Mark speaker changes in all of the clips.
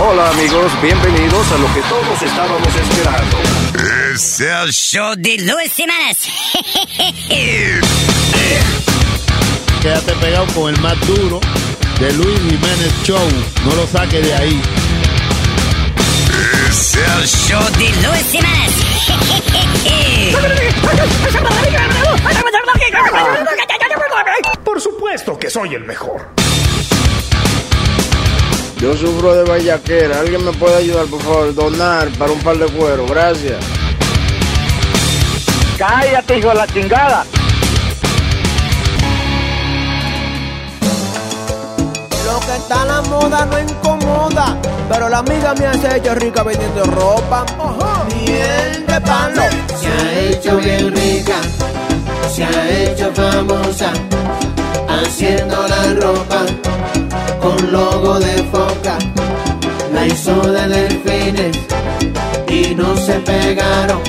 Speaker 1: Hola amigos, bienvenidos a lo que todos estábamos esperando.
Speaker 2: Es el show de Luis Semanas.
Speaker 3: Quédate pegado con el más duro de Luis Jiménez Show. No lo saques de ahí.
Speaker 2: Es el show de Luis Semanas.
Speaker 4: Por supuesto que soy el mejor.
Speaker 5: Yo sufro de vallaquera. ¿Alguien me puede ayudar, por favor? Donar para un par de cuero. Gracias.
Speaker 6: Cállate, hijo de la chingada.
Speaker 7: Lo que está en la moda no incomoda, pero la amiga mía se ha hecho rica vendiendo ropa. Miel de palo.
Speaker 8: Se ha hecho bien rica, se ha hecho famosa, haciendo la ropa con logo de foca. La hizo de delfines y no se pegaron,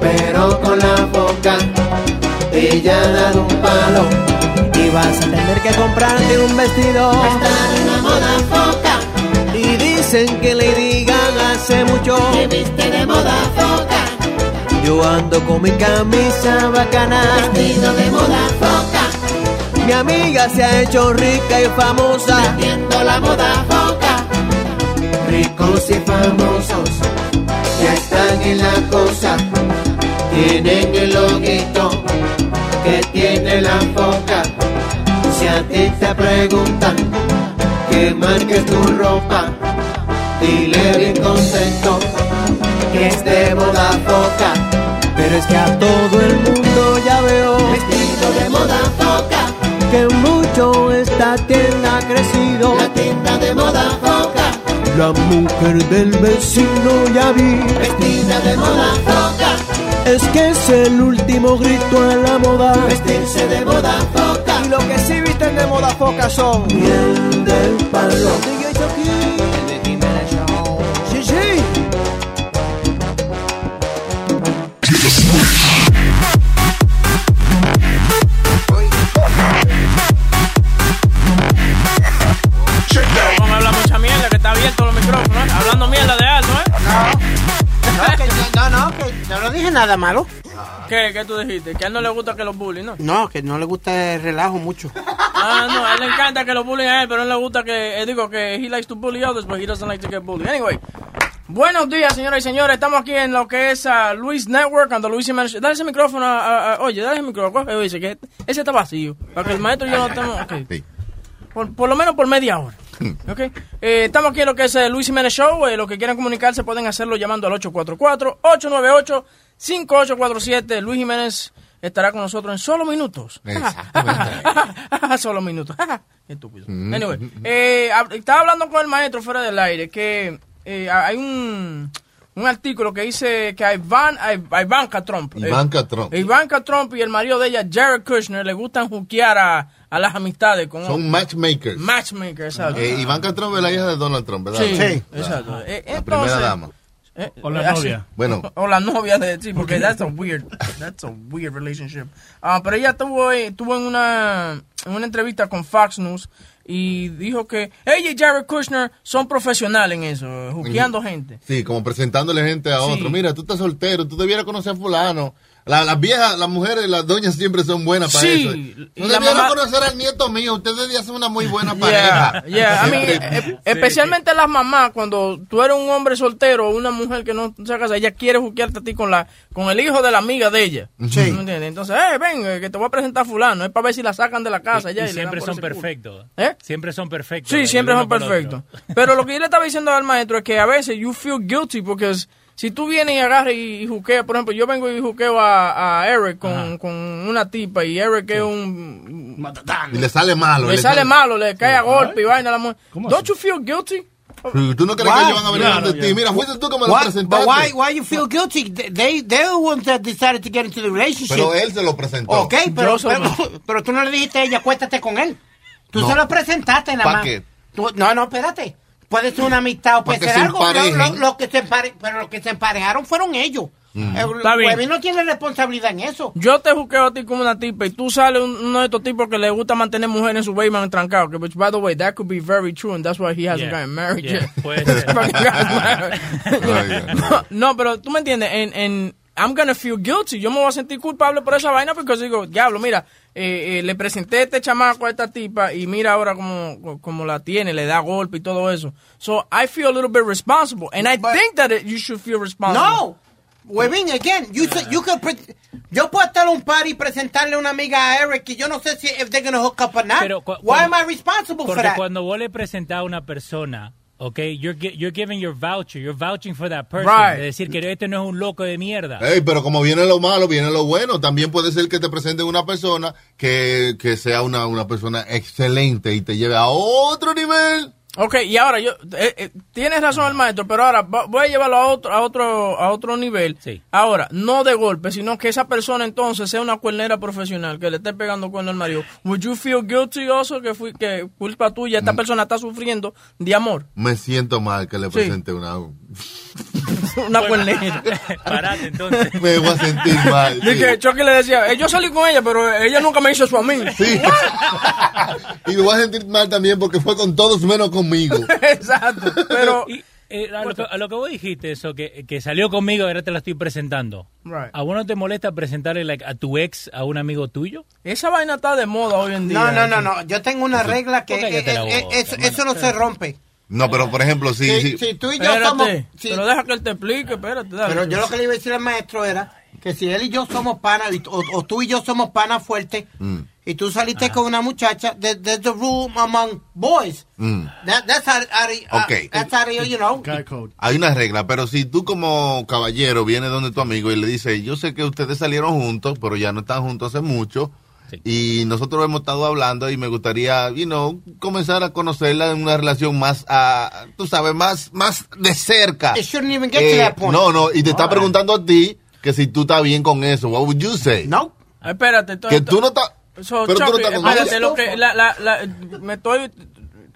Speaker 8: pero con la boca ella ha dado un palo.
Speaker 7: Y vas a tener que comprarte un vestido.
Speaker 8: Está en la moda foca,
Speaker 7: Y dicen que le digan hace mucho.
Speaker 8: te viste de moda foca,
Speaker 7: Yo ando con mi camisa bacana.
Speaker 8: vestido de moda foca,
Speaker 7: Mi amiga se ha hecho rica y famosa.
Speaker 8: viendo la moda foca. Ricos y famosos ya están en la cosa, tienen el loguito que tiene la foca. Si a ti te preguntan que marques tu ropa, dile bien contento que es de moda foca,
Speaker 7: Pero es que a todo el mundo ya veo
Speaker 8: vestido de moda foca.
Speaker 7: que mucho esta tienda ha crecido.
Speaker 8: La tienda de moda foca,
Speaker 7: La mujer del vecino ya vi.
Speaker 8: vestida de moda foca,
Speaker 7: Es que es el último grito a la moda.
Speaker 8: vestirse de moda foca,
Speaker 7: Y lo que sí visten de moda foca son.
Speaker 8: miel del palo,
Speaker 7: DJ Chucky. Sí, sí.
Speaker 9: No me habla mucha mierda que está abierto los micrófonos. ¿eh? Hablando mierda de alto, ¿eh?
Speaker 10: No, que yo- no, no, que yo no dije nada malo.
Speaker 9: ¿Qué, ¿Qué tú dijiste? Que a él no le gusta que los bullying, ¿no?
Speaker 10: No, que no le gusta el relajo mucho.
Speaker 9: Ah, no, a él le encanta que los bullying a él, pero a él le gusta que, eh, digo, que he likes to bully others, but he doesn't like to get bullied. Anyway, buenos días, señoras y señores. Estamos aquí en lo que es ah, Luis Network, and the Luis Jiménez. Dale ese micrófono, a- a- a- oye, dale ese micrófono. Oye, dice que ese está vacío, para que el maestro y yo no estemos... ok.
Speaker 3: Sí.
Speaker 9: por, por lo menos por media hora. Ok. Eh, estamos aquí en lo que es el Luis Jiménez Show. Eh, los que quieran comunicarse pueden hacerlo llamando al 844-898-5847. Luis Jiménez estará con nosotros en solo minutos. solo minutos. Estúpido.
Speaker 11: Mm.
Speaker 9: Anyway, eh, hab- estaba hablando con el maestro fuera del aire que eh, hay un, un artículo que dice que a, Iván, a Ivanka Trump. eh,
Speaker 3: Ivanka Trump.
Speaker 9: Ivanka Trump y el marido de ella, Jared Kushner, le gustan juquear a, a las amistades con
Speaker 3: Son matchmakers.
Speaker 9: Matchmaker, exacto.
Speaker 3: Eh, Ivanka Trump es la hija de Donald Trump, ¿verdad?
Speaker 9: sí,
Speaker 10: Sí.
Speaker 9: exacto. Eh,
Speaker 3: La
Speaker 9: entonces,
Speaker 3: primera dama.
Speaker 9: eh,
Speaker 12: O la
Speaker 9: eh, así.
Speaker 12: novia.
Speaker 3: Bueno,
Speaker 9: O la novia de sí, porque that's a weird, that's a weird relationship. Ah, pero ella tuvo, eh, tuvo en una, en una entrevista con Fox News y dijo que ella y Jared Kushner son profesionales en eso, juqueando gente.
Speaker 3: sí, como presentándole gente a
Speaker 9: Sí.
Speaker 3: otro. Mira, tú estás soltero, tú debieras conocer a fulano. La- las viejas, las mujeres, las doñas siempre son buenas para
Speaker 9: Sí,
Speaker 3: eso.
Speaker 9: y
Speaker 3: Tú
Speaker 9: la
Speaker 3: debieras
Speaker 9: mamá-
Speaker 3: conocer al nieto mío, ustedes ya son una muy buena
Speaker 9: Yeah,
Speaker 3: pareja.
Speaker 9: Ah, yeah. I mean,
Speaker 3: Siempre-
Speaker 9: eh, especialmente las mamás, cuando tú eres un hombre soltero o una mujer que no se casa, ella quiere juquearte a ti con la con el hijo de la amiga de ella.
Speaker 10: Sí.
Speaker 9: ¿Me entiendes? Entonces, eh, ven, eh, que te voy a presentar a fulano, es para ver si la sacan de la casa.
Speaker 12: Y
Speaker 9: ya, y le dan
Speaker 12: siempre
Speaker 9: por
Speaker 12: son
Speaker 9: ese culo.
Speaker 12: perfectos.
Speaker 9: ¿Eh?
Speaker 12: Siempre son perfectos.
Speaker 9: Sí,
Speaker 12: el
Speaker 9: siempre
Speaker 12: uno
Speaker 9: son
Speaker 12: por el
Speaker 9: perfectos.
Speaker 12: otro.
Speaker 9: Pero lo que yo le estaba diciendo al maestro es que a veces you feel guilty porque es- si tú vienes y agarras y, y juqueas, por ejemplo, yo vengo y juqueo a, a Eric con, con una tipa y Eric es un
Speaker 3: Y le sale malo.
Speaker 9: le sale malo, le cae a golpe y vaina a la mujer. Don't you feel guilty?
Speaker 3: Sí, ¿Tú no crees que
Speaker 10: Why?
Speaker 3: ellos van a venir
Speaker 12: No,
Speaker 3: donde
Speaker 12: no,
Speaker 3: ti?
Speaker 12: yeah.
Speaker 3: Mira, fuiste tú que me lo
Speaker 10: Why,
Speaker 3: presentaste.
Speaker 10: but why, why you feel guilty? They, they're the ones that decided to get into the relationship.
Speaker 3: Pero él se lo presentó.
Speaker 10: ok, pero,
Speaker 9: Yo soy-
Speaker 10: pero, pero tú no le dijiste a ella, acuéstate con él. Tú
Speaker 3: No.
Speaker 10: se lo presentaste nada
Speaker 3: ¿Pa'
Speaker 10: más.
Speaker 3: qué?
Speaker 10: Tú- no, no, espérate. Puede ser una amistad o
Speaker 3: Pa'
Speaker 10: puede
Speaker 3: que
Speaker 10: ser
Speaker 3: se
Speaker 10: algo. pero
Speaker 3: emparejen. Mm.
Speaker 10: lo- lo que se empare- pero los que se emparejaron fueron ellos.
Speaker 9: Está bien.
Speaker 10: Huevín no tiene responsabilidad en eso.
Speaker 9: Yo te juqueo a ti como una tipa y tú sales un- uno de estos tipos que le gusta mantener mujeres en su basement trancado. Que, which, by the way, that could be very true and that's why he hasn't
Speaker 12: Yeah.
Speaker 9: gotten married
Speaker 12: Yeah,
Speaker 9: yet.
Speaker 12: puede ser.
Speaker 9: Fucking got married.
Speaker 12: Ay,
Speaker 9: no, no, pero tú me entiendes. En, en, I'm gonna feel guilty. Yo me voy a sentir culpable por esa vaina porque digo, diablo, mira, eh, eh, le presenté este chamaco a esta tipa y mira ahora como, como la tiene, le da golpe y todo eso. So I feel a little bit responsible and I think that it- you should feel responsible.
Speaker 10: No. Huevín, again, you, said- you could pre- yo puedo estar en un party y presentarle a una amiga a Eric y yo no sé si if they're gonna hook up or not.
Speaker 12: Pero cu-
Speaker 10: Why am
Speaker 12: cuando-
Speaker 10: I responsible for
Speaker 12: Porque
Speaker 10: that?
Speaker 12: cuando vos le presentás a una persona, okay, you're, gi- you're giving your voucher, you're vouching for that person.
Speaker 9: Right.
Speaker 12: De decir que este no es un loco de mierda.
Speaker 11: Ey, pero como viene lo malo, viene lo bueno. También puede ser que te presenten una persona que, que sea una, una persona excelente y te lleve a otro nivel.
Speaker 9: Ok, y ahora yo eh, eh, tienes razón el maestro, pero ahora vo- voy a llevarlo a otro a otro a otro nivel. Ahora, no de golpe, sino que esa persona entonces sea una cuernera profesional que le esté pegando con el marido. Would you feel guilty also que fui que culpa tuya
Speaker 11: Mm.
Speaker 9: esta persona está sufriendo de amor?
Speaker 11: Me siento mal que le
Speaker 9: Sí.
Speaker 11: presente una.
Speaker 9: una cuernera.
Speaker 12: Parate entonces.
Speaker 11: Me voy a sentir mal. sí.
Speaker 9: Dije, Chucky le decía, eh, yo salí con ella, pero ella nunca me hizo eso a mí.
Speaker 11: Y me voy a sentir mal también porque fue con todos menos conmigo.
Speaker 9: Exacto. Pero
Speaker 12: Y, eh, a, lo que, a lo que vos dijiste, eso que, que salió conmigo, ahora te la estoy presentando.
Speaker 9: Right.
Speaker 12: ¿A vos no te molesta presentarle like, a tu ex a un amigo tuyo?
Speaker 9: Esa vaina está de moda hoy en
Speaker 10: No, no, no, no. Yo tengo una
Speaker 12: Eso-
Speaker 10: regla que
Speaker 12: Porque
Speaker 10: eh,
Speaker 12: te la
Speaker 10: eh,
Speaker 12: boca,
Speaker 10: eh, eso, eso no se rompe.
Speaker 11: No, pero por ejemplo, sí,
Speaker 10: Si-
Speaker 11: sí.
Speaker 10: si tú y yo
Speaker 9: Espérate,
Speaker 10: somos- si-
Speaker 9: pero deja que él te explique, espérate. dale.
Speaker 10: Pero yo lo que le iba a decir al maestro era que si él y yo somos panas, y- o, o tú y yo somos panas fuertes,
Speaker 11: Mm,
Speaker 10: y tú saliste con una muchacha, there- there's the rule among boys.
Speaker 11: mm.
Speaker 10: That, that's out, out of- uh,
Speaker 11: Ok.
Speaker 10: that's out of, you know.
Speaker 11: Hay una regla, pero si tú como caballero vienes donde tu amigo y le dices, yo sé que ustedes salieron juntos, pero ya no están juntos hace mucho, y nosotros hemos estado hablando y me gustaría, you know, comenzar a conocerla en una relación más, ah, tú sabes, más, más de cerca.
Speaker 10: It shouldn't even get
Speaker 11: Eh,
Speaker 10: to that point.
Speaker 11: No, no, y te está preguntando a ti que si tú estás bien con eso. What would you say?
Speaker 10: No.
Speaker 9: Ah, Espérate, to-
Speaker 11: Que
Speaker 9: to-
Speaker 11: tú no estás...
Speaker 9: So,
Speaker 11: pero tú no
Speaker 9: Chucky,
Speaker 11: estás con
Speaker 9: espérate,
Speaker 11: ella.
Speaker 9: lo que la, la, la- me estoy porque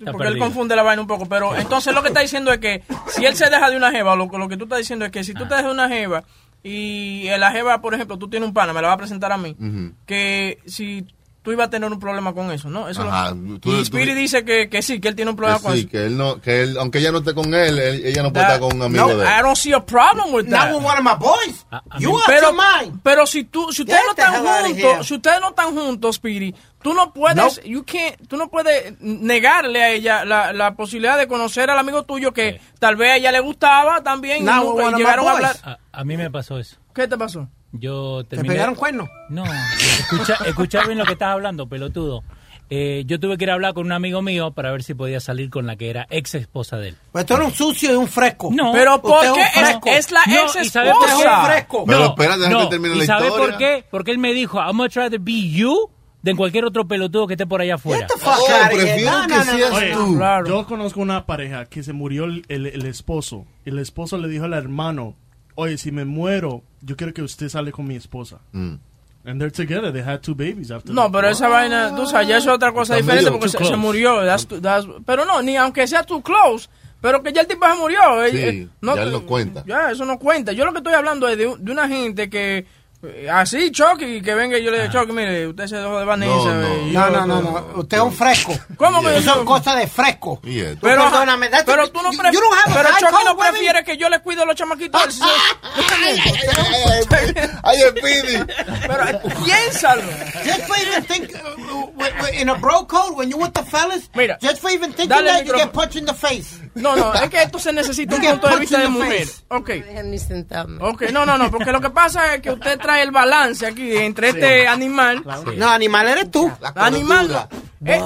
Speaker 9: él
Speaker 11: perdido.
Speaker 9: confunde la vaina un poco, pero entonces lo que está diciendo es que si él se deja de una jeva, lo, lo que tú estás diciendo es que si tú te dejas de una jeva y eh, la jeva, por ejemplo, tú tienes un pana, me la va a presentar a mí,
Speaker 11: Ujú.
Speaker 9: que si tú ibas a tener un problema con eso, ¿no? Eso es lo-
Speaker 11: Ajá, tú-
Speaker 9: y Spirit
Speaker 11: tú-
Speaker 9: dice que, que sí, que él tiene un problema
Speaker 11: Que
Speaker 9: con
Speaker 11: sí,
Speaker 9: eso.
Speaker 11: que él no, que él, aunque ella no esté con él, él- ella no puede estar con un amigo
Speaker 9: No,
Speaker 11: de él.
Speaker 9: I don't see a problem with that. Ah,
Speaker 10: Not with one of my boys. you out
Speaker 9: pero,
Speaker 10: your mind.
Speaker 9: pero si tú, si ustedes
Speaker 10: Get
Speaker 9: no
Speaker 10: the
Speaker 9: están
Speaker 10: hell outta here.
Speaker 9: juntos, si ustedes no están juntos, Speedy, tú no puedes, you can't- tú no puedes negarle a ella la, la posibilidad de conocer al amigo tuyo que tal vez a ella le gustaba también y,
Speaker 10: Now
Speaker 9: nunca-
Speaker 10: we're
Speaker 9: y
Speaker 10: one of my
Speaker 9: llegaron a
Speaker 10: boys.
Speaker 9: hablar.
Speaker 12: A, a mí me pasó eso.
Speaker 9: ¿Qué te pasó?
Speaker 12: Yo
Speaker 10: ¿Te
Speaker 12: terminé...
Speaker 10: pegaron cuernos?
Speaker 12: No, escucha, escucha bien lo que estás hablando, pelotudo. Eh, yo tuve que ir a hablar con un amigo mío para ver si podía salir con la que era ex esposa de él.
Speaker 10: Pues tú eres un sucio y un fresco.
Speaker 12: No.
Speaker 9: Pero ¿por
Speaker 10: Usted
Speaker 9: qué
Speaker 10: un
Speaker 9: es,
Speaker 10: fresco.
Speaker 9: es la ex
Speaker 12: ¿y sabe por qué?
Speaker 9: esposa?
Speaker 11: Pero espera, deja que termine
Speaker 12: ¿Y
Speaker 11: la
Speaker 12: sabe
Speaker 11: historia.
Speaker 12: por qué? Porque él me dijo, I'm gonna try to be you de cualquier otro pelotudo que esté por allá afuera.
Speaker 13: Oh,
Speaker 11: prefiero
Speaker 13: no,
Speaker 11: que
Speaker 13: no, no,
Speaker 11: seas
Speaker 13: no. Oye,
Speaker 11: tú.
Speaker 13: Yo conozco una pareja que se murió el, el- el esposo. El esposo le dijo al hermano, oye, si me muero, yo quiero que usted sale con mi esposa.
Speaker 11: Mm.
Speaker 13: And they're together. They had two babies after
Speaker 9: No,
Speaker 13: that.
Speaker 9: pero esa vaina, tú sabes, ya eso es otra cosa
Speaker 13: Está
Speaker 9: diferente
Speaker 13: medio
Speaker 9: porque
Speaker 13: too
Speaker 9: se,
Speaker 13: close.
Speaker 9: se murió. that's too- that's- pero no, ni aunque sea too close, pero que ya el tipo se murió. eh, eh,
Speaker 11: Sí,
Speaker 9: no,
Speaker 11: ya él no cuenta.
Speaker 9: Ya, eso no cuenta. Yo lo que estoy hablando es de, un- de una gente que eh, así choque y que venga y yo le diga, choque, mire, usted se dejó de Vanessa. eh, y
Speaker 10: No,
Speaker 9: yo-
Speaker 10: no, no, no. Usted es un fresco.
Speaker 9: ¿Cómo que yo
Speaker 10: Eso
Speaker 9: soy
Speaker 10: es
Speaker 9: un-
Speaker 10: cosa de fresco.
Speaker 11: Y esto.
Speaker 10: Pero,
Speaker 9: Pero,
Speaker 10: perdóname, that's-
Speaker 9: pero tú no
Speaker 10: you-
Speaker 9: prefieres.
Speaker 10: you don't have a
Speaker 9: Pero
Speaker 10: high
Speaker 9: Chucky no
Speaker 10: call, baby.
Speaker 9: prefiere que yo le cuide a los chamaquitos. a él, sino-
Speaker 11: Ay, Speedy.
Speaker 9: pero eh, piénsalo.
Speaker 10: Just for even think, uh, uh, w- w- in a bro code, when you with the fellas,
Speaker 9: Mira.
Speaker 10: just for even thinking
Speaker 9: Dale
Speaker 10: that,
Speaker 9: el
Speaker 10: you get
Speaker 9: micrófono.
Speaker 10: punched in the face.
Speaker 9: No, no, es que esto se necesita un
Speaker 10: You get
Speaker 9: punto de vista de
Speaker 10: punched in the
Speaker 9: mujer.
Speaker 10: face.
Speaker 9: Ok. Ok, no, no, no, porque lo que pasa es que usted trae el balance aquí entre
Speaker 10: Sí.
Speaker 9: este animal.
Speaker 10: No, animal eres tú.
Speaker 9: Animal. eh,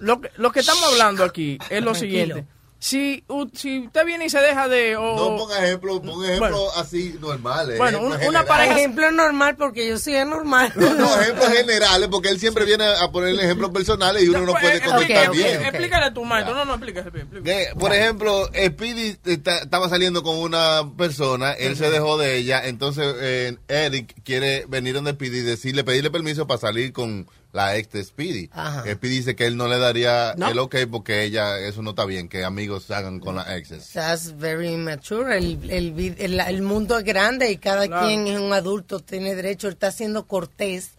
Speaker 9: lo, que- lo que estamos hablando aquí es lo siguiente. Si, u- si usted viene y se deja de... o-
Speaker 11: No, ponga ejemplo, ponga ejemplo eh,
Speaker 9: Bueno.
Speaker 11: así normales.
Speaker 9: Bueno,
Speaker 11: ejemplos
Speaker 9: un- una pareja-
Speaker 11: generales.
Speaker 14: Ejemplo normal, porque yo soy anormal.
Speaker 11: No, no, ejemplos generales, porque él siempre viene a poner ejemplos personales y uno no puede
Speaker 9: Pues, Explica-
Speaker 11: contestar
Speaker 9: eh, ok,
Speaker 11: bien.
Speaker 9: Explícale a tu maestro. No, no, explícale. explícale.
Speaker 11: Que, por ejemplo, Speedy está- estaba saliendo con una persona, él se dejó de ella, entonces eh, Eric quiere venir donde Speedy y decirle, pedirle permiso para salir con la ex de Speedy.
Speaker 15: Ajá.
Speaker 11: Speedy dice que él no le daría
Speaker 14: No.
Speaker 11: el ok porque ella, eso no está bien, que amigos se hagan con las exes.
Speaker 14: That's very immature. El, el, vid- el- el mundo es grande y cada
Speaker 9: Claro.
Speaker 14: quien es un adulto, tiene derecho. Está siendo cortés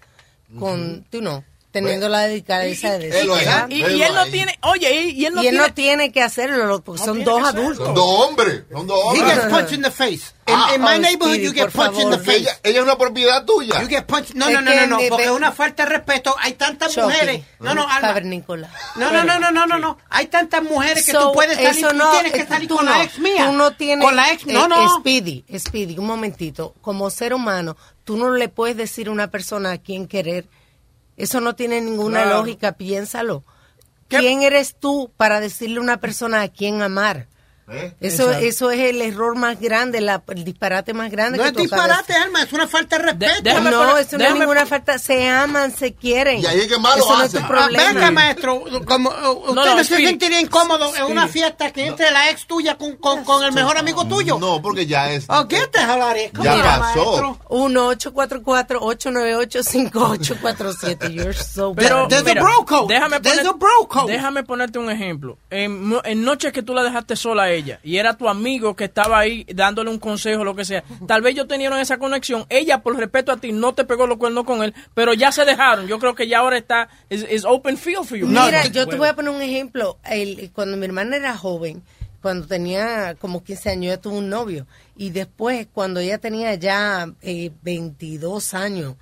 Speaker 14: con, tú no, teniendo la delicadeza de
Speaker 9: Pues, Y,
Speaker 14: decir.
Speaker 9: y- y él no tiene, oye, y, y él no
Speaker 14: Y él
Speaker 9: tiene...
Speaker 14: no tiene que hacerlo porque son dos adultos.
Speaker 11: Son dos hombres. Son dos
Speaker 10: He
Speaker 11: hombres. Ah,
Speaker 10: gets punched in the face. In, in my
Speaker 14: Oh,
Speaker 10: neighborhood, you
Speaker 14: Speedy,
Speaker 10: get
Speaker 14: por
Speaker 10: punched in the
Speaker 14: favor.
Speaker 10: face.
Speaker 11: Ella, ella es una propiedad tuya.
Speaker 10: You get punched. No,
Speaker 14: Es
Speaker 10: no, no,
Speaker 14: que
Speaker 10: no, no.
Speaker 14: de-
Speaker 10: Porque
Speaker 14: de-
Speaker 10: es una falta de respeto. Hay tantas
Speaker 14: Choque.
Speaker 10: mujeres. No, no, Alma.
Speaker 14: Cavernícola.
Speaker 10: No, no, no, no, no, no, no. Hay tantas mujeres que tú
Speaker 14: So,
Speaker 10: puedes salir.
Speaker 14: eso
Speaker 10: Tú
Speaker 14: no,
Speaker 10: tienes que
Speaker 14: eh,
Speaker 10: salir
Speaker 14: tú
Speaker 10: con
Speaker 14: no,
Speaker 10: la ex mía.
Speaker 14: Tú no tienes.
Speaker 10: Con la ex, no,
Speaker 14: eh,
Speaker 10: no.
Speaker 14: Speedy, Speedy, un momentito. Como ser humano, tú no le puedes decir a una persona a quién querer. Eso no tiene ninguna
Speaker 9: Claro.
Speaker 14: lógica, piénsalo. ¿Quién eres tú para decirle a una persona a quién amar?
Speaker 11: ¿Eh?
Speaker 14: Eso,
Speaker 10: Exacto.
Speaker 14: eso es el error más grande, la- el disparate más grande
Speaker 10: No
Speaker 14: que
Speaker 10: es
Speaker 14: tú acabas de
Speaker 10: disparate, Alma. Es una falta de respeto.
Speaker 14: Déjame no, eso no es ninguna falta. Se aman, se quieren.
Speaker 10: Y ahí es que más lo
Speaker 14: Eso no es
Speaker 10: hacen.
Speaker 14: tu problema.
Speaker 10: Ah, venga, maestro. Como, Usted no, se sentiría incómodo en una fiesta que entre la ex tuya con, con, con el mejor amigo tuyo.
Speaker 11: No, porque ya es.
Speaker 10: Oh, ¿Qué te hablaré?
Speaker 11: Ya pasó.
Speaker 14: 1-844-898-5847. You're so
Speaker 9: Pero,
Speaker 14: bad.
Speaker 9: mira, Déjame, poner- déjame ponerte un ejemplo. En, mo- en noches que tú la dejaste sola a ella y era tu amigo que estaba ahí dándole un consejo, lo que sea. Tal vez ellos tenían esa conexión. Ella, por respeto a ti, no te pegó los cuernos con él, pero ya se dejaron. Yo creo que ya ahora está. Es es open field for you.
Speaker 14: Mira, yo te voy a poner un ejemplo. El- cuando mi hermana era joven, cuando tenía como 15 años, ella tuvo un novio. Y después, cuando ella tenía ya eh, 22 años,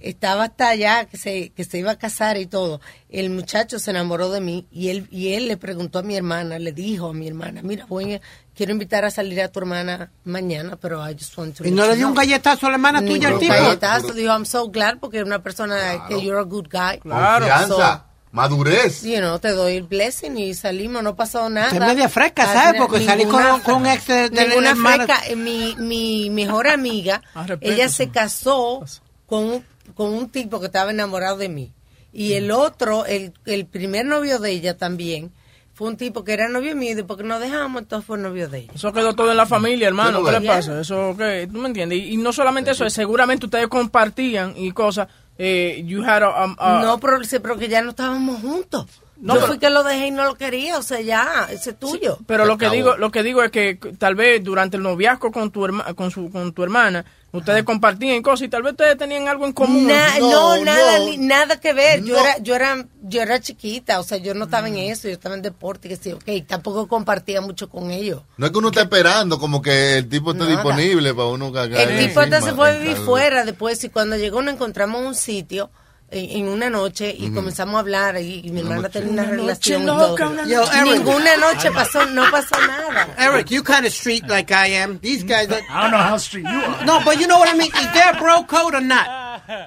Speaker 14: estaba hasta allá que se, que se iba a casar y todo. El muchacho se enamoró de mí y él, y él le preguntó a mi hermana, le dijo a mi hermana, mira, voy a- quiero invitar a salir a tu hermana mañana, pero I just want to
Speaker 10: Y
Speaker 14: let
Speaker 10: no
Speaker 14: you
Speaker 10: le dio un
Speaker 14: know".
Speaker 10: galletazo a la hermana tuya al
Speaker 14: Ningún
Speaker 10: tipo.
Speaker 14: galletazo, dijo, I'm so glad porque es una persona que you're a good guy.
Speaker 11: Claro. Confianza, madurez.
Speaker 14: You know, te doy el blessing y salimos, no ha pasado nada.
Speaker 10: Usted es media fresca,
Speaker 14: Ah,
Speaker 10: ¿sabes?
Speaker 14: mira,
Speaker 10: Porque salí con,
Speaker 14: ninguna-
Speaker 10: con un ex de, de la
Speaker 14: ninguna
Speaker 10: hermana.
Speaker 14: fresca. Eh, Mi, mi mejor amiga,
Speaker 10: Ah, respeto,
Speaker 14: ella se casó con un, con un tipo que estaba enamorado de mí. Y el otro, el, el primer novio de ella también, fue un tipo que era novio mío y después que nos dejamos, entonces fue novio de ella.
Speaker 9: Eso quedó todo en la familia, hermano.
Speaker 14: Pero
Speaker 9: ¿Qué le
Speaker 14: bueno.
Speaker 9: pasa? Eso que tú me entiendes. Y, y no solamente eso, es seguramente ustedes compartían y cosas. Eh, you had a- a- a-
Speaker 14: no, pero, sí, pero que ya no estábamos juntos.
Speaker 9: No,
Speaker 14: Yo
Speaker 9: pero-
Speaker 14: fui que lo dejé y no lo quería, o sea, ya, ese es tuyo.
Speaker 9: Pero lo que digo, lo que digo es que c- tal vez durante el noviazgo con tu herma- con su con tu hermana, ustedes compartían cosas y tal vez ustedes tenían algo en común.
Speaker 14: Na- no, nada, ni- nada que ver. Yo era, yo era, yo era chiquita, o sea, yo no estaba en
Speaker 9: Mm.
Speaker 14: eso, yo estaba en deporte, que sí, ok, tampoco compartía mucho con ellos.
Speaker 11: No es que uno está esperando, como que el tipo está
Speaker 14: Nada.
Speaker 11: disponible para uno cagar.
Speaker 14: El tipo hasta se
Speaker 11: encima.
Speaker 14: fue a vivir
Speaker 11: Claro.
Speaker 14: fuera después y cuando llegó nos encontramos en un sitio en, en una noche y
Speaker 11: Ujú.
Speaker 14: comenzamos a hablar y, y mi hermana tenía una,
Speaker 10: Una noche
Speaker 14: relación. y
Speaker 10: loca,
Speaker 14: todo.
Speaker 10: una noche- Yo, Eric.
Speaker 14: Ninguna noche pasó, no pasó nada.
Speaker 10: Eric, you kind of street like I am. These guys. Are,
Speaker 13: I don't know how street you are.
Speaker 10: No, but you know what I mean. Is there a bro code or not?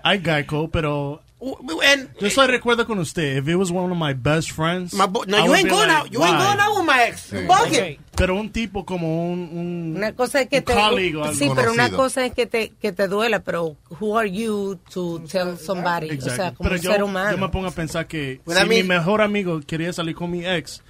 Speaker 13: I Geico, pero.
Speaker 11: Eh,
Speaker 13: Just like recuerdo con usted, if it was one of my best friends.
Speaker 10: My bo- no,
Speaker 13: I
Speaker 10: you
Speaker 13: would
Speaker 10: ain't
Speaker 13: be
Speaker 10: going
Speaker 13: like,
Speaker 10: out. You ain't
Speaker 13: why?
Speaker 10: going out with my ex.
Speaker 13: Sí.
Speaker 10: Fuck it.
Speaker 13: Pero un tipo como un. un
Speaker 14: Una cosa es que
Speaker 13: Un
Speaker 14: te
Speaker 13: colleague o algo.
Speaker 14: sí, pero una
Speaker 13: Conocido.
Speaker 14: cosa es que te que te duela, pero who are you to tell somebody, o sea,
Speaker 13: Exacto.
Speaker 14: como
Speaker 13: Pero
Speaker 14: un
Speaker 13: yo,
Speaker 14: ser
Speaker 13: yo me
Speaker 14: humano.
Speaker 13: pongo a pensar que
Speaker 14: Bueno,
Speaker 13: si
Speaker 14: a mí-
Speaker 13: mi mejor amigo quería salir con mi ex,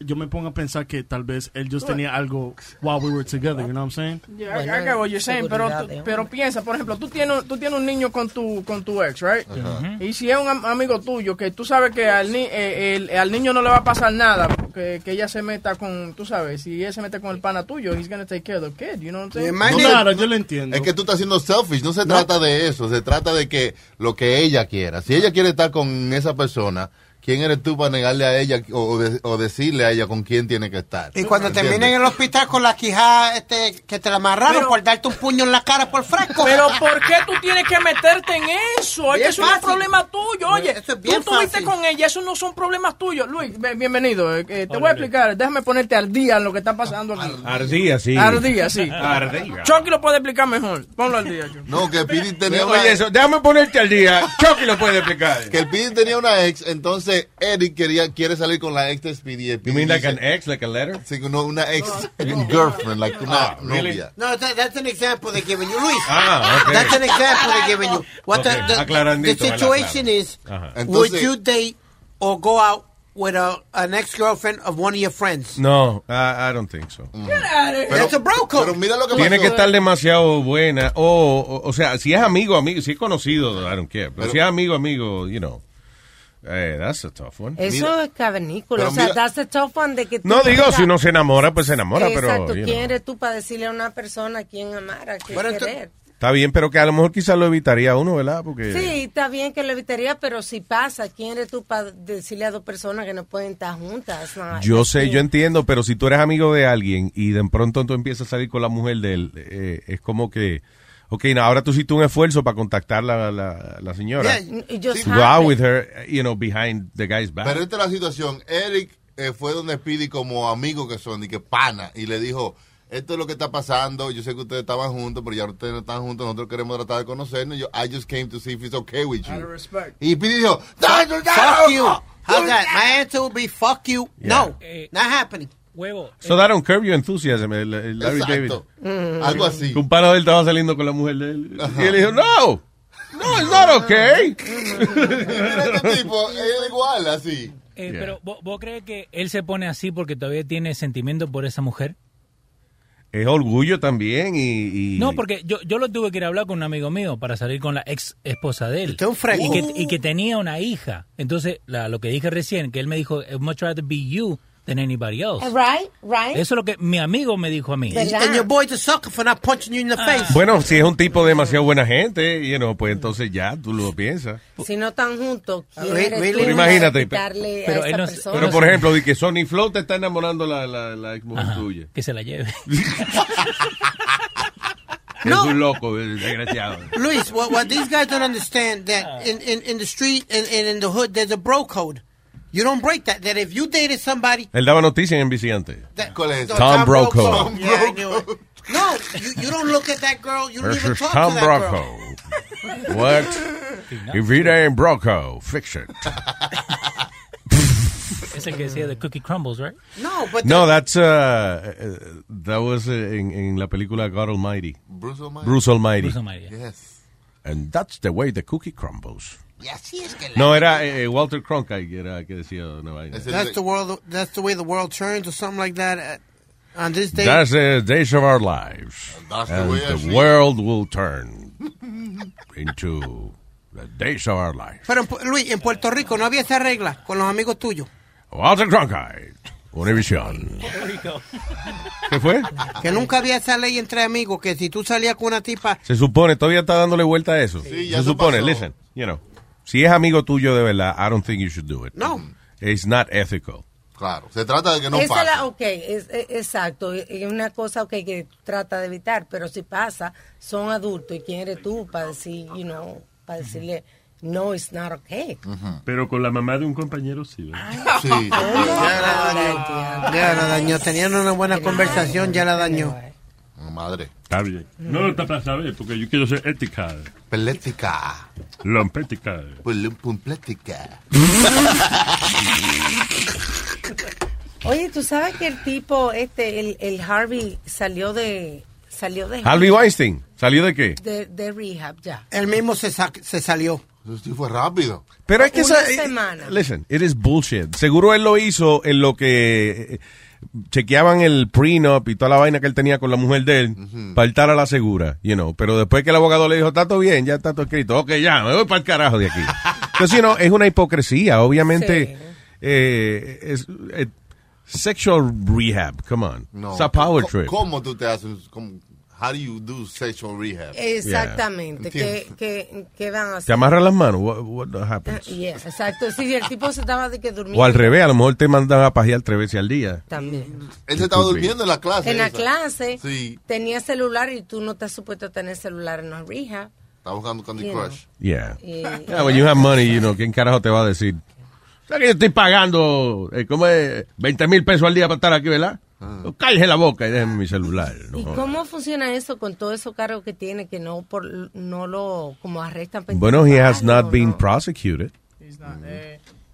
Speaker 13: yo me pongo a pensar que tal vez él just tenía algo while we were together, you know what I'm saying?
Speaker 9: Yeah, I- I get what you're saying, pero,
Speaker 13: seguridad
Speaker 9: tú-
Speaker 13: de
Speaker 9: pero piensa, por ejemplo, tú tienes, tú tienes un niño con tu, con tu ex, right?
Speaker 13: Ajá.
Speaker 9: Y si es un am- amigo tuyo, que tú sabes que al, ni- eh, el- al niño no le va a pasar nada, que, que ella se meta con, tú sabes, si él se mete con el pana tuyo, he's gonna take care of the kid, you know what I'm saying?
Speaker 11: No,
Speaker 13: Claro, yo lo entiendo.
Speaker 11: Es que tú estás siendo selfish, no se trata de eso, se trata de que lo que ella quiera. Si ella quiere estar con esa persona, ¿quién eres tú para negarle a ella o, o de- o decirle a ella con quién tiene que estar?
Speaker 10: Y cuando
Speaker 11: ¿Entiendes?
Speaker 10: terminen en el hospital con la quijada este, que te la amarraron por darte un puño en la cara por fresco.
Speaker 9: Pero ¿por qué tú tienes que meterte en eso? Pues Oye,
Speaker 10: Bien
Speaker 9: eso no es un
Speaker 10: fácil. Pues
Speaker 9: problema tuyo. Oye,
Speaker 10: bien
Speaker 9: tú estuviste
Speaker 10: fácil.
Speaker 9: con ella, eso no son problemas tuyos. Luis, be- bienvenido. eh, eh, te voy a explicar, déjame ponerte al día en lo que está pasando aquí.
Speaker 16: Ardía, sí.
Speaker 9: Ardía, sí.
Speaker 16: Ardía.
Speaker 9: Chucky lo puede explicar mejor. Ponlo al día, Chucky.
Speaker 11: No, que Pidi tenía
Speaker 16: Oye, eso, déjame ponerte al día. Chucky lo puede explicar.
Speaker 11: Que el Pidi tenía una ex, entonces Eric quería, quiere salir con la ex de Speedy. el
Speaker 16: You
Speaker 11: Pidi
Speaker 16: mean like
Speaker 11: dice-
Speaker 16: an ex, like a letter?
Speaker 11: Sí, no, una ex girlfriend, like una
Speaker 16: Ah, really?
Speaker 11: novia.
Speaker 10: No, that- that's an example they're giving you, Luis.
Speaker 16: Ah, ok.
Speaker 10: That's an example they're giving you. What the-
Speaker 16: Ok,
Speaker 10: the,
Speaker 16: aclarandito,
Speaker 10: the
Speaker 16: ¿verdad?
Speaker 10: situation
Speaker 16: Claro.
Speaker 10: is,
Speaker 16: Ajá.
Speaker 10: would
Speaker 16: Entonces-
Speaker 10: you date or go out with a, an ex-girlfriend of one of your friends?
Speaker 16: No, Ah, I, I don't think so.
Speaker 10: that's a bro code. Pero
Speaker 11: mira lo
Speaker 16: Mm. Tiene que estar demasiado buena. O, o, o sea, si es amigo, amigo, si es conocido, I don't care. Pero, si es amigo, amigo, you know. Eh, that's a tough one.
Speaker 14: Eso es cavernícola.
Speaker 16: Pero
Speaker 14: O sea,
Speaker 16: mira-
Speaker 14: that's the tough one de que tú
Speaker 16: No digo,
Speaker 14: tengas-
Speaker 16: si uno se enamora, pues se enamora,
Speaker 14: Exacto,
Speaker 16: pero you
Speaker 14: ¿quién
Speaker 16: know,
Speaker 14: eres tú para decirle a una persona a quién amar, a quién querer?
Speaker 16: está bien, pero que a lo mejor quizás lo evitaría uno, ¿verdad? Porque
Speaker 14: Sí, está bien que lo evitaría, pero si pasa, ¿quién eres tú para decirle a dos personas que no pueden estar juntas? No, eh,
Speaker 16: yo sé, yo entiendo, pero si tú eres amigo de alguien y de pronto tú empiezas a salir con la mujer de él, eh, es como que, ok, now, ahora tú hiciste un esfuerzo para contactar a la, la, la señora.
Speaker 14: Yeah, y yo
Speaker 16: To
Speaker 14: sabe.
Speaker 16: Go out with her, you know, behind the guy's back.
Speaker 11: Pero esta es la situación. Eric eh, fue donde Speedy como amigo que son y que pana y le dijo, esto es lo que está pasando, yo sé que ustedes estaban juntos, pero ya ustedes no están juntos, nosotros queremos tratar de conocernos. Yo, I just came to see if it's okay with you. Y Speedy dijo, "No, no, no,
Speaker 10: Fuck you.
Speaker 11: no,
Speaker 10: How's that? My answer would be fuck you. No, not happening.
Speaker 12: Huevo.
Speaker 16: so that don't curb your enthusiasm, el- el Larry David.
Speaker 11: Exacto. Mm. Algo así.
Speaker 16: Un paro de él estaba saliendo con la mujer de él. Y él dijo, no, no, it's not okay.
Speaker 11: Este tipo es igual así.
Speaker 12: Eh, Pero, ¿vo- ¿vos crees que él se pone así porque todavía tiene sentimiento por esa mujer?
Speaker 16: Es orgullo también y... y-
Speaker 12: No, porque yo, yo lo tuve que ir a hablar con un amigo mío para salir con la ex esposa de él. y, que, y que tenía una hija. Entonces, la- lo que dije recién, que él me dijo, I'd much rather be you than anybody
Speaker 10: Eh,
Speaker 12: else.
Speaker 14: Right, right.
Speaker 12: Eso es lo que mi amigo me dijo a mí.
Speaker 10: And your boy's a sucker for not punching you in the face.
Speaker 16: Bueno, si es un tipo demasiado buena gente, you know, pues entonces ya tú lo piensas.
Speaker 14: Si no están juntos, ¿quién
Speaker 16: Re-
Speaker 14: eres tú
Speaker 16: really?
Speaker 14: para
Speaker 16: Imagínate,
Speaker 14: quitarle a
Speaker 12: pero
Speaker 14: esa
Speaker 12: él no-
Speaker 14: persona?
Speaker 16: Pero por ejemplo, di que Sony Flow te está enamorando la, la, la ex mujer
Speaker 12: Ajá,
Speaker 16: tuya.
Speaker 12: Que se la lleve.
Speaker 16: Es un loco, es desgraciado.
Speaker 10: Luis, what, what these guys don't understand that in, in, in the street and, and in the hood, there's a bro code. You don't break that. That if you dated somebody,
Speaker 16: Él daba noticia en NBC antes.
Speaker 10: that,
Speaker 11: ¿Cuál es?
Speaker 10: No,
Speaker 16: Tom Brokaw. Tom
Speaker 10: Yeah, I knew it. No, you, you don't look at that girl. You don't
Speaker 16: This
Speaker 10: even
Speaker 16: is
Speaker 10: talk
Speaker 16: Tom
Speaker 10: to that girl.
Speaker 16: Broco. What? If it ain't Broco, fix it.
Speaker 12: es el que decía de Cookie Crumbles, right?
Speaker 10: No, but
Speaker 16: No, that's, uh, eh, that was eh, en, en la película God Almighty.
Speaker 11: Bruce Almighty.
Speaker 16: Bruce Almighty.
Speaker 12: Bruce Almighty,
Speaker 11: Yes.
Speaker 16: And that's the way the cookie crumbles.
Speaker 10: Y así es que la-
Speaker 16: No, era eh, eh, Walter Cronkite que era que decía una vaina.
Speaker 10: That's the world. That's the way the world turns, or something like that. At, on this day,
Speaker 16: That's the days of our lives.
Speaker 11: That's the
Speaker 16: and
Speaker 11: way I
Speaker 16: the
Speaker 11: see it.
Speaker 16: world will turn into the days of our lives.
Speaker 10: Pero en Pu- Luis, en Puerto Rico no había esa regla con los amigos tuyos.
Speaker 16: Walter Cronkite, Univision. ¿Qué fue?
Speaker 10: Que nunca había esa ley entre amigos, que si tú salías con una tipa,
Speaker 16: Se supone, todavía está dándole vuelta a eso.
Speaker 11: ya
Speaker 16: Se
Speaker 11: eso
Speaker 16: supone,
Speaker 11: pasó.
Speaker 16: listen, you know, si es amigo tuyo de verdad, I don't think you should do it.
Speaker 10: No.
Speaker 16: It's not ethical.
Speaker 11: Claro, se trata de que no
Speaker 14: Esa
Speaker 11: pase.
Speaker 14: la- ok, es, es- exacto. Es una cosa okay, que trata de evitar, pero si pasa, son adultos. ¿Y quién eres tú para decir, you know, para decirle, no, it's not okay?
Speaker 16: Pero con la mamá de un compañero sí.
Speaker 11: Sí.
Speaker 10: ya la dañó. Ya la dañó. Tenían una buena conversación, ya la dañó.
Speaker 11: Madre.
Speaker 15: Está bien. No lo está para saber, porque yo quiero ser ética.
Speaker 11: Pelética.
Speaker 15: Lompética.
Speaker 11: Pues, Pumplética.
Speaker 14: Oye, ¿tú sabes que el tipo, este, el, el Harvey, salió de... Salió de
Speaker 16: Harvey Weinstein, ¿salió de qué?
Speaker 14: De, de rehab, ya.
Speaker 10: Él mismo se, sa- se salió.
Speaker 11: Sí, fue rápido.
Speaker 16: Pero es que
Speaker 14: Una
Speaker 16: esa- eh,
Speaker 14: semana.
Speaker 16: Listen, it is bullshit. Seguro él lo hizo en lo que eh, chequeaban el prenup y toda la vaina que él tenía con la mujer de él para estar a la segura, you know. Pero después que el abogado le dijo, está todo bien, ya está todo escrito. Ok, ya, me voy para el carajo de aquí. Entonces, you know, es una hipocresía. Obviamente, eh, es, eh, sexual rehab, come on. It's a power
Speaker 11: Co-
Speaker 16: trip.
Speaker 11: ¿Cómo tú te haces? cómo- how do you do sexual rehab?
Speaker 14: Exactamente. ¿Qué,
Speaker 11: Entiendo.
Speaker 14: qué, qué van a hacer?
Speaker 16: Te amarran las manos, what, what happens?
Speaker 14: Ah, Yeah, exacto. Sí, el tipo se estaba de que durmiendo.
Speaker 16: O al revés, a lo mejor te mandan a pajear tres veces al día.
Speaker 14: También.
Speaker 11: Él se estaba
Speaker 16: Could be.
Speaker 11: durmiendo en la clase.
Speaker 14: En la
Speaker 11: esa.
Speaker 14: clase
Speaker 11: Sí.
Speaker 14: tenía celular y tú no estás supuesto a tener celular en la rehab.
Speaker 11: Estaba buscando Candy
Speaker 14: Sí, no.
Speaker 11: Crush.
Speaker 16: Yeah.
Speaker 14: Y-
Speaker 16: Yeah, when you have money, you know, ¿quién carajo te va a decir? ¿Sabes que yo estoy pagando, eh, ¿cómo es? 20 mil pesos al día para estar aquí, ¿verdad? No, Cállese la boca y déjeme mi celular. no
Speaker 14: ¿Y
Speaker 16: joda.
Speaker 14: cómo funciona eso con todo eso cargo que tiene que no por no lo como arrestan? Pues, ah,
Speaker 16: Bueno, he has not been prosecuted.
Speaker 9: Eh,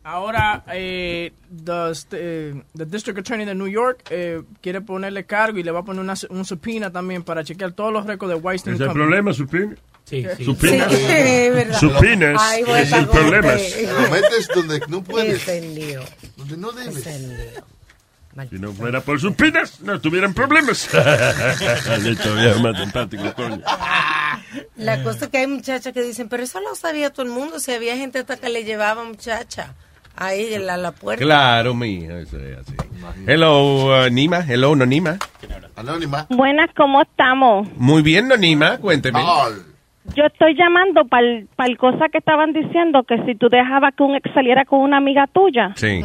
Speaker 9: Ahora, eh, the, st- eh, the District Attorney de New York eh, quiere ponerle cargo y le va a poner una, su- un subpoena también para chequear todos los récords de Weinstein.
Speaker 15: ¿Es el
Speaker 9: Company.
Speaker 15: problema, supina?
Speaker 12: Sí, sí.
Speaker 15: Supina.
Speaker 9: Sí, es verdad.
Speaker 15: Supinas.
Speaker 9: Ay, voy a
Speaker 15: Es el
Speaker 9: pagar
Speaker 15: problema.
Speaker 9: usted.
Speaker 11: Lo metes donde no puedes.
Speaker 14: Ese lío.
Speaker 11: Donde no debes.
Speaker 14: Ese lío.
Speaker 15: Si no fuera por supinas, no tuvieran problemas. Le todavía es más simpático, coño.
Speaker 14: La cosa es que hay muchachas que dicen, pero eso lo sabía todo el mundo, si había gente hasta que le llevaba muchacha. ahí en la, la puerta.
Speaker 16: Claro, mijo, eso es así. Hello, uh, Nima. Hello, Nonima.
Speaker 11: Anónima.
Speaker 17: Buenas, ¿cómo estamos?
Speaker 16: Muy bien, Nonima, cuénteme.
Speaker 17: Yo estoy llamando para el cosa que estaban diciendo, que si tú dejabas que un ex saliera con una amiga tuya,
Speaker 16: Sí.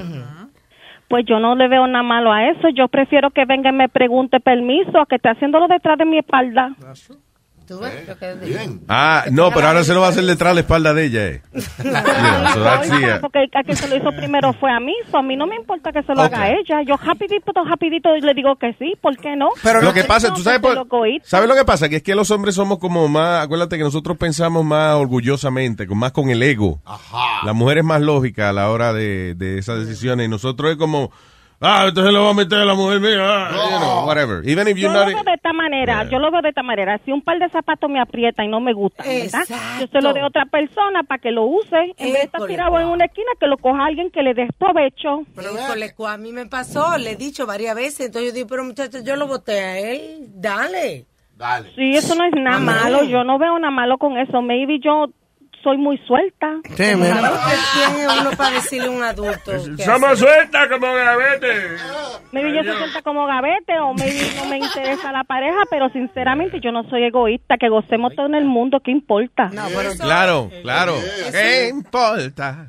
Speaker 17: pues yo no le veo nada malo a eso. Yo prefiero que venga y me pregunte permiso a que esté haciéndolo detrás de mi espalda.
Speaker 16: Ah, no, pero ahora se lo va a hacer detrás de la espalda de ella, eh. Yeah, so that's
Speaker 17: Oiga,
Speaker 16: it.
Speaker 17: Porque a quien se lo hizo primero fue a mí, so a mí no me importa que se lo haga ella. Yo rapidito, rapidito le digo que sí, ¿por qué no?
Speaker 16: lo que pasa,
Speaker 17: No,
Speaker 16: tú sabes,
Speaker 17: que se
Speaker 16: por-
Speaker 17: lo cohíta.
Speaker 16: ¿sabes lo que pasa? Que es que los hombres somos como más, acuérdate que nosotros pensamos más orgullosamente, con más con el ego. La mujer es más lógica a la hora de, de esas decisiones y nosotros es como, ah, entonces lo va a meter a la mujer mía, ah, you know, whatever. Even if
Speaker 17: Yo
Speaker 16: you're
Speaker 17: lo
Speaker 16: not...
Speaker 17: veo de esta manera, yo lo veo de esta manera. Si un par de zapatos me aprieta y no me gusta, ¿verdad? Yo se lo doy a otra persona para que lo use. En vez de estar
Speaker 14: École,
Speaker 17: tirado en una esquina, que lo coja alguien que le dé provecho.
Speaker 14: Híjole, cua, a mí me pasó, le he dicho varias veces, entonces yo digo, pero muchachos, yo lo voté a él, dale.
Speaker 11: Dale.
Speaker 17: Sí, eso no es nada
Speaker 14: Amén.
Speaker 17: malo. Yo no veo nada malo con eso. Maybe yo soy muy suelta.
Speaker 14: ¿Quién es uno para decirle a un adulto? qué
Speaker 15: Somos
Speaker 14: hacer?
Speaker 15: sueltas como gavete.
Speaker 17: Maybe yo soy suelta como gavete o maybe no me interesa la pareja, pero sinceramente yo no soy egoísta. Que gocemos todo en el mundo, ¿qué importa?
Speaker 16: Claro, claro. ¿Qué importa?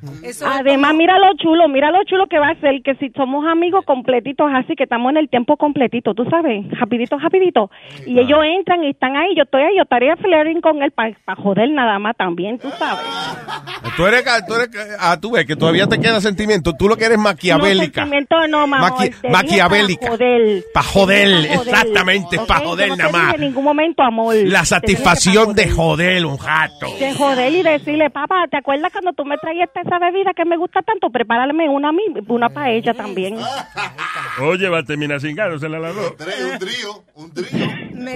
Speaker 17: Además, mira lo chulo, mira lo chulo que va a ser, que si somos amigos completitos, así que estamos en el tiempo completito, tú sabes, rapidito, rapidito, y ellos entran y están ahí, yo estoy ahí, yo estaría flirting con él para joder nada más también, tú sabes.
Speaker 16: Tú eres, ca- tú eres ca- ah, tú ves que todavía te queda sentimiento. Tú lo que eres maquiavélica.
Speaker 17: No, sentimiento no, mamá.
Speaker 16: Maqui- maquiavélica.
Speaker 17: Para joder.
Speaker 16: Pa' joder,
Speaker 17: Te dije pa'
Speaker 16: exactamente,
Speaker 17: ¿ok?
Speaker 16: pa'
Speaker 17: Yo
Speaker 16: joder
Speaker 17: no te
Speaker 16: nada más.
Speaker 17: dije En ningún momento, amor.
Speaker 16: La
Speaker 17: Te dije
Speaker 16: satisfacción de joder un rato.
Speaker 17: De joder y decirle, papá, ¿te acuerdas cuando tú me traías esa bebida que me gusta tanto? Prepárame una a mí, una para ella también.
Speaker 16: Ah.
Speaker 15: Oye, va a terminar sin ganas, se la lavó.
Speaker 11: Un trío.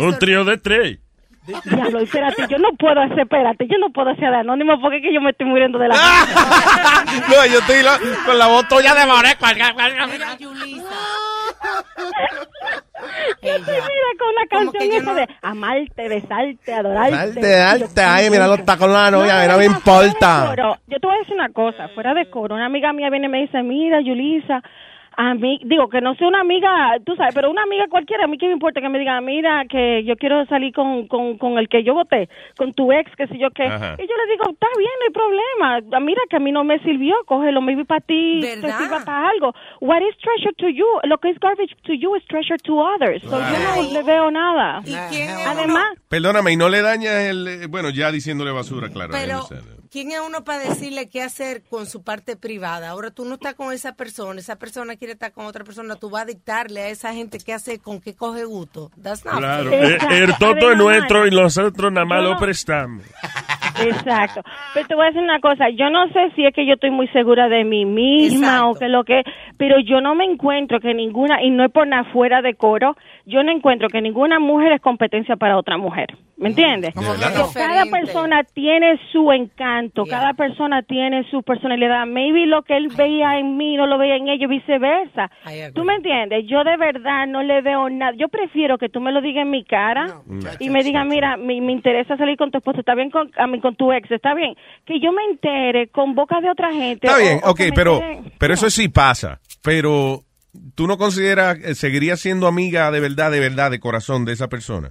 Speaker 15: Un trío de tres.
Speaker 17: Diablo, espérate, yo no puedo hacer, espérate, yo no puedo hacer de anónimo porque es que yo me estoy muriendo de la...
Speaker 16: Ah. No, yo estoy la- con la voz tuya de Moreco.
Speaker 17: Yo estoy, mira, con la canción esa de amarte, besarte, adorarte.
Speaker 16: Alte, alte, ay, mira los tacones de la novia, mira, no me importa.
Speaker 17: Pero yo te voy a decir una cosa, fuera de coro, una amiga mía viene y me dice, mira, Yulisa, a mí, digo, que no sea una amiga, tú sabes, pero una amiga cualquiera, a mí que me importa que me diga, mira, que yo quiero salir con, con, con el que yo voté, con tu ex, que sé yo qué.
Speaker 18: Ajá.
Speaker 17: Y yo le digo, está bien, no hay problema, Ah, mira que a mí no me sirvió, cógelo, maybe para ti, te
Speaker 14: ¿Verdad?
Speaker 17: sirva para algo. What is treasure to you, lo que es garbage to you is treasure to others. So yo no le veo nada. Además,
Speaker 16: Perdóname, y no le dañas el. eh, Bueno, ya diciéndole basura, claro. I
Speaker 14: Pero,
Speaker 16: understand.
Speaker 14: ¿quién es uno para decirle qué hacer con su parte privada? Ahora tú no estás con esa persona, esa persona quiere estar con otra persona, tú vas a dictarle a esa gente qué hacer, con qué coge gusto. That's not
Speaker 15: Claro.
Speaker 14: fair.
Speaker 15: Eh, el toto es nuestro y nosotros nada más lo prestamos.
Speaker 17: Exacto. Pero te voy a decir una cosa, yo no sé si es que yo estoy muy segura de mí misma o que lo que, pero yo no me encuentro que ninguna, y no es por nada fuera de coro, yo no encuentro que ninguna mujer es competencia para otra mujer. ¿Me entiendes? Porque Cada persona tiene su encanto, cada persona tiene su personalidad. Maybe lo que él veía en mí no lo veía en ellos, viceversa. ¿Tú me entiendes? Yo de verdad no le veo nada. Yo prefiero que tú me lo digas en mi cara
Speaker 16: Mm.
Speaker 17: y me digas, mira, me, me interesa salir con tu esposo, está bien con, a mí, con tu ex, está bien. Que yo me entere con boca de otra gente.
Speaker 16: Está
Speaker 17: o-
Speaker 16: bien,
Speaker 17: o
Speaker 16: ok,
Speaker 17: que me
Speaker 16: pero,
Speaker 17: entere-
Speaker 16: pero eso sí pasa. Pero tú no consideras, eh, seguirías siendo amiga de verdad, de verdad, de corazón de esa persona.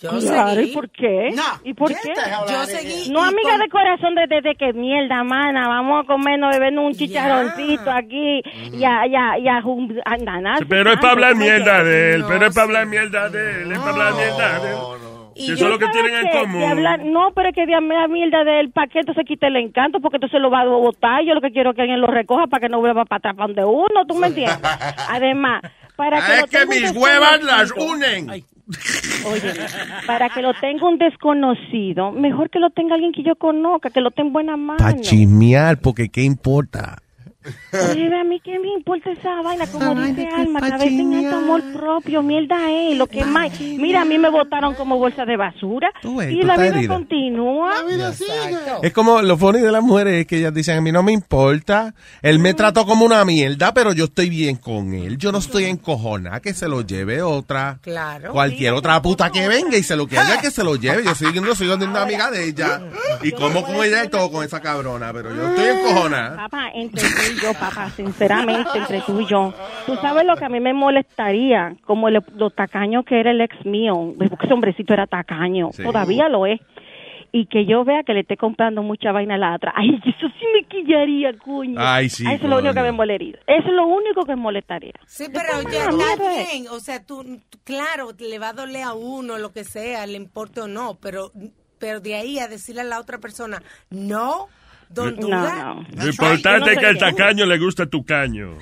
Speaker 17: Claro, ¿y por qué? ¿Y por qué?
Speaker 14: Yo seguí
Speaker 17: No,
Speaker 14: y
Speaker 17: amiga de corazón, desde de que mierda, mana, vamos a comernos, bebernos un chicharroncito aquí y a, y a, y a jun- a nanas.
Speaker 15: Pero es para hablar
Speaker 17: Entonces,
Speaker 15: mierda de él,
Speaker 17: no,
Speaker 15: pero es para hablar mierda de él, es para hablar mierda de él. Que eso
Speaker 17: yo
Speaker 15: es lo que
Speaker 17: sabes
Speaker 15: tienen en
Speaker 17: qué, de
Speaker 15: común.
Speaker 17: hablar- no, pero que de la mierda de él, ¿para qué entonces quita el encanto? Porque entonces lo va a botar. Yo lo que quiero es que alguien lo recoja para que no vuelva para atrás para donde uno, ¿tú me entiendes? Además, para
Speaker 15: Ah,
Speaker 6: Ah,
Speaker 17: que.
Speaker 16: Es
Speaker 17: lo
Speaker 16: que
Speaker 17: tenga un
Speaker 16: mis huevas las
Speaker 17: desconocido-
Speaker 16: unen.
Speaker 17: Oye, para que lo tenga un desconocido, mejor que lo tenga alguien que yo conozca, que lo tenga en buena
Speaker 16: Pa'
Speaker 17: mano.
Speaker 16: chismear, porque qué importa.
Speaker 17: Mire, a mí qué me importa esa vaina, como dice Alma, cada vez tenga tu amor propio, mierda es, lo que más. Mira, a mí me botaron como bolsa de basura
Speaker 16: Tú ves,
Speaker 17: y
Speaker 16: tú
Speaker 17: la
Speaker 16: estás
Speaker 17: vida
Speaker 16: herida.
Speaker 17: continúa.
Speaker 16: Es como lo funny de las mujeres es que ellas dicen, a mí no me importa, él me trató como una mierda, pero yo estoy bien con él, yo no estoy encojona, que se lo lleve otra,
Speaker 14: Claro.
Speaker 16: cualquier otra puta que venga y se lo que haya que se lo lleve, yo soy, yo soy una
Speaker 17: Ah,
Speaker 16: amiga de ella, y como con ella y todo con esa cabrona, pero yo estoy encojona.
Speaker 17: Papá, entendí y yo, papá, sinceramente, entre tú y yo. Tú sabes lo que a mí me molestaría, como el- lo tacaño que era el ex mío, porque ese hombrecito era tacaño,
Speaker 18: Sí.
Speaker 17: todavía lo es. Y que yo vea que le esté comprando mucha vaina a la otra. Ay, eso sí me quillaría, coño.
Speaker 16: Ay, sí,
Speaker 17: Eso es lo único que
Speaker 16: coño.
Speaker 17: me molestaría. Eso es lo único que me molestaría.
Speaker 14: Sí, pero ya está bien. O sea, tú, tú- claro, le va a doler a uno, lo que sea, le importe o no, pero, pero de ahí a decirle a la otra persona, no, don't do
Speaker 17: No,
Speaker 14: that.
Speaker 17: no.
Speaker 15: Lo importante
Speaker 17: Yo
Speaker 15: es
Speaker 17: no
Speaker 15: que al
Speaker 17: sé.
Speaker 15: tacaño le gusta tu caño.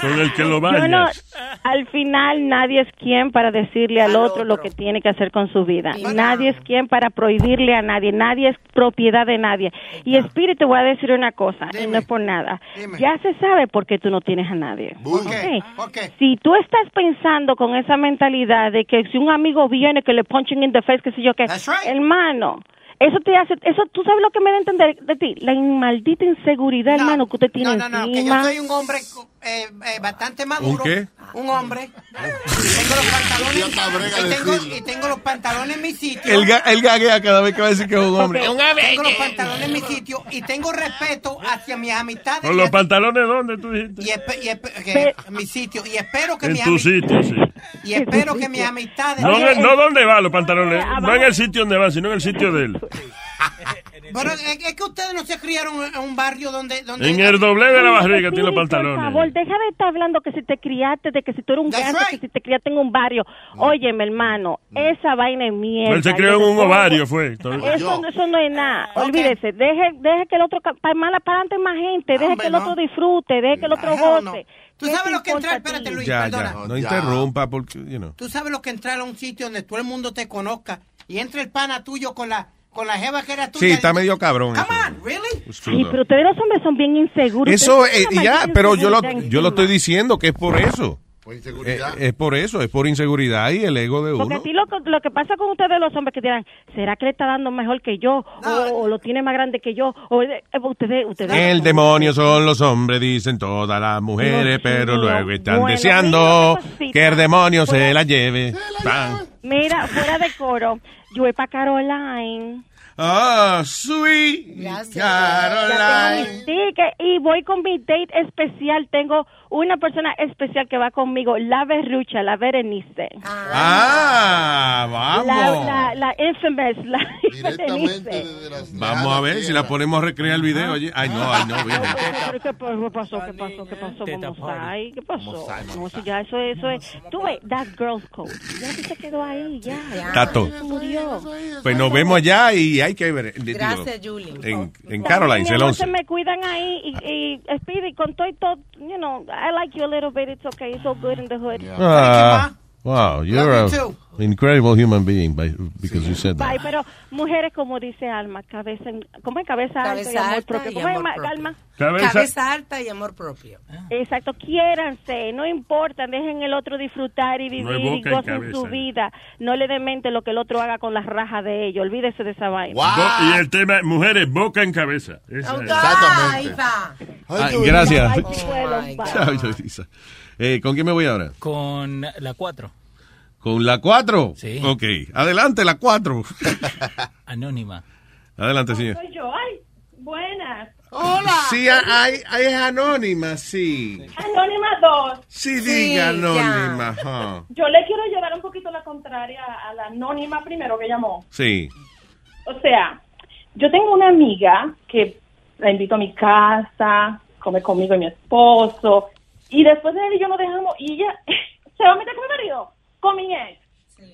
Speaker 15: Con el que lo
Speaker 17: Yo no-
Speaker 15: bañas.
Speaker 17: al final nadie es quien para decirle al, otro, lo que tiene que hacer con su vida. Nadie es quien para prohibirle a nadie. Nadie es propiedad de nadie. Y espíritu, voy a decir una cosa, y no es por nada. Ya se sabe por qué tú no tienes a nadie. Ok.
Speaker 10: Ah,
Speaker 17: Si tú estás pensando con esa mentalidad de que si un amigo viene que le punchen in the face, qué sé yo qué, hermano. Eso te hace, eso tú sabes lo que me da a entender de ti, la maldita inseguridad, hermano, que usted tiene
Speaker 10: No, no, que yo
Speaker 17: encima.
Speaker 10: soy un hombre eh, eh, bastante
Speaker 17: ¿Un
Speaker 10: maduro.
Speaker 17: qué?
Speaker 10: Un hombre. tengo los pantalones. y, tengo, y tengo los pantalones en mi sitio.
Speaker 16: Él, ga- él gaguea cada vez que va a decir que es un hombre.
Speaker 10: Tengo los pantalones en mi sitio y tengo respeto hacia mis amistades.
Speaker 15: ¿Con los pantalones dónde tú dijiste?
Speaker 10: y espe- y espe- que- en mi sitio y espero que
Speaker 15: En
Speaker 10: mis
Speaker 15: tu
Speaker 10: ami-
Speaker 15: sitio, sí.
Speaker 10: y espero que mis amistades
Speaker 15: No, no, no, dónde va los pantalones. No en el sitio donde van, sino en el sitio de él.
Speaker 10: Bueno, es es que ustedes no se criaron en un barrio donde, donde
Speaker 15: En el doble de la barriga tiene los
Speaker 17: Pili, Por
Speaker 15: pantalones.
Speaker 17: favor, deja de estar hablando que si te criaste, de que si tú eres un gato, que si te criaste en un barrio.
Speaker 16: Mm.
Speaker 17: Óyeme, hermano, esa vaina es mierda.
Speaker 15: Él se creó en
Speaker 17: Yo
Speaker 15: un
Speaker 17: te-
Speaker 15: ovario, fue.
Speaker 17: Eso, no- eso no es nada. Olvídese. Deje, deje que el otro. ca- pa- Mala para adelante más gente. Deje que el otro disfrute. Deje que el otro goce. ¿Tú sabes lo que entrar? Espérate, Luis.
Speaker 16: Ya, ya. No interrumpa porque, you know.
Speaker 10: tú sabes lo que entrar a un sitio donde todo el mundo te conozca y entra el pana tuyo con la con la jeva que era tuya.
Speaker 16: Sí, está medio cabrón. eso. It's true,
Speaker 17: Sí,
Speaker 16: though.
Speaker 17: pero ustedes los hombres son bien inseguros.
Speaker 16: Eso,
Speaker 17: Ustedes
Speaker 16: eh,
Speaker 17: tienen una
Speaker 16: ya,
Speaker 17: maldita
Speaker 16: pero yo lo,
Speaker 17: inseguridad
Speaker 16: yo lo estoy
Speaker 17: encima.
Speaker 16: diciendo que es por eso. Eh, es por eso, es por inseguridad y el ego de
Speaker 17: Porque
Speaker 16: uno.
Speaker 17: a ti lo, lo que pasa con ustedes los hombres que dirán, ¿será que le está dando mejor que yo? o, o lo tiene más grande que yo. O eh, ustedes, ustedes.
Speaker 16: El demonio son los hombres, dicen todas las mujeres, pero luego están
Speaker 17: Bueno,
Speaker 16: deseando
Speaker 17: mira, una cosita.
Speaker 16: que el demonio se la lleve. Pan.
Speaker 17: Mira, fuera de coro, yo voy para Caroline.
Speaker 16: Ah, sweet
Speaker 17: Ya tengo mis tickets y voy con mi date especial. Tengo una persona especial que va conmigo, la Berrucha, la Berenice.
Speaker 16: Ah,
Speaker 17: la,
Speaker 16: vamos.
Speaker 17: la, la infamous, la Berenice.
Speaker 16: Vamos a ver si la ponemos a recrear el video. allí. Ay, no, ay, no, bien.
Speaker 17: Pero ¿Qué pasó? ¿Qué pasó? ¿Qué pasó? ¿Qué pasó? Vamos ahí. ¿Qué pasó? No, si ya eso es, eso es. Tú ves, that girl's code. Ya se quedó ahí, ya.
Speaker 16: Tato.
Speaker 17: Murió.
Speaker 16: Pues nos vemos allá y hay que ver. digo,
Speaker 17: Gracias, Julie.
Speaker 16: En, en Carolines,
Speaker 17: Mi
Speaker 16: el
Speaker 17: amor,
Speaker 16: 11.
Speaker 17: se me cuidan ahí y, y
Speaker 14: Ah.
Speaker 17: Speedy, con todo y todo, you know, I like you a little bit, it's okay, it's all good in the hood.
Speaker 16: Ah, wow, you're
Speaker 17: Love
Speaker 16: an
Speaker 17: you
Speaker 16: incredible human being by, because you said that.
Speaker 17: Bye, pero mujeres como dice Alma, cabeza, en- ¿cómo es cabeza, alta y
Speaker 14: Cabeza
Speaker 17: amor
Speaker 14: alta
Speaker 17: propio?
Speaker 14: y
Speaker 17: ¿Cómo
Speaker 14: amor
Speaker 17: es, Ma-
Speaker 14: propio.
Speaker 17: Alma?
Speaker 14: Cabeza... alta y amor propio. Ah.
Speaker 17: Exacto, quiéranse, no importa, dejen el otro disfrutar y
Speaker 14: No hay
Speaker 17: vivir y
Speaker 14: boca y
Speaker 17: gocen su
Speaker 14: cabeza.
Speaker 17: vida. No le den mente lo que el otro haga con las rajas de ellos, olvídese de esa vaina.
Speaker 15: Bo- Y el tema, mujeres, boca en cabeza. Esa es.
Speaker 16: Ah, gracias.
Speaker 17: Ay, chicuelo, bye.
Speaker 16: Chao, Yolisa. Eh, ¿Con quién me voy ahora?
Speaker 12: Con la 4,
Speaker 16: ¿Con la 4? Sí. Ok. Adelante, la 4.
Speaker 12: anónima.
Speaker 16: Adelante, señor.
Speaker 19: Soy yo. Ay, buenas.
Speaker 16: Sí,
Speaker 14: ah,
Speaker 16: hay, hay es anónima, sí.
Speaker 19: Anónima 2.
Speaker 16: Sí, diga anónima. ajá.
Speaker 19: Yo le quiero llevar un poquito la contraria a la anónima primero que llamó.
Speaker 16: Sí.
Speaker 19: O sea, yo tengo una amiga que la invito a mi casa, come conmigo y mi esposo, y después de él y yo nos dejamos, y ella se va a meter con mi marido, con mi ex.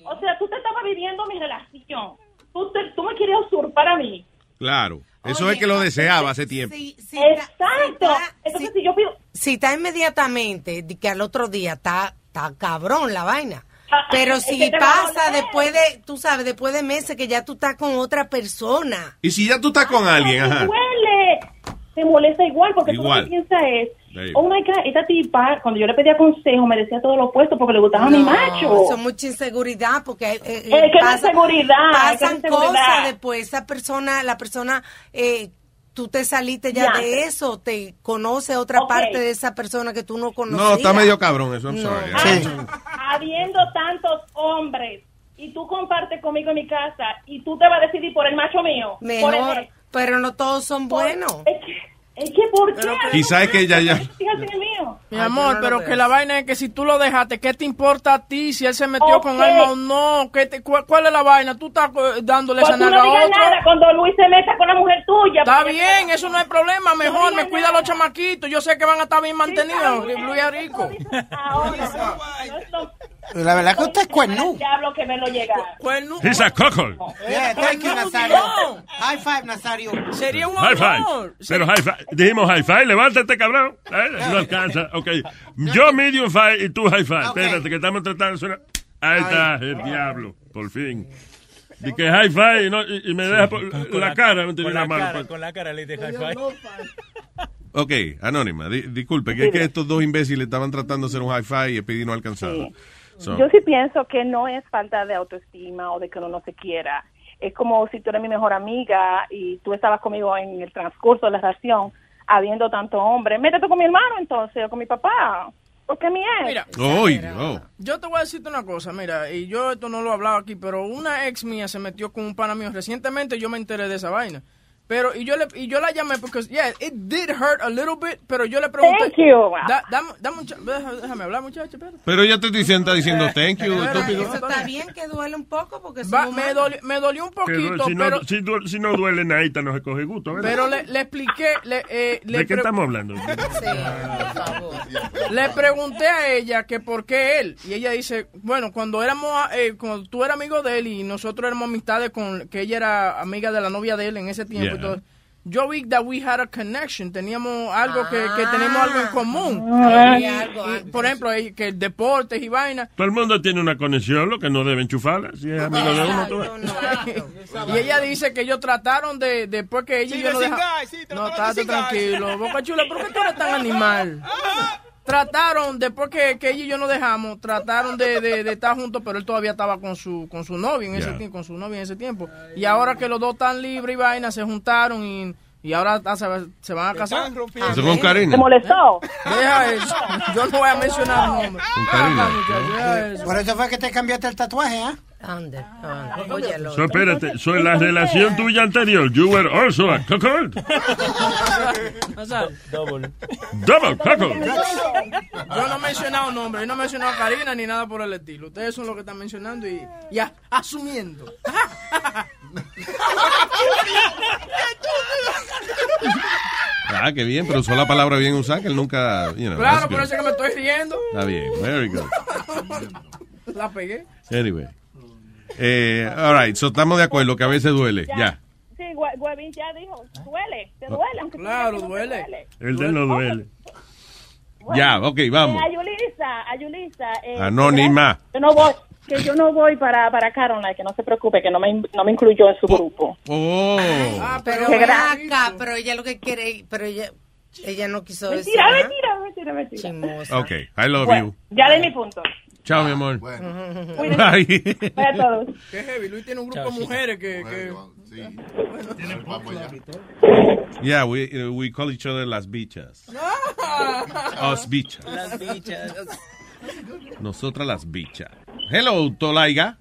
Speaker 19: O sea, tú te estabas viviendo mi relación. Tú, te- tú me querías usurpar a mí.
Speaker 16: Claro. Eso es que lo deseaba hace tiempo.
Speaker 19: Exacto. Entonces, si yo pido,
Speaker 14: Si está inmediatamente, di que al otro día está, está cabrón la vaina. Pero
Speaker 19: Ah, es
Speaker 14: si
Speaker 19: que te va a
Speaker 14: pasa
Speaker 19: doler.
Speaker 14: después de, tú sabes, después de meses que ya tú estás con otra persona.
Speaker 16: Y si ya tú estás con alguien, ajá.
Speaker 19: duele. Te molesta igual porque tú
Speaker 16: Igual.
Speaker 19: lo que piensas es,
Speaker 16: There you
Speaker 19: oh my God, esta tipa, cuando yo le pedía consejo, me decía todo lo opuesto porque le gustaba a mi
Speaker 14: No,
Speaker 19: macho.
Speaker 14: Eso es mucha inseguridad porque eh, eh,
Speaker 19: Es que no es seguridad, es que no
Speaker 14: pasan
Speaker 19: es seguridad.
Speaker 14: cosas después. Esa persona, la persona, eh, tú te saliste ya
Speaker 19: Ya.
Speaker 14: de eso, te conoce otra
Speaker 19: Ok.
Speaker 14: parte de esa persona que tú no conocías.
Speaker 16: No, está medio cabrón eso, I'm sorry.
Speaker 19: Habiendo tantos hombres y tú compartes conmigo en mi casa y tú te vas a decidir por el macho mío. por el
Speaker 14: Mejor,
Speaker 19: ex.
Speaker 14: pero no todos son buenos.
Speaker 19: Es que, ¿por qué?
Speaker 16: Quizá es que ella ya-
Speaker 19: Fíjate que mío.
Speaker 9: Mi amor, pero que la vaina es que si tú lo dejaste, ¿qué te importa a ti si él se metió con
Speaker 19: Ok.
Speaker 9: alma o no? ¿Qué te- cuál, cuál es la vaina? Tú estás eh, dándole
Speaker 19: Pues
Speaker 9: esa
Speaker 19: tú no
Speaker 9: nalga a
Speaker 19: digas
Speaker 9: otro.
Speaker 19: nada cuando Luis se meta con la mujer tuya.
Speaker 9: Está
Speaker 19: porque-
Speaker 9: bien, eso no es problema. Mejor me cuida a los chamaquitos. Yo sé que van a estar bien mantenidos. Luis es rico.
Speaker 19: Ah,
Speaker 10: La verdad que usted es cuerno.
Speaker 19: Diablo que me lo llega.
Speaker 9: Cuerno.
Speaker 15: He's a cuckold.
Speaker 10: Yeah, Eh, thank you, Nazario. High five, Nazario.
Speaker 9: Sería un
Speaker 15: High five. Pero high five. Dijimos high five. Levántate, cabrón. Eh, No alcanza. Ok. Yo medium five y tú high five. Espérate, que estamos tratando de suena- Ahí está el diablo. Por fin. Y que high five y, no- y- y me deja por la, cara. No tiene
Speaker 12: con
Speaker 15: la
Speaker 12: la,
Speaker 15: mano.
Speaker 12: cara,
Speaker 15: pues.
Speaker 12: con la cara le dije high five.
Speaker 16: Ok, anónima, di- disculpe, que es que estos dos imbéciles estaban tratando de hacer un hi-fi y el pedi no alcanzaba. So,
Speaker 19: Yo sí pienso que no es falta de autoestima o de que uno no se quiera. Es como si tú eres mi mejor amiga y tú estabas conmigo en el transcurso de la relación, habiendo tanto hombre. Métete con mi hermano entonces o con mi papá. Porque mi ex.
Speaker 9: Mira,
Speaker 16: Oy, oh.
Speaker 9: Yo te voy a decirte una cosa, mira, y yo esto no lo he hablado aquí, pero una ex mía se metió con un pana mío recientemente, yo me enteré de esa vaina. Pero, y yo le, y yo la llamé porque, yeah, it did hurt a little bit, pero yo le pregunté.
Speaker 19: Thank you.
Speaker 9: Da- dame- dame un cha- deja- déjame hablar, muchacho, espérate.
Speaker 16: Pero ella te dice- está diciendo thank you, estúpido.
Speaker 14: Eso está bien que duele un poco porque
Speaker 9: Va,
Speaker 14: somos
Speaker 9: me,
Speaker 14: humanos.
Speaker 9: dolió, me dolió un
Speaker 15: Que
Speaker 9: poquito,
Speaker 15: du- si, no,
Speaker 9: pero,
Speaker 15: si du- si no duele nadita, no se coge gusto. ¿verdad?
Speaker 9: pero le, le expliqué, le, eh, le
Speaker 15: ¿De qué
Speaker 9: pre-
Speaker 15: estamos hablando?
Speaker 9: Le pregunté a ella que por qué él. Y ella dice, bueno, cuando éramos, eh, cuando tú eras amigo de él y nosotros éramos amistades con, que ella era amiga de la novia de él en ese tiempo.
Speaker 15: Yeah.
Speaker 9: y todo, yo vi that we had a connection, teníamos algo que, que tenemos algo en común.
Speaker 15: Ah.
Speaker 9: Y- y, por ejemplo, eh, que deportes y vaina.
Speaker 15: Todo el mundo tiene una conexión, lo que no debe enchufarla. Si es amigo de uno, tú ves.
Speaker 9: y ella dice que ellos trataron de, después que ella y
Speaker 18: Sí,
Speaker 9: yo lo
Speaker 18: de sin
Speaker 9: deja-
Speaker 18: gas, sí,
Speaker 9: No,
Speaker 18: trataron de
Speaker 9: estate
Speaker 18: sin gas.
Speaker 9: tranquilo, Boca Chula, ¿por qué tú eres tan animal? Trataron, después que, que ella y yo nos dejamos, trataron de, de- de estar juntos, pero él todavía estaba con su con su novia en ese
Speaker 15: Ya.
Speaker 9: tiempo, con su novia en ese tiempo. Y ahora que los dos están libres y vaina, se juntaron y, y ahora ah, se, va- se van a casar.
Speaker 16: Eso con
Speaker 9: ¿Te
Speaker 16: Karina. ¿Te
Speaker 9: molestó? Deja eso. Yo no voy a mencionar nombres.
Speaker 16: Con Karina.
Speaker 10: Por eso fue que te cambiaste el tatuaje, ¿ah?
Speaker 9: Ah,
Speaker 14: Óyelo.
Speaker 15: So, espérate, so, en la relación tuya anterior, you were also a cuckold.
Speaker 9: Double.
Speaker 15: Double cuckold.
Speaker 9: Yo no he mencionado nombres, yo no he mencionado a Karina ni nada por el estilo. Ustedes son los que están mencionando y, y a- asumiendo.
Speaker 16: Ah, qué bien, pero usó la palabra bien usada, que él nunca, you know, that's
Speaker 9: Claro,
Speaker 16: good.
Speaker 9: por eso es que me estoy riendo.
Speaker 16: Está bien, very good.
Speaker 9: La pegué.
Speaker 16: Anyway. Eh, all right, so estamos de acuerdo que a veces duele, ya.
Speaker 19: Sí, Hue- Huevín ya dijo, duele, te duele. Aunque tú
Speaker 9: Claro,
Speaker 19: digas que no te
Speaker 9: duele.
Speaker 15: El de no duele.
Speaker 16: Ya, ok, vamos. Ah,
Speaker 19: Eh, Ayulisa, Ayulisa. eh,
Speaker 16: Anónima.
Speaker 19: Yo no voy, que yo no voy para, para Caroline, que no se preocupe, que no me, in- no me incluyó en su grupo.
Speaker 16: Oh.
Speaker 14: Ah, Pero
Speaker 19: Qué
Speaker 14: ven
Speaker 19: gratis.
Speaker 14: acá, pero ella lo que quiere, pero ella, ella no quiso decir.
Speaker 19: Mentira,
Speaker 14: ¿ah?
Speaker 19: mentira, mentira, mentira.
Speaker 16: Ok, I love you.
Speaker 19: Ya de mi punto.
Speaker 16: Chao, mi amor.
Speaker 19: Cuídense.
Speaker 16: Bye.
Speaker 19: Bye a todos.
Speaker 9: Qué heavy, Luis tiene un grupo de mujeres que... que...
Speaker 16: Yeah, we, uh, we call each other las bichas. Os bichas.
Speaker 9: Las bichas.
Speaker 16: Nosotras las bichas. Hello, Tolaiga.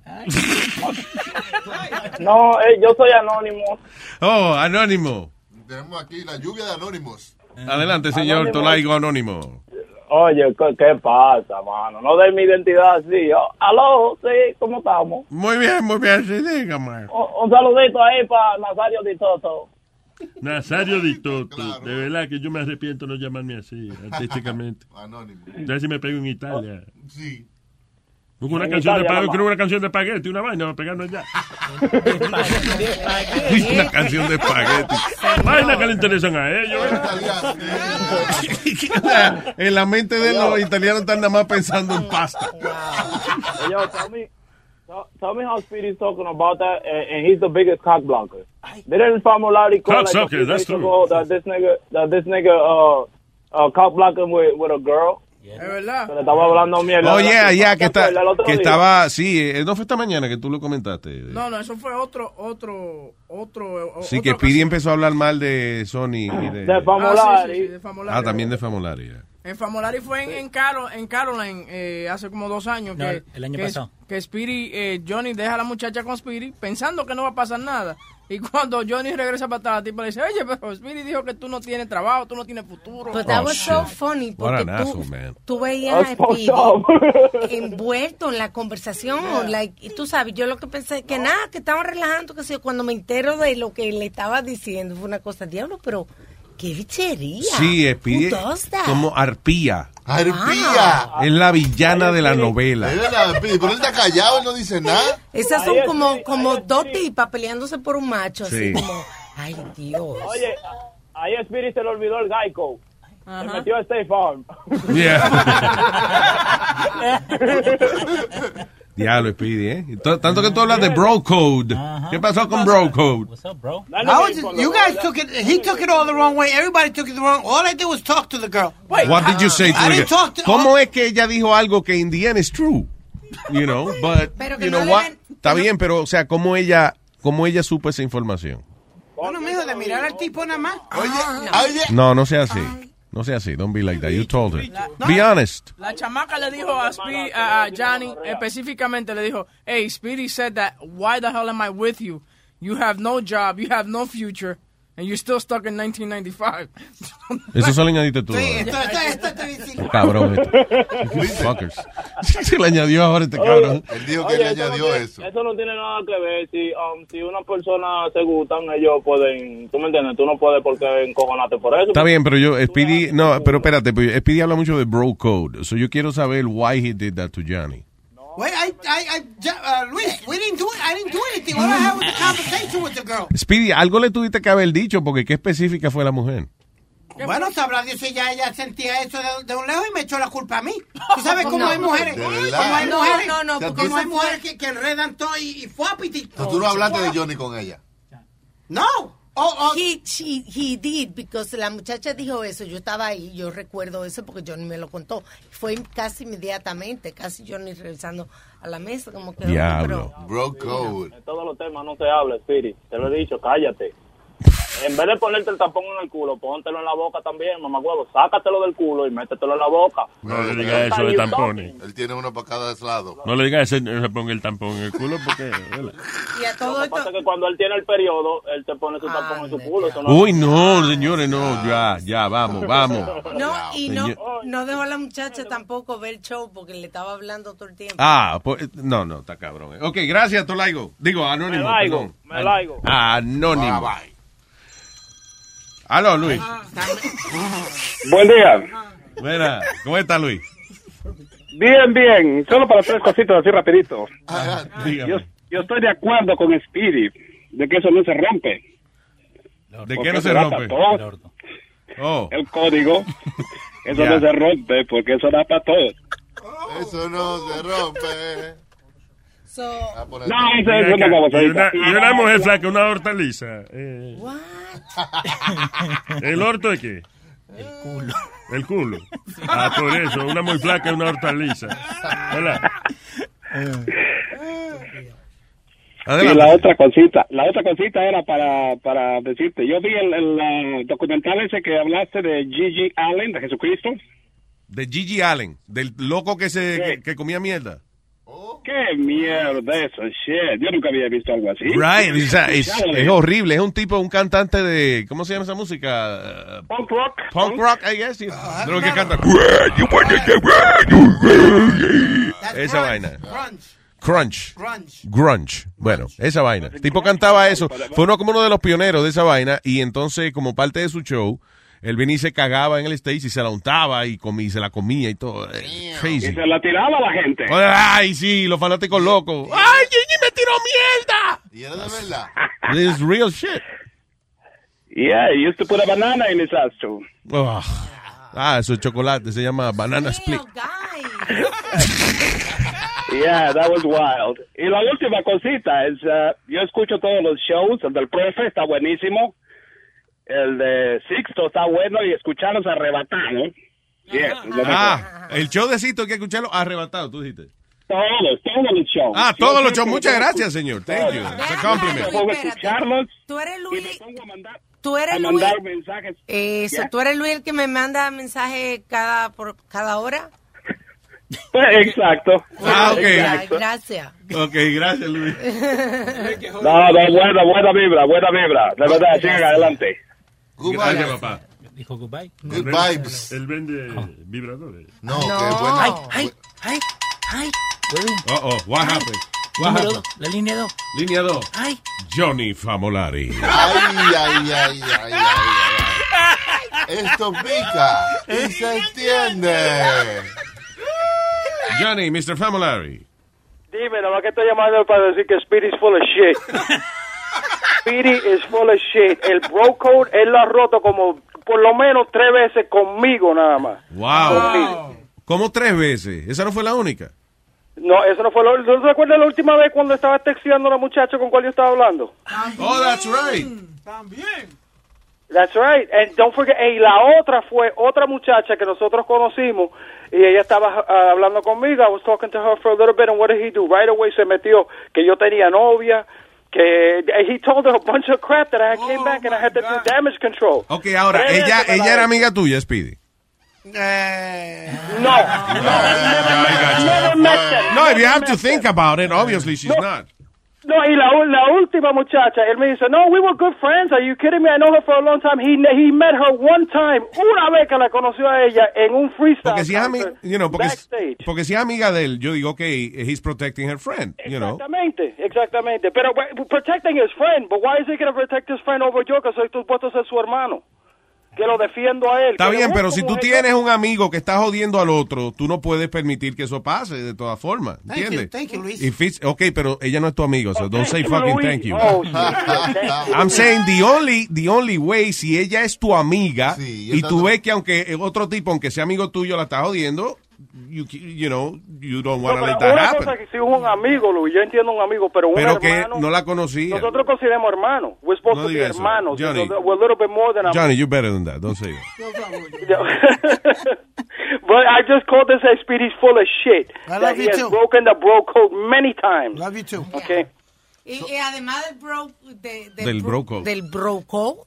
Speaker 6: No, eh, yo soy anónimo.
Speaker 16: Oh, anónimo.
Speaker 20: Tenemos aquí la lluvia de anónimos.
Speaker 16: Adelante, señor
Speaker 6: Anónimo.
Speaker 16: Tolaigo anónimo.
Speaker 6: Oye, ¿qué, qué pasa, mano? No den mi identidad así. Oh, aló, sí, ¿cómo estamos?
Speaker 16: Muy bien, muy bien, sí, dígame.
Speaker 6: O- un saludito ahí para Nazario Di Toto.
Speaker 15: Nazario Di Toto. De verdad que yo me arrepiento no llamarme así, artísticamente.
Speaker 20: Anónimo. Oh,
Speaker 15: Ya si me pego en Italia.
Speaker 20: Sí.
Speaker 15: Con una,
Speaker 20: En
Speaker 15: canción de
Speaker 20: Italia,
Speaker 15: pa-
Speaker 20: mamá.
Speaker 15: con una canción de espagueti, una vaina, para pegarnos allá.
Speaker 16: Una canción de espagueti.
Speaker 15: Vaina que le interesan a ellos. ¿eh?
Speaker 16: en la mente de los italianos están nada más pensando en pasta.
Speaker 6: Yo, tell me, tell, tell me how Speedy's talking about that, and, and he's the biggest cock blocker. Didn't Famo Lauri call
Speaker 15: Cock
Speaker 6: like
Speaker 15: sucker,
Speaker 6: a few
Speaker 15: that's
Speaker 6: days
Speaker 15: true.
Speaker 6: ago oh, that this nigga, that this nigga, uh, uh, cock blocking with, with a girl?
Speaker 9: Es verdad.
Speaker 6: Se le estaba hablando mierda.
Speaker 16: Oh, yeah, yeah, que,
Speaker 6: ¿Te
Speaker 16: está,
Speaker 6: acuerdas el otro
Speaker 16: que
Speaker 6: día?
Speaker 16: estaba, sí, eh, no fue esta mañana que tú lo comentaste.
Speaker 9: No, no, eso fue otro, otro, otro...
Speaker 16: Sí, que Pidi empezó a hablar mal de Sony y de...
Speaker 6: De Famo
Speaker 9: Ah, sí, sí,
Speaker 6: Lauri.
Speaker 9: sí, de Famolari.
Speaker 16: Ah, también de Famolari. ya.
Speaker 9: En Famolari fue en, en, Carol, en Caroline eh, hace como dos años.
Speaker 12: No,
Speaker 9: que,
Speaker 12: el- el año
Speaker 9: que,
Speaker 12: pasado.
Speaker 9: Que Speedy, eh, Johnny deja a la muchacha con Speedy pensando que no va a pasar nada. Y cuando Johnny regresa para atrás, la tipa le dice, oye, pero Speedy dijo que tú no tienes trabajo, tú no tienes futuro.
Speaker 14: But
Speaker 12: Oh,
Speaker 14: that was so funny
Speaker 16: What
Speaker 14: porque
Speaker 16: an
Speaker 14: tú,
Speaker 16: asshole, man.
Speaker 14: tú veías a
Speaker 16: That's fucked
Speaker 14: Speedy
Speaker 16: up.
Speaker 14: envuelto en la conversación. o like, y tú sabes, yo lo que pensé, que nada, que estaba relajando, que sé yo, cuando me entero de lo que le estaba diciendo, fue una cosa, diablo, pero qué bichería.
Speaker 16: Sí, Speedy.
Speaker 14: Who does that?
Speaker 16: Como arpía.
Speaker 14: Arpía.
Speaker 6: Ah.
Speaker 16: Es la villana de la novela.
Speaker 20: Es verdad, Speedy, pero él está callado y no dice nada.
Speaker 14: Esas son
Speaker 20: Ahí es,
Speaker 14: como, como dos tipas peleándose por un macho, así
Speaker 16: Sí.
Speaker 14: como, ay, Dios.
Speaker 6: Oye, ahí a Spirit se le olvidó el Geico. Se metió a State Farm.
Speaker 16: Diablo, Speedy, ¿eh? Y to- Tanto que tú hablas de bro code. ¿Qué pasó con bro code?
Speaker 10: I was just- you guys took it. He took it all the wrong way. Everybody took it the wrong. All I did was talk to the girl. Wait,
Speaker 16: What did you say to
Speaker 10: I
Speaker 16: her?
Speaker 10: didn't talk to.
Speaker 16: ¿Cómo es que ella dijo algo que in the end is true? You know, but
Speaker 10: Pero que
Speaker 16: you
Speaker 10: no
Speaker 16: know
Speaker 10: le
Speaker 16: what?
Speaker 10: den-
Speaker 16: Está bien, pero o sea, ¿cómo ella cómo ella supo esa información?
Speaker 10: Bueno, mijo, de mirar al tipo nada más.
Speaker 20: Oye,
Speaker 16: No, no sea así. No sea así. Don't be like that. You told her.
Speaker 9: No.
Speaker 16: Be honest.
Speaker 9: La chamaca le dijo a, Speedy, a, a Johnny específicamente, le dijo, hey, Speedy said that, why the hell am I with you? You have no job, you have no future, and you're still stuck in 1995.
Speaker 16: Eso
Speaker 10: Pues,
Speaker 16: solo añadiste tú.
Speaker 9: Sí,
Speaker 16: ahora.
Speaker 9: esto- esto- esto
Speaker 16: Qué Cabrón. este. Fuckers. Se le añadió ahora este cabrón.
Speaker 6: Oye, no tiene- Eso no tiene nada que ver. Si, um, si una persona se gustan, ellos pueden. ¿Tú me entiendes? Tú no puedes porque encojonarte por eso.
Speaker 16: Está bien, pero yo, Speedy, no, pero espérate, pero Speedy habla mucho de bro code. So yo quiero saber why he did that to Johnny.
Speaker 10: Wait, I, I, I, Ja- uh, Luis, we didn't do it. I didn't do anything. All I had was a conversation with the girl.
Speaker 16: Speedy, algo le tuviste que haber dicho porque qué específica fue la mujer.
Speaker 10: Bueno, sabrá Dios si ya ella sentía eso de, de un lejos y me echó la culpa a mí. ¿Tú sabes cómo
Speaker 14: No.
Speaker 10: hay mujeres?
Speaker 20: De verdad.
Speaker 10: ¿Cómo hay
Speaker 14: No,
Speaker 10: mujeres?
Speaker 14: no, no, porque
Speaker 10: ¿Cómo hay
Speaker 14: esa
Speaker 10: mujeres que, que enredan todo y, y fue a pitir?
Speaker 20: Pero tú no hablaste de Johnny con ella.
Speaker 10: No.
Speaker 14: He, she, he did, because la muchacha dijo eso. Yo estaba ahí, yo recuerdo eso porque Johnny me lo contó. Fue casi inmediatamente, casi Johnny regresando a la mesa, como que.
Speaker 16: Diablo.
Speaker 20: Bro code.
Speaker 6: En todos los temas no se habla, Spirit. Te lo he dicho, cállate. En vez de ponerte el tapón en el culo, póntelo en la boca también, mamá huevo. Sácatelo del culo y métetelo en la boca.
Speaker 15: No le diga eso de tampones.
Speaker 20: Él tiene uno para cada lado.
Speaker 15: No le diga eso, no se ponga el tampón en el culo porque...
Speaker 14: Y a Ah,
Speaker 6: todo lo que pasa es que cuando él tiene el periodo, él te pone su tapón en su culo. Eso no-
Speaker 16: Uy, no, señores, no, ya, ya, vamos, vamos.
Speaker 14: No, y no,
Speaker 16: Señor-
Speaker 14: no dejó a la muchacha tampoco ver el show porque le estaba hablando todo el tiempo.
Speaker 16: Ah, pues, no, no, está cabrón. eh. Ok, gracias, Tolaigo. Digo, anónimo.
Speaker 14: Me laigo,
Speaker 16: perdón.
Speaker 14: me laigo.
Speaker 10: Ah,
Speaker 16: Anónimo.
Speaker 20: Bye,
Speaker 16: Aló, Luis.
Speaker 18: Buen día.
Speaker 16: Buena. ¿Cómo está, Luis?
Speaker 18: Bien, bien. Solo para tres cositas así rapidito. Yo, yo estoy de acuerdo con Speedy de que eso no se rompe.
Speaker 16: ¿De
Speaker 18: Porque
Speaker 16: qué no se
Speaker 18: eso da
Speaker 16: rompe? Oh.
Speaker 18: pa' todo. El código. Eso
Speaker 16: Ya.
Speaker 18: no se rompe porque eso da para todos.
Speaker 20: Eso no se rompe. Ah, por ahí.
Speaker 18: No, eso
Speaker 15: Mira
Speaker 18: es
Speaker 15: acá,
Speaker 18: una
Speaker 15: y,
Speaker 18: babosadita.
Speaker 15: una, y una mujer flaca, una hortaliza. eh. ¿El orto de qué? El culo. El culo. Ah, por eso, una muy flaca, una hortaliza. ¿Verdad?
Speaker 18: Y la otra cosita, la otra cosita era para, para decirte, yo vi el, el, ah, documental ese que hablaste de Gigi Allen, de Jesucristo.
Speaker 16: De Gigi Allen, del loco que se que, que comía mierda.
Speaker 18: Qué mierda eso, Oh, shit. Yo nunca había visto algo así.
Speaker 16: Right, o sea, es,
Speaker 18: Ya lo
Speaker 16: es
Speaker 18: vi.
Speaker 16: horrible, es un tipo, un cantante de, ¿cómo se llama esa música? Uh,
Speaker 18: Punk rock.
Speaker 16: Punk rock, I guess. sí.
Speaker 20: Ah,
Speaker 16: de lo que canta. Esa vaina. Crunch.
Speaker 10: Grunge.
Speaker 16: Grunge. Bueno, esa vaina. El tipo cantaba eso. Fue uno como uno de los pioneros de esa vaina. Y entonces, como parte de su show, él venía y se cagaba en el stage y se la untaba y, comí, se la comía y todo. Eh,
Speaker 18: Y
Speaker 16: Crazy.
Speaker 18: se la tiraba a la gente.
Speaker 16: Ay, sí, los fanáticos locos. ¡Ay, Gigi me tiró mierda!
Speaker 20: Y era de verdad.
Speaker 16: This is real shit.
Speaker 18: Yeah, he used to put a banana in his ass too.
Speaker 16: Ugh. Ah, eso es chocolate, se llama banana split.
Speaker 18: Yeah, that was wild. Y la última cosita es, ah, yo escucho todos los shows, el del profe está buenísimo, el de Sixto está bueno y escucharlos arrebatados. Yeah, es lo mejor.
Speaker 16: Ah, el show de Cito hay que escucharlo arrebatado, tú dijiste.
Speaker 18: Todos, todos los shows.
Speaker 16: Ah,
Speaker 18: Yo
Speaker 16: todos los
Speaker 18: siempre
Speaker 16: shows.
Speaker 18: me
Speaker 16: Muchas
Speaker 18: pongo a
Speaker 16: gracias,
Speaker 18: escuchar-
Speaker 16: señor. Thank you. It's a compliment.
Speaker 18: Me pongo a escucharlos
Speaker 14: Tú eres
Speaker 18: y me
Speaker 14: Luis.
Speaker 18: pongo a mandar-
Speaker 14: Tú eres
Speaker 18: a
Speaker 14: Luis.
Speaker 18: mandar mensajes.
Speaker 14: Eso,
Speaker 18: Ya.
Speaker 14: tú eres Luis el que me manda mensaje cada, por, cada hora.
Speaker 18: pues, Exacto.
Speaker 14: Ah,
Speaker 18: ok.
Speaker 14: Ya, Gracias.
Speaker 16: Ok, gracias, Luis.
Speaker 18: No, no, buena, buena vibra, buena vibra. De verdad, sigan adelante.
Speaker 15: Gracias, papá.
Speaker 12: Dijo goodbye. Oh.
Speaker 15: Él vende- Él vende vibradores.
Speaker 11: No,
Speaker 12: qué bueno. Ay, ay, ay, ay.
Speaker 15: Uh oh, what happened? What
Speaker 12: Número
Speaker 15: happened?
Speaker 12: dos, La línea 2.
Speaker 15: Línea 2.
Speaker 12: Ay.
Speaker 16: Johnny Famolari.
Speaker 11: Ay, ay, ay, ay, ay, ay. Esto pica y se entiende.
Speaker 16: Johnny, Mr. Famolari.
Speaker 21: Dime, nada más que estoy llamando para decir que Speedy is full of shit. Speedy is full of shit. El bro code él lo ha roto como por lo menos tres veces conmigo nada más.
Speaker 16: Wow. ¿Cómo tres veces? Esa no fue la única.
Speaker 21: No, eso no fue lo... ¿No te acuerdas la última vez cuando estaba texteando a la muchacha con cual yo estaba hablando?
Speaker 16: Oh, that's right.
Speaker 21: That's right. And don't forget, y la otra fue otra muchacha que nosotros conocimos y ella estaba ah, hablando conmigo. I was talking to her for a little bit and what did he do? Right away se metió que yo tenía novia, que and he told her a bunch of crap that I came back and I had to do damage control.
Speaker 16: Ok, ahora,
Speaker 21: Tres
Speaker 16: ella,
Speaker 21: veces me la
Speaker 16: ella era
Speaker 21: hizo.
Speaker 16: amiga tuya, Speedy.
Speaker 21: No. Never met them.
Speaker 16: No, if you have to think about it, obviously she's not.
Speaker 21: No, y la, u- la última muchacha, él me dice, no, we were good friends, are you kidding me? I know her for a long time. He, he met her one time, una vez que la conoció a ella en un freestyle.
Speaker 16: Porque si es amiga,
Speaker 21: concert
Speaker 16: you know, porque,
Speaker 21: backstage.
Speaker 16: porque si es amiga de él, yo digo, ok, he's protecting her friend, you know.
Speaker 21: Exactamente, exactamente. Pero we- protecting his friend, but why is he going to protect his friend over yo, que soy tu puesto a ser su hermano? Que lo defiendo a él.
Speaker 16: Está
Speaker 21: que lo
Speaker 16: bien,
Speaker 21: busco
Speaker 16: pero si tú
Speaker 21: como
Speaker 16: tienes un amigo que está jodiendo al otro, tú no puedes permitir que eso pase de todas formas,
Speaker 21: Thank you,
Speaker 16: ¿entiendes?
Speaker 21: thank you, Luis.
Speaker 16: If it's- ok, pero ella no es tu amigo, so don't say
Speaker 21: you,
Speaker 16: fucking
Speaker 21: Luis.
Speaker 16: thank you.
Speaker 21: Oh, shit.
Speaker 16: I'm saying the only, the only way, si ella es tu amiga
Speaker 11: yo
Speaker 16: y tú ves que aunque el otro tipo, aunque sea amigo tuyo, la está jodiendo, you, you know, you don't
Speaker 21: No,
Speaker 16: want to
Speaker 21: pero
Speaker 16: let that
Speaker 21: una
Speaker 16: happen.
Speaker 21: cosa que si un amigo, Luis, yo entiendo un amigo, pero un
Speaker 16: Pero que
Speaker 21: hermano.
Speaker 16: no la conocía.
Speaker 21: Nosotros consideramos hermanos. We're supposed
Speaker 16: No
Speaker 21: to be
Speaker 16: diga eso.
Speaker 21: hermanos.
Speaker 16: Johnny.
Speaker 21: So we're a little bit more than
Speaker 16: Johnny, you better than that, don't say that.
Speaker 21: But I just called this a speed. He's full of shit.
Speaker 14: I
Speaker 21: That
Speaker 14: love
Speaker 21: he
Speaker 14: you
Speaker 21: has
Speaker 14: too.
Speaker 21: broken the bro code many times. Love
Speaker 10: you too.
Speaker 21: Okay.
Speaker 14: Y, y además del bro, de- de-
Speaker 16: Del bro code.
Speaker 14: Del bro code,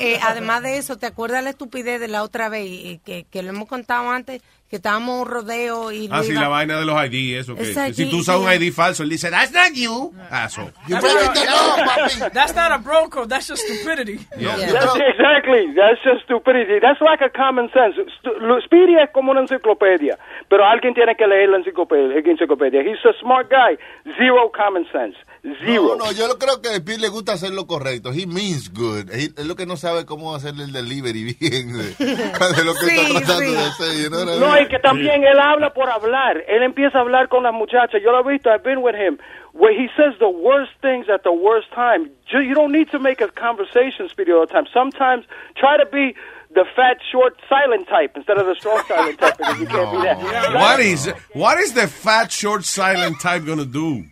Speaker 14: eh, además de eso, ¿te acuerdas la estupidez de la otra vez y que, que lo hemos contado antes? Que estábamos en un rodeo y.
Speaker 16: Ah,
Speaker 14: no
Speaker 16: sí,
Speaker 14: iba-
Speaker 16: la vaina de los ID, eso. Que,
Speaker 14: Esa
Speaker 16: si
Speaker 14: ID,
Speaker 16: tú usas un
Speaker 14: sí.
Speaker 16: ID falso, él dice, that's not you. Ah, so.
Speaker 9: That's not a bro code, that's just stupidity.
Speaker 21: That's exactly. That's just stupidity. That's like a common sense. Stu- lo- Speedy es como una enciclopedia, pero alguien tiene que leer la enciclopedia. enciclopedia. He's a smart guy. Zero common sense.
Speaker 11: No,
Speaker 21: Zero.
Speaker 11: no, yo creo que a Speed le gusta hacer lo correcto. He means good. He- es lo que no sabe cómo hacerle el delivery bien. De, de lo que está
Speaker 21: Sí,
Speaker 11: tratando
Speaker 21: sí.
Speaker 11: de hacer. you know what I
Speaker 21: No,
Speaker 11: mean?
Speaker 21: y que también él habla por hablar. Él empieza a hablar con las muchachas. Yo lo he visto, I've been with him. Where he says the worst things at the worst time. Ju- You don't need to make a conversation speedy all the time. Sometimes try to be the fat, short, silent type instead of the strong, silent type because you can't be that.
Speaker 16: What is, what is the fat, short, silent type gonna do?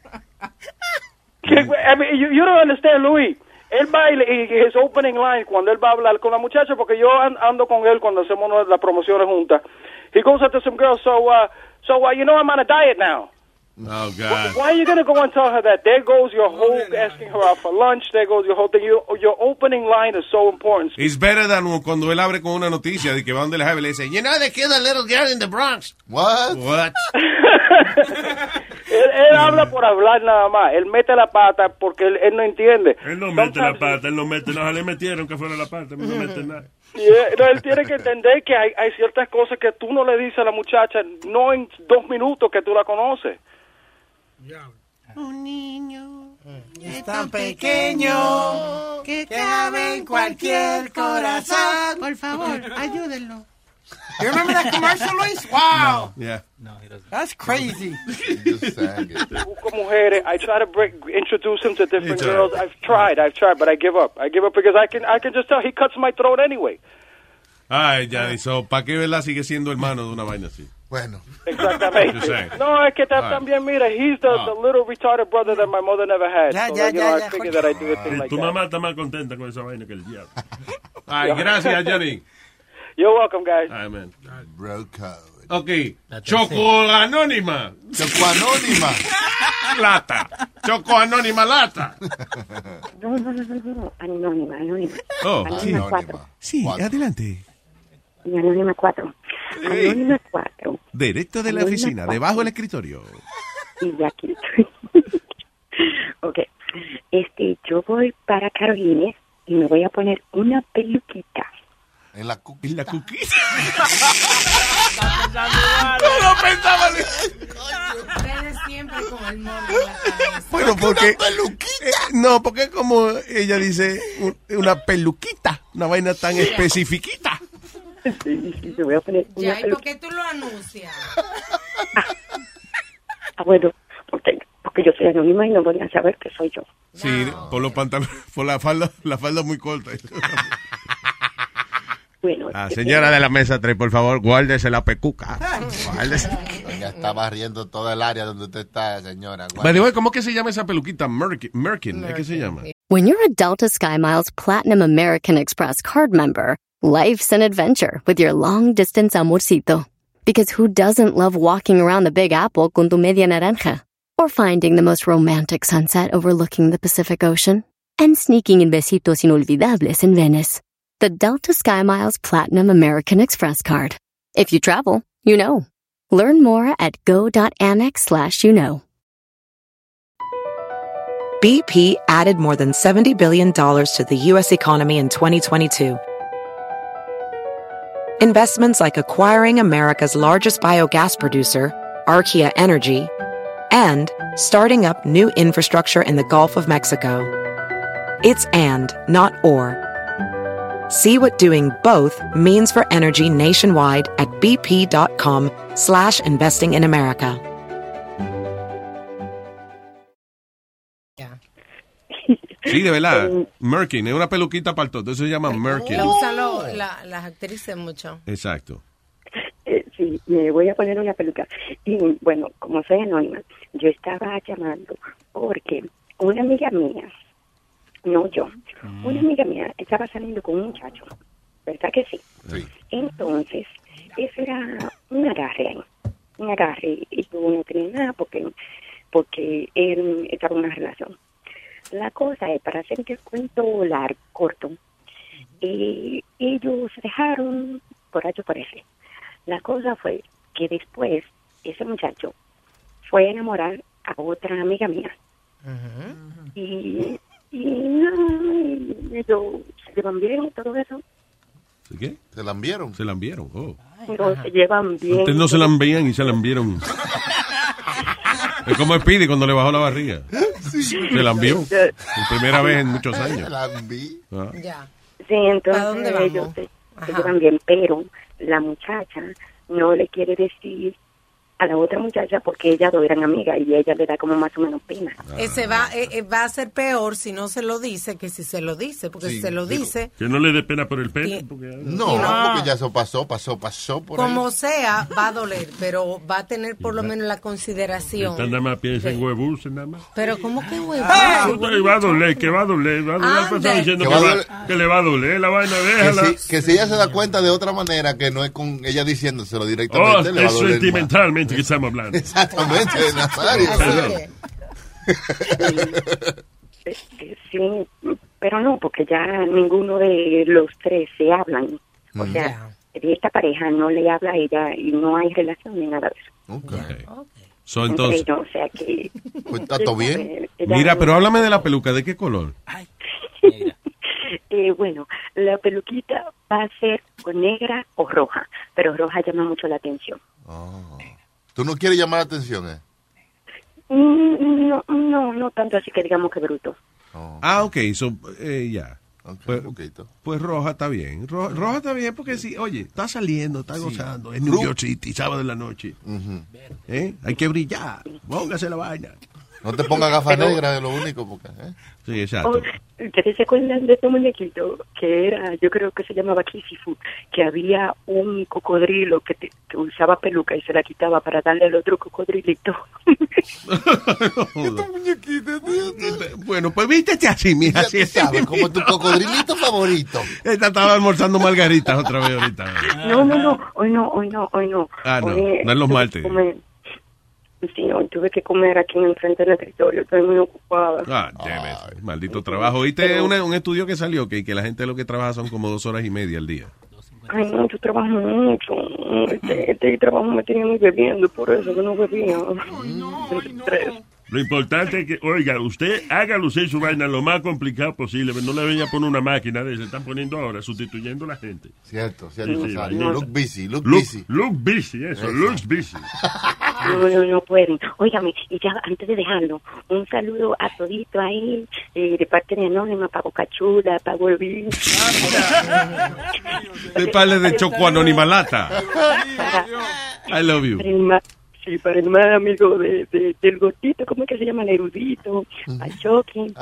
Speaker 21: Que- I mean, you, you don't understand, Luis. Él va y, le- y his opening line cuando él va a hablar con la muchacha, porque yo an- ando con él cuando hacemos nos- las promociones juntas. He goes up to some girl, so, uh, so uh, you know I'm on a diet now.
Speaker 16: Oh, God.
Speaker 21: Why are you gonna go and tell her that? There goes your whole asking her out for lunch. There goes your whole thing. Your your opening line is so important.
Speaker 16: It's better than cuando él abre con una noticia de que va donde la jefe y le dice, you know, they killed a little girl in the Bronx.
Speaker 11: What?
Speaker 16: What?
Speaker 21: Él, él habla por hablar nada más. Él mete la pata porque él, él no entiende.
Speaker 15: Él no mete la pata, él no mete nada. Le metieron que fuera la pata, no mete nada.
Speaker 21: Yeah, no, él tiene que entender que hay, hay ciertas cosas que tú no le dices a la muchacha no en dos minutos que tú la conoces.
Speaker 10: Un niño Mm. es tan pequeño que cabe en cualquier corazón. Por favor, ayúdenlo. You remember that commercial, Luis? Wow.
Speaker 16: Yeah.
Speaker 10: That's crazy.
Speaker 21: Busco mujeres. I try to break, introduce him to different
Speaker 16: Inter-
Speaker 21: girls. I've tried, I've tried, but I give up. I give up because I can, I can just tell he cuts my throat anyway.
Speaker 16: Ay, Johnny, so, ¿para qué verdad sigue siendo hermano de una vaina así?
Speaker 11: Bueno.
Speaker 16: Just saying.
Speaker 21: Exactamente. No, es que ta-
Speaker 16: All right.
Speaker 21: también, mira, he's the, the little retarded brother that my mother never had.
Speaker 15: Ya,
Speaker 21: so
Speaker 15: ya,
Speaker 21: that, you
Speaker 15: ya,
Speaker 21: know,
Speaker 15: ya,
Speaker 21: I figured that I do a thing like
Speaker 15: Eh, tu
Speaker 21: that.
Speaker 15: mamá está más contenta con esa vaina que el diablo.
Speaker 16: Ay, gracias, Johnny.
Speaker 21: You're welcome, guys.
Speaker 16: Ay, man.
Speaker 11: Bro code.
Speaker 16: Ok, Choco Anónima.
Speaker 11: Choco Anónima.
Speaker 15: Lata. Choco Anónima Lata.
Speaker 1: No, no, no, no, no. Anónima, anónima.
Speaker 15: Oh,
Speaker 1: anónima
Speaker 15: sí.
Speaker 1: cuatro.
Speaker 6: Sí,
Speaker 1: Cuatro.
Speaker 6: adelante.
Speaker 1: Y anónima 4.
Speaker 6: Ey.
Speaker 1: Anónima 4.
Speaker 6: Directo de la
Speaker 1: Anónima
Speaker 6: oficina,
Speaker 1: cuatro.
Speaker 6: debajo del escritorio.
Speaker 1: Y de aquí. ok. Este, yo voy para Carolines y me voy a poner una peluquita.
Speaker 11: En la cuquita. En la
Speaker 6: cuquita.
Speaker 11: no pensaba en
Speaker 14: Ustedes siempre con el mono.
Speaker 6: Bueno, porque. eh, no, porque como ella dice, un- una peluquita, una vaina tan especifiquita.
Speaker 1: Sí, sí, me voy a poner una
Speaker 14: Ya, ¿y por
Speaker 1: peluquita.
Speaker 14: qué tú lo anuncias?
Speaker 1: Ah, bueno, porque, porque yo soy anónima y no voy a saber que soy yo.
Speaker 16: Sí, por los pantalones, por la falda, la falda muy corta.
Speaker 1: Bueno,
Speaker 16: La Ah, señora de la mesa 3, por favor, guárdese la pecuca.
Speaker 11: Ya está barriendo todo el área donde usted está, señora.
Speaker 16: By the way, ¿cómo que se llama esa peluquita? Merkin, Merkin, ¿eh? ¿qué se llama?
Speaker 22: When you're a Delta SkyMiles Platinum American Express card member, life's an adventure with your long distance amorcito. Because who doesn't love walking around the Big Apple con tu media naranja? Or finding the most romantic sunset overlooking the Pacific Ocean? And sneaking in besitos inolvidables in Venice. The Delta SkyMiles Platinum American Express card. If you travel, you know. Learn more at go.amex slash you know.
Speaker 19: BP added more than $70 billion to the U.S. economy in 2022. Investments like acquiring America's largest biogas producer, Archaea Energy, and starting up new infrastructure in the Gulf of Mexico. It's and, not or. See what doing both means for energy nationwide at bp.com slash investing in America.
Speaker 16: Sí, de verdad. Merkin, es una peluquita para el toto, eso se llama Merkin.
Speaker 14: Lo usan lo- la- las actrices mucho.
Speaker 16: Exacto.
Speaker 1: Eh, sí, me voy a poner una peluca. Y bueno, como soy anónima, yo estaba llamando porque una amiga mía, no yo, una amiga mía estaba saliendo con un muchacho, ¿verdad que sí? Entonces, eso era un agarre ahí, un agarre, y yo no tenía nada porque, porque él estaba en una relación. La cosa es, para hacer el cuento largo, corto, eh, ellos se dejaron, por ahí parece. La cosa fue que después ese muchacho fue a enamorar a otra amiga mía. Y, y no, y ellos se llevan bien y todo eso.
Speaker 16: ¿Sí ¿Qué?
Speaker 11: ¿Se la enviaron?
Speaker 16: Se la enviaron, oh.
Speaker 1: No, se llevan bien.
Speaker 16: Ustedes no se la envían y se la enviaron. Es como Speedy cuando le bajó la barriga. Se la envió. Por primera vez en muchos años. Ah.
Speaker 1: Sí, entonces
Speaker 14: dónde vamos?
Speaker 1: ellos se, se
Speaker 14: Ajá.
Speaker 1: llevan bien, pero la muchacha no le quiere decir a la otra muchacha porque ellas dos eran amigas y ella le da como más o menos pena.
Speaker 16: Ah.
Speaker 14: Ese va, eh, eh, va a ser peor si no se lo dice que si se lo dice, porque si se lo dice, Ah.
Speaker 15: Que no le dé pena por el pelo.
Speaker 14: Sí.
Speaker 15: porque-
Speaker 11: No,
Speaker 14: No.
Speaker 11: porque ya eso pasó, pasó, pasó por
Speaker 14: como
Speaker 11: ahí.
Speaker 14: sea, va a doler, pero va a tener por lo menos la
Speaker 15: Esta nada
Speaker 14: consideración.
Speaker 15: más piensa en huevos, nada más.
Speaker 14: Pero ¿cómo que huevo?
Speaker 15: Ah, puta, y va a doler, que va a doler, va a doler.
Speaker 14: Ande.
Speaker 15: Pasaba diciendo
Speaker 11: Que
Speaker 15: que,
Speaker 11: va a
Speaker 15: va-
Speaker 11: doler.
Speaker 15: que le va a doler la vaina, déjala.
Speaker 11: Que si, que si ella se da cuenta de otra manera que no es con ella diciéndoselo
Speaker 15: Oh,
Speaker 11: directamente, le va a
Speaker 15: es
Speaker 11: doler más.
Speaker 15: sentimentalmente que estamos hablando.
Speaker 11: Exactamente, Nazario.
Speaker 15: Perdón.
Speaker 1: Eh, eh, Sí, pero no, porque ya ninguno de los tres se hablan. O
Speaker 11: Mm.
Speaker 1: sea, de esta pareja no le habla a ella y no hay relación ni nada de eso.
Speaker 16: So, entonces,
Speaker 1: Entre ellos, o sea que...
Speaker 11: Pues está todo bien.
Speaker 1: Ella-
Speaker 16: mira, pero háblame de la peluca, ¿de qué color?
Speaker 1: Eh, bueno, la peluquita va a ser o negra o roja, pero roja llama mucho la atención.
Speaker 11: Oh. Tú no quieres llamar la atención, ¿eh?
Speaker 1: Mm, No, no, no tanto así que digamos que bruto.
Speaker 11: Oh.
Speaker 16: Ah, ok, so, eh, ya. Pues, pues roja está bien. Ro- Roja, está bien porque sí, oye, está saliendo, está gozando. Es New
Speaker 11: Ru-
Speaker 16: York City, sábado en la noche. ¿Eh? Hay que brillar. Póngase la vaina.
Speaker 11: No te pongas gafas
Speaker 1: Pero-
Speaker 11: negras, es lo único. Porque, ¿eh?
Speaker 16: Sí,
Speaker 1: Oh,
Speaker 16: exacto.
Speaker 1: ¿Ustedes se acuerdan de este muñequito que era, yo creo que se llamaba Kisifu, que había un cocodrilo que, te- que usaba peluca y se la quitaba para darle al otro cocodrilito?
Speaker 16: Bueno, pues vístete así, mija. Así es.
Speaker 11: Como tu cocodrilito favorito.
Speaker 16: Esta estaba almorzando margaritas otra vez ahorita.
Speaker 1: No, no, no, hoy no, hoy no, hoy no.
Speaker 16: Ah, no,
Speaker 1: Hoy, eh,
Speaker 16: no es
Speaker 1: tuve
Speaker 16: los
Speaker 1: que
Speaker 16: martes.
Speaker 1: comer- Sí, hoy tuve que comer aquí enfrente del escritorio, estoy muy ocupada.
Speaker 16: Ah, damn it. Maldito trabajo. Oíste una- un estudio que salió que, que la gente lo que trabaja son como dos horas y media al día.
Speaker 1: Ay, no, yo trabajo mucho. Este, este trabajo me tenía muy bebiendo, por eso que no bebía.
Speaker 15: Lo importante es que, oiga, usted haga lucir su vaina lo más complicado posible. pero No le venga a poner una máquina de se están poniendo ahora, sustituyendo a la gente.
Speaker 11: Cierto, cierto, Rosario.
Speaker 15: vaina.
Speaker 11: Look busy, look busy.
Speaker 15: Look busy, eso,
Speaker 11: Eso.
Speaker 15: looks busy.
Speaker 1: No, no, no pueden. Óigame, y ya antes de dejarlo, un saludo a todito ahí, eh, de parte de Anónima, para Bocachula, para Wolverine.
Speaker 16: Te parles de Choco Anonimalata.
Speaker 1: para,
Speaker 16: I love you.
Speaker 1: para el ma- sí, para el más amigo de, de- del gotito, ¿cómo es que se llama? El erudito, a Chucky.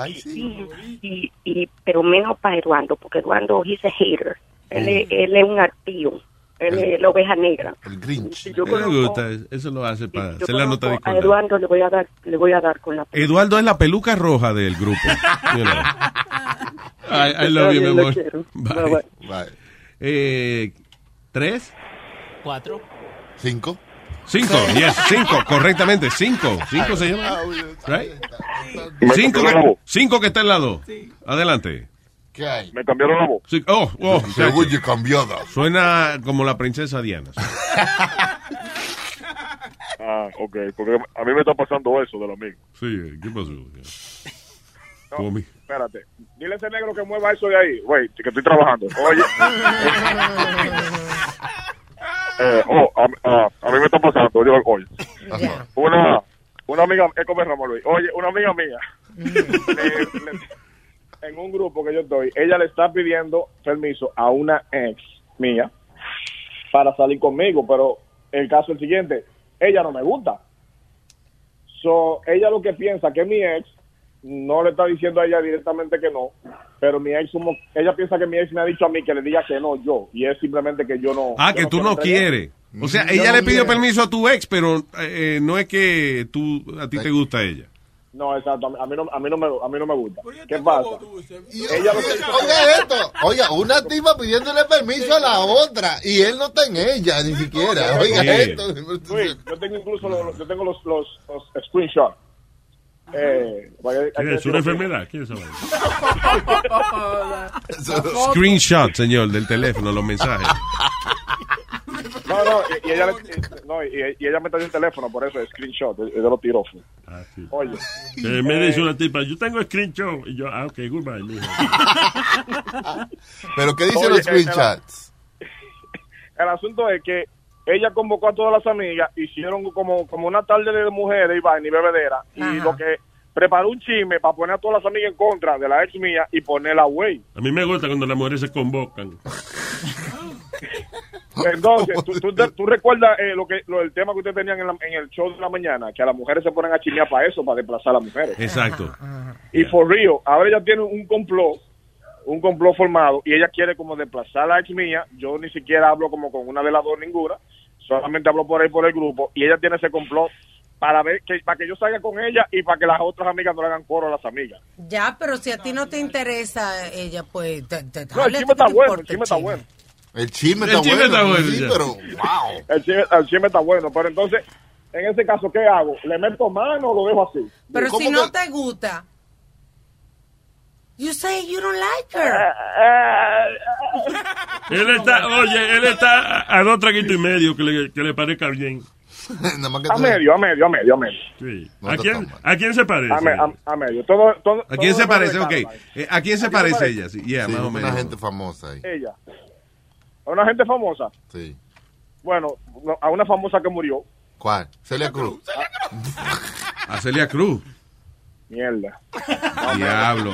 Speaker 1: y, y- pero menos para Eduardo, porque Eduardo, he's a hater. Él, es-
Speaker 16: Mm.
Speaker 1: él es un artío. Él es la oveja negra.
Speaker 11: El Grinch.
Speaker 1: Yo
Speaker 16: Eso
Speaker 1: conozco-
Speaker 16: le gusta, eso lo hace para
Speaker 1: yo
Speaker 16: hacer la nota de
Speaker 1: conozco a
Speaker 16: color.
Speaker 1: Eduardo le voy a dar, le voy a dar con la
Speaker 16: Eduardo es la peluca roja del grupo. You know. Ah, I, I love
Speaker 1: Está
Speaker 16: you, mi
Speaker 1: bien, lo
Speaker 16: amor.
Speaker 1: quiero.
Speaker 16: Bye.
Speaker 1: Bye, bye.
Speaker 16: Eh, ¿Tres?
Speaker 11: Cuatro. Cinco.
Speaker 16: Cinco, yes, cinco, correctamente, cinco. Cinco se llama. Right? Oh, Cinco, que, cinco que está al lado. Adelante.
Speaker 11: ¿Qué hay?
Speaker 16: Me cambiaron la voz. oh, oh,
Speaker 11: Se oye
Speaker 16: cambiada. Suena como la princesa Diana.
Speaker 2: Ah, ok, porque a mí me está pasando eso del amigo.
Speaker 16: Sí, ¿qué pasó?
Speaker 2: No,
Speaker 16: Tommy.
Speaker 2: espérate. Dile a ese negro que mueva eso de ahí. Güey, que estoy trabajando. Oye. Eh, oh, a, a- a mí me está pasando. Yo, oye. Una, una amiga, es como Ramón Luis. Oye, una amiga mía. le- le- en un grupo que yo estoy, ella le está pidiendo permiso a una ex mía para salir conmigo, pero el caso es el siguiente, ella no me gusta. So, ella lo que piensa que mi ex no le está diciendo a ella directamente que no, pero mi ex, como- ella piensa que mi ex me ha dicho a mí que le diga que no yo, y es simplemente que yo no.
Speaker 16: Ah,
Speaker 2: yo
Speaker 16: que tú
Speaker 2: quiero
Speaker 16: no
Speaker 2: estar-
Speaker 16: quieres. O sea, ella
Speaker 2: Yo Mm, no
Speaker 16: le pidió
Speaker 2: quiero.
Speaker 16: permiso a tu ex, pero eh, eh, no es que tú a ti te gusta ella.
Speaker 2: No, exacto, a mí no, a mí no, me, a mí no me gusta. ¿Qué pasa? Ella lo que hizo fue-
Speaker 23: Oiga esto, oiga, una tipa pidiéndole permiso a la otra y él no está en ella ni siquiera. Oiga
Speaker 2: Sí.
Speaker 23: esto.
Speaker 2: Luis, yo tengo incluso los, los- yo tengo los, los, los screenshots. Eh, vaya- hay que
Speaker 15: ¿Qué es?
Speaker 2: decir
Speaker 15: ¿Una
Speaker 2: lo que-
Speaker 15: enfermedad? ¿Qué es esa vaina?
Speaker 16: Screenshot, señor, del teléfono, los mensajes.
Speaker 2: No, no, y, y ella le- no, y, y ella me trae el teléfono, por eso es screenshot, yo yo lo tiro. fue. Oye.
Speaker 15: Eh, me dice una tipa, yo tengo screenshot. Y yo, ah, ok, goodbye, mijo.
Speaker 23: Ah,
Speaker 11: ¿Pero qué dicen
Speaker 2: Oye,
Speaker 11: los
Speaker 2: el- el-
Speaker 11: screenshots?
Speaker 2: El asunto es que ella convocó a todas las amigas, hicieron como, como una tarde de mujeres y vaina y bebedera, y lo que preparó un chisme para poner a todas las amigas en contra de la ex mía y ponerla güey.
Speaker 15: A mí me gusta cuando las mujeres se convocan.
Speaker 2: Entonces, ¿tú, tú, te- tú recuerdas eh, lo que lo, el tema que ustedes tenían en, la- en el show de la mañana? Que a las mujeres se ponen a chismear para eso, para desplazar a las mujeres.
Speaker 16: Exacto.
Speaker 2: Y for real, ahora ella tiene un complot, un complot formado, y ella quiere como desplazar a la ex mía. Yo ni siquiera hablo como con una de las dos ninguna, solamente hablo por ahí por el grupo, y ella tiene ese complot para ver que para que yo salga con ella y para que las otras amigas no le hagan coro a las amigas.
Speaker 14: Ya, pero si a ti no te interesa ella, pues... Te, te,
Speaker 2: No, el chisme está bueno, el chisme está bueno.
Speaker 11: El chisme
Speaker 2: El
Speaker 11: está
Speaker 2: chisme está
Speaker 11: bueno.
Speaker 2: bueno,
Speaker 11: sí,
Speaker 2: ya.
Speaker 11: pero
Speaker 2: El chisme, el chisme está bueno, pero entonces, en ese caso, ¿qué hago? ¿Le meto mano o lo dejo así?
Speaker 14: Pero si no te gusta... You say you don't like her.
Speaker 15: Él está, oye, él está a- a dos traguitos y medio que le, que le parezca bien.
Speaker 2: A medio, a medio, a medio, a medio.
Speaker 15: Sí.
Speaker 2: No
Speaker 15: ¿A,
Speaker 2: te
Speaker 15: quién, ¿A quién se parece?
Speaker 2: A, me- a- a medio. Todo, todo,
Speaker 16: ¿A quién
Speaker 2: todo
Speaker 16: se parece?
Speaker 2: depende
Speaker 16: Ok.
Speaker 2: de cada
Speaker 16: Eh, ¿A quién se
Speaker 2: ¿A quién
Speaker 16: parece
Speaker 2: parece?
Speaker 16: ella? Sí, yeah,
Speaker 11: Sí,
Speaker 16: más o
Speaker 11: una
Speaker 16: menos.
Speaker 11: gente famosa ahí.
Speaker 2: Ella. A una gente famosa.
Speaker 11: Sí.
Speaker 2: Bueno, no, a una famosa que murió.
Speaker 11: ¿Cuál? Celia Cruz.
Speaker 16: A Celia Cruz.
Speaker 2: Mierda.
Speaker 16: Diablo.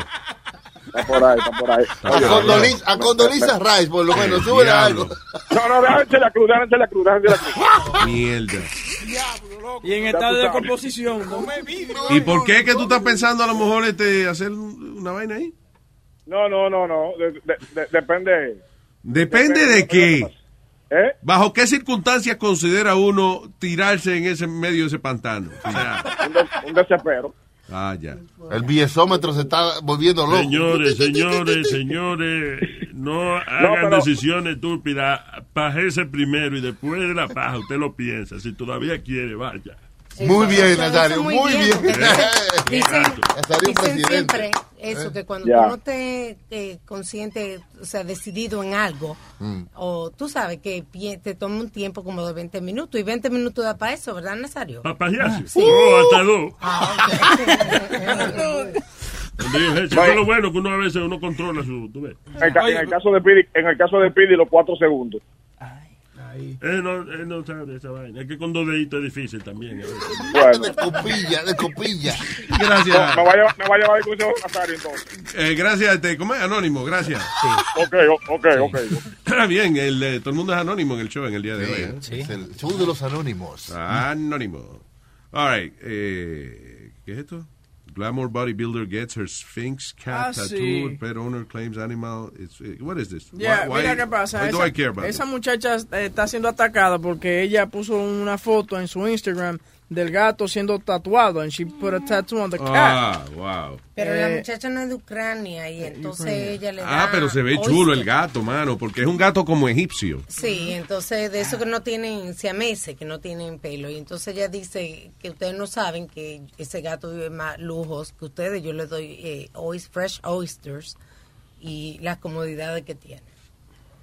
Speaker 2: Está por ahí, está por ahí.
Speaker 16: A Condoleezza-
Speaker 11: a Condoleezza Rice, por lo menos, súbele
Speaker 16: Diablo. algo.
Speaker 2: No, no, déjame Celia Cruz, déjame Celia Cruz, déjame Celia Cruz.
Speaker 16: Mierda.
Speaker 9: Y en
Speaker 2: Ya
Speaker 9: estado
Speaker 2: tú
Speaker 9: de
Speaker 2: sabes.
Speaker 9: composición.
Speaker 16: ¿Y por qué es que tú estás pensando a lo mejor este, hacer un- una vaina ahí?
Speaker 2: No, no, no, no. de- de- de- depende.
Speaker 16: Depende de qué.
Speaker 2: ¿Eh?
Speaker 16: ¿Bajo qué circunstancias considera uno tirarse en ese medio de ese pantano? O sea,
Speaker 2: Un, des- un desespero.
Speaker 16: ah, ya.
Speaker 11: El biesómetro se está Ah, volviendo loco.
Speaker 15: Señores, señores, señores, no hagan
Speaker 11: pero-
Speaker 15: decisiones estúpidas. Pajese primero y después de la paja usted lo piensa. Si todavía quiere, vaya.
Speaker 11: Muy bien, Nazario,
Speaker 14: Eso
Speaker 11: muy, bien.
Speaker 14: porque Dicen,
Speaker 11: Nazario,
Speaker 14: dicen
Speaker 11: presidente.
Speaker 14: siempre eso, que cuando
Speaker 11: Ya.
Speaker 14: uno esté eh, consciente, o sea, decidido en algo, o tú sabes que pi- te toma un tiempo como de 20 minutos, y 20 minutos da para eso, ¿verdad, Nazario?
Speaker 15: Papayasio.
Speaker 11: Ah,
Speaker 15: Oh, hasta dos. Dios, eh, Eso es lo bueno que uno a veces uno controla su. ¿tú ves?
Speaker 2: En el, ca- en el caso de Pidi, en el caso de Pidi, los cuatro segundos.
Speaker 15: Él no, él no sabe esa vaina. Es que con dos deditos es difícil también.
Speaker 2: Bueno.
Speaker 11: De copilla, de copilla.
Speaker 15: Gracias.
Speaker 2: Me, me va a llevar, me va a llevar el consejo de Nazario entonces.
Speaker 16: Eh, gracias, este, ¿cómo es? Anónimo, gracias.
Speaker 2: Ok, o- ok, ok.
Speaker 16: Está bien, el, eh, todo el mundo es anónimo en el show en el día de hoy. ¿eh?
Speaker 11: Es el show de los anónimos.
Speaker 16: Anónimo. All right, eh, ¿qué es esto? Glamour bodybuilder gets her sphinx cat
Speaker 9: Ah,
Speaker 16: tattoo.
Speaker 9: sí.
Speaker 16: Pet owner claims animal. It's, eh, what is this?
Speaker 9: Ya,
Speaker 16: Why-
Speaker 9: mira
Speaker 16: why-
Speaker 9: qué pasa.
Speaker 16: why do
Speaker 9: esa,
Speaker 16: I care about
Speaker 9: esa
Speaker 16: this?
Speaker 9: muchacha eh, está siendo atacada porque ella puso una foto en su Instagram del gato siendo tatuado. And she put a tattoo on the cat.
Speaker 16: Ah, wow.
Speaker 14: Pero la
Speaker 9: Eh,
Speaker 14: muchacha no es de Ucrania, y entonces ella le da...
Speaker 16: Ah, pero se ve
Speaker 14: oyster.
Speaker 16: chulo el gato, mano, porque es un gato como egipcio.
Speaker 14: Sí, entonces de
Speaker 15: Ah.
Speaker 14: eso que no tienen siameses, que no tienen pelo. Y entonces ella dice que ustedes no saben que ese gato vive más lujos que ustedes. Yo le doy eh, oys- fresh oysters y las comodidades que tiene.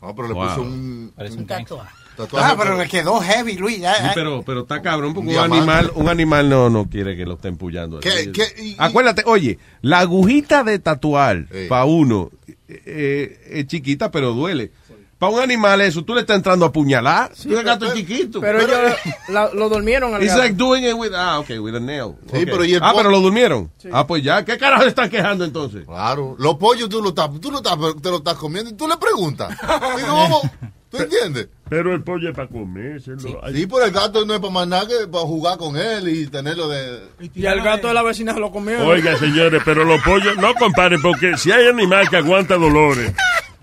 Speaker 11: Ah, pero le
Speaker 16: Wow.
Speaker 11: puso un,
Speaker 14: Un tatuaje.
Speaker 11: tatuaje.
Speaker 10: Ah, pero le quedó heavy, Luis. ¿eh? ya,
Speaker 16: Sí,
Speaker 10: ya.
Speaker 16: pero, pero está cabrón porque un,
Speaker 11: diamante.
Speaker 16: animal, un animal no, no quiere que lo estén pullando. así.
Speaker 11: ¿Qué- qué- y-
Speaker 16: Acuérdate, oye, la agujita de tatuar
Speaker 11: Sí.
Speaker 16: para uno eh, es chiquita pero duele. Para un animal eso, tú le estás entrando a puñalar.
Speaker 9: Sí,
Speaker 16: tú eres gato
Speaker 9: pero-
Speaker 16: chiquito.
Speaker 9: Pero ellos la- lo durmieron al
Speaker 16: It's
Speaker 9: gato.
Speaker 16: like doing it with, ah, okay, with a nail.
Speaker 11: Sí,
Speaker 16: Ok.
Speaker 11: pero ¿y el
Speaker 16: ah,
Speaker 11: po-
Speaker 16: pero lo durmieron. Ah, pues ya, ¿qué carajo le están quejando entonces?
Speaker 11: Claro. Los pollos tú, lo estás, tú lo estás, te lo estás comiendo y tú le preguntas. Digo, vamos, ¿tú entiendes?
Speaker 15: Pero el pollo es para comérselo.
Speaker 11: Sí, pero el gato no es para más nada que para jugar con él y tenerlo de...
Speaker 9: Y al gato de la vecina se lo comió.
Speaker 15: Oiga, señores, pero los pollos, no comparen, porque si hay animal que aguanta dolores,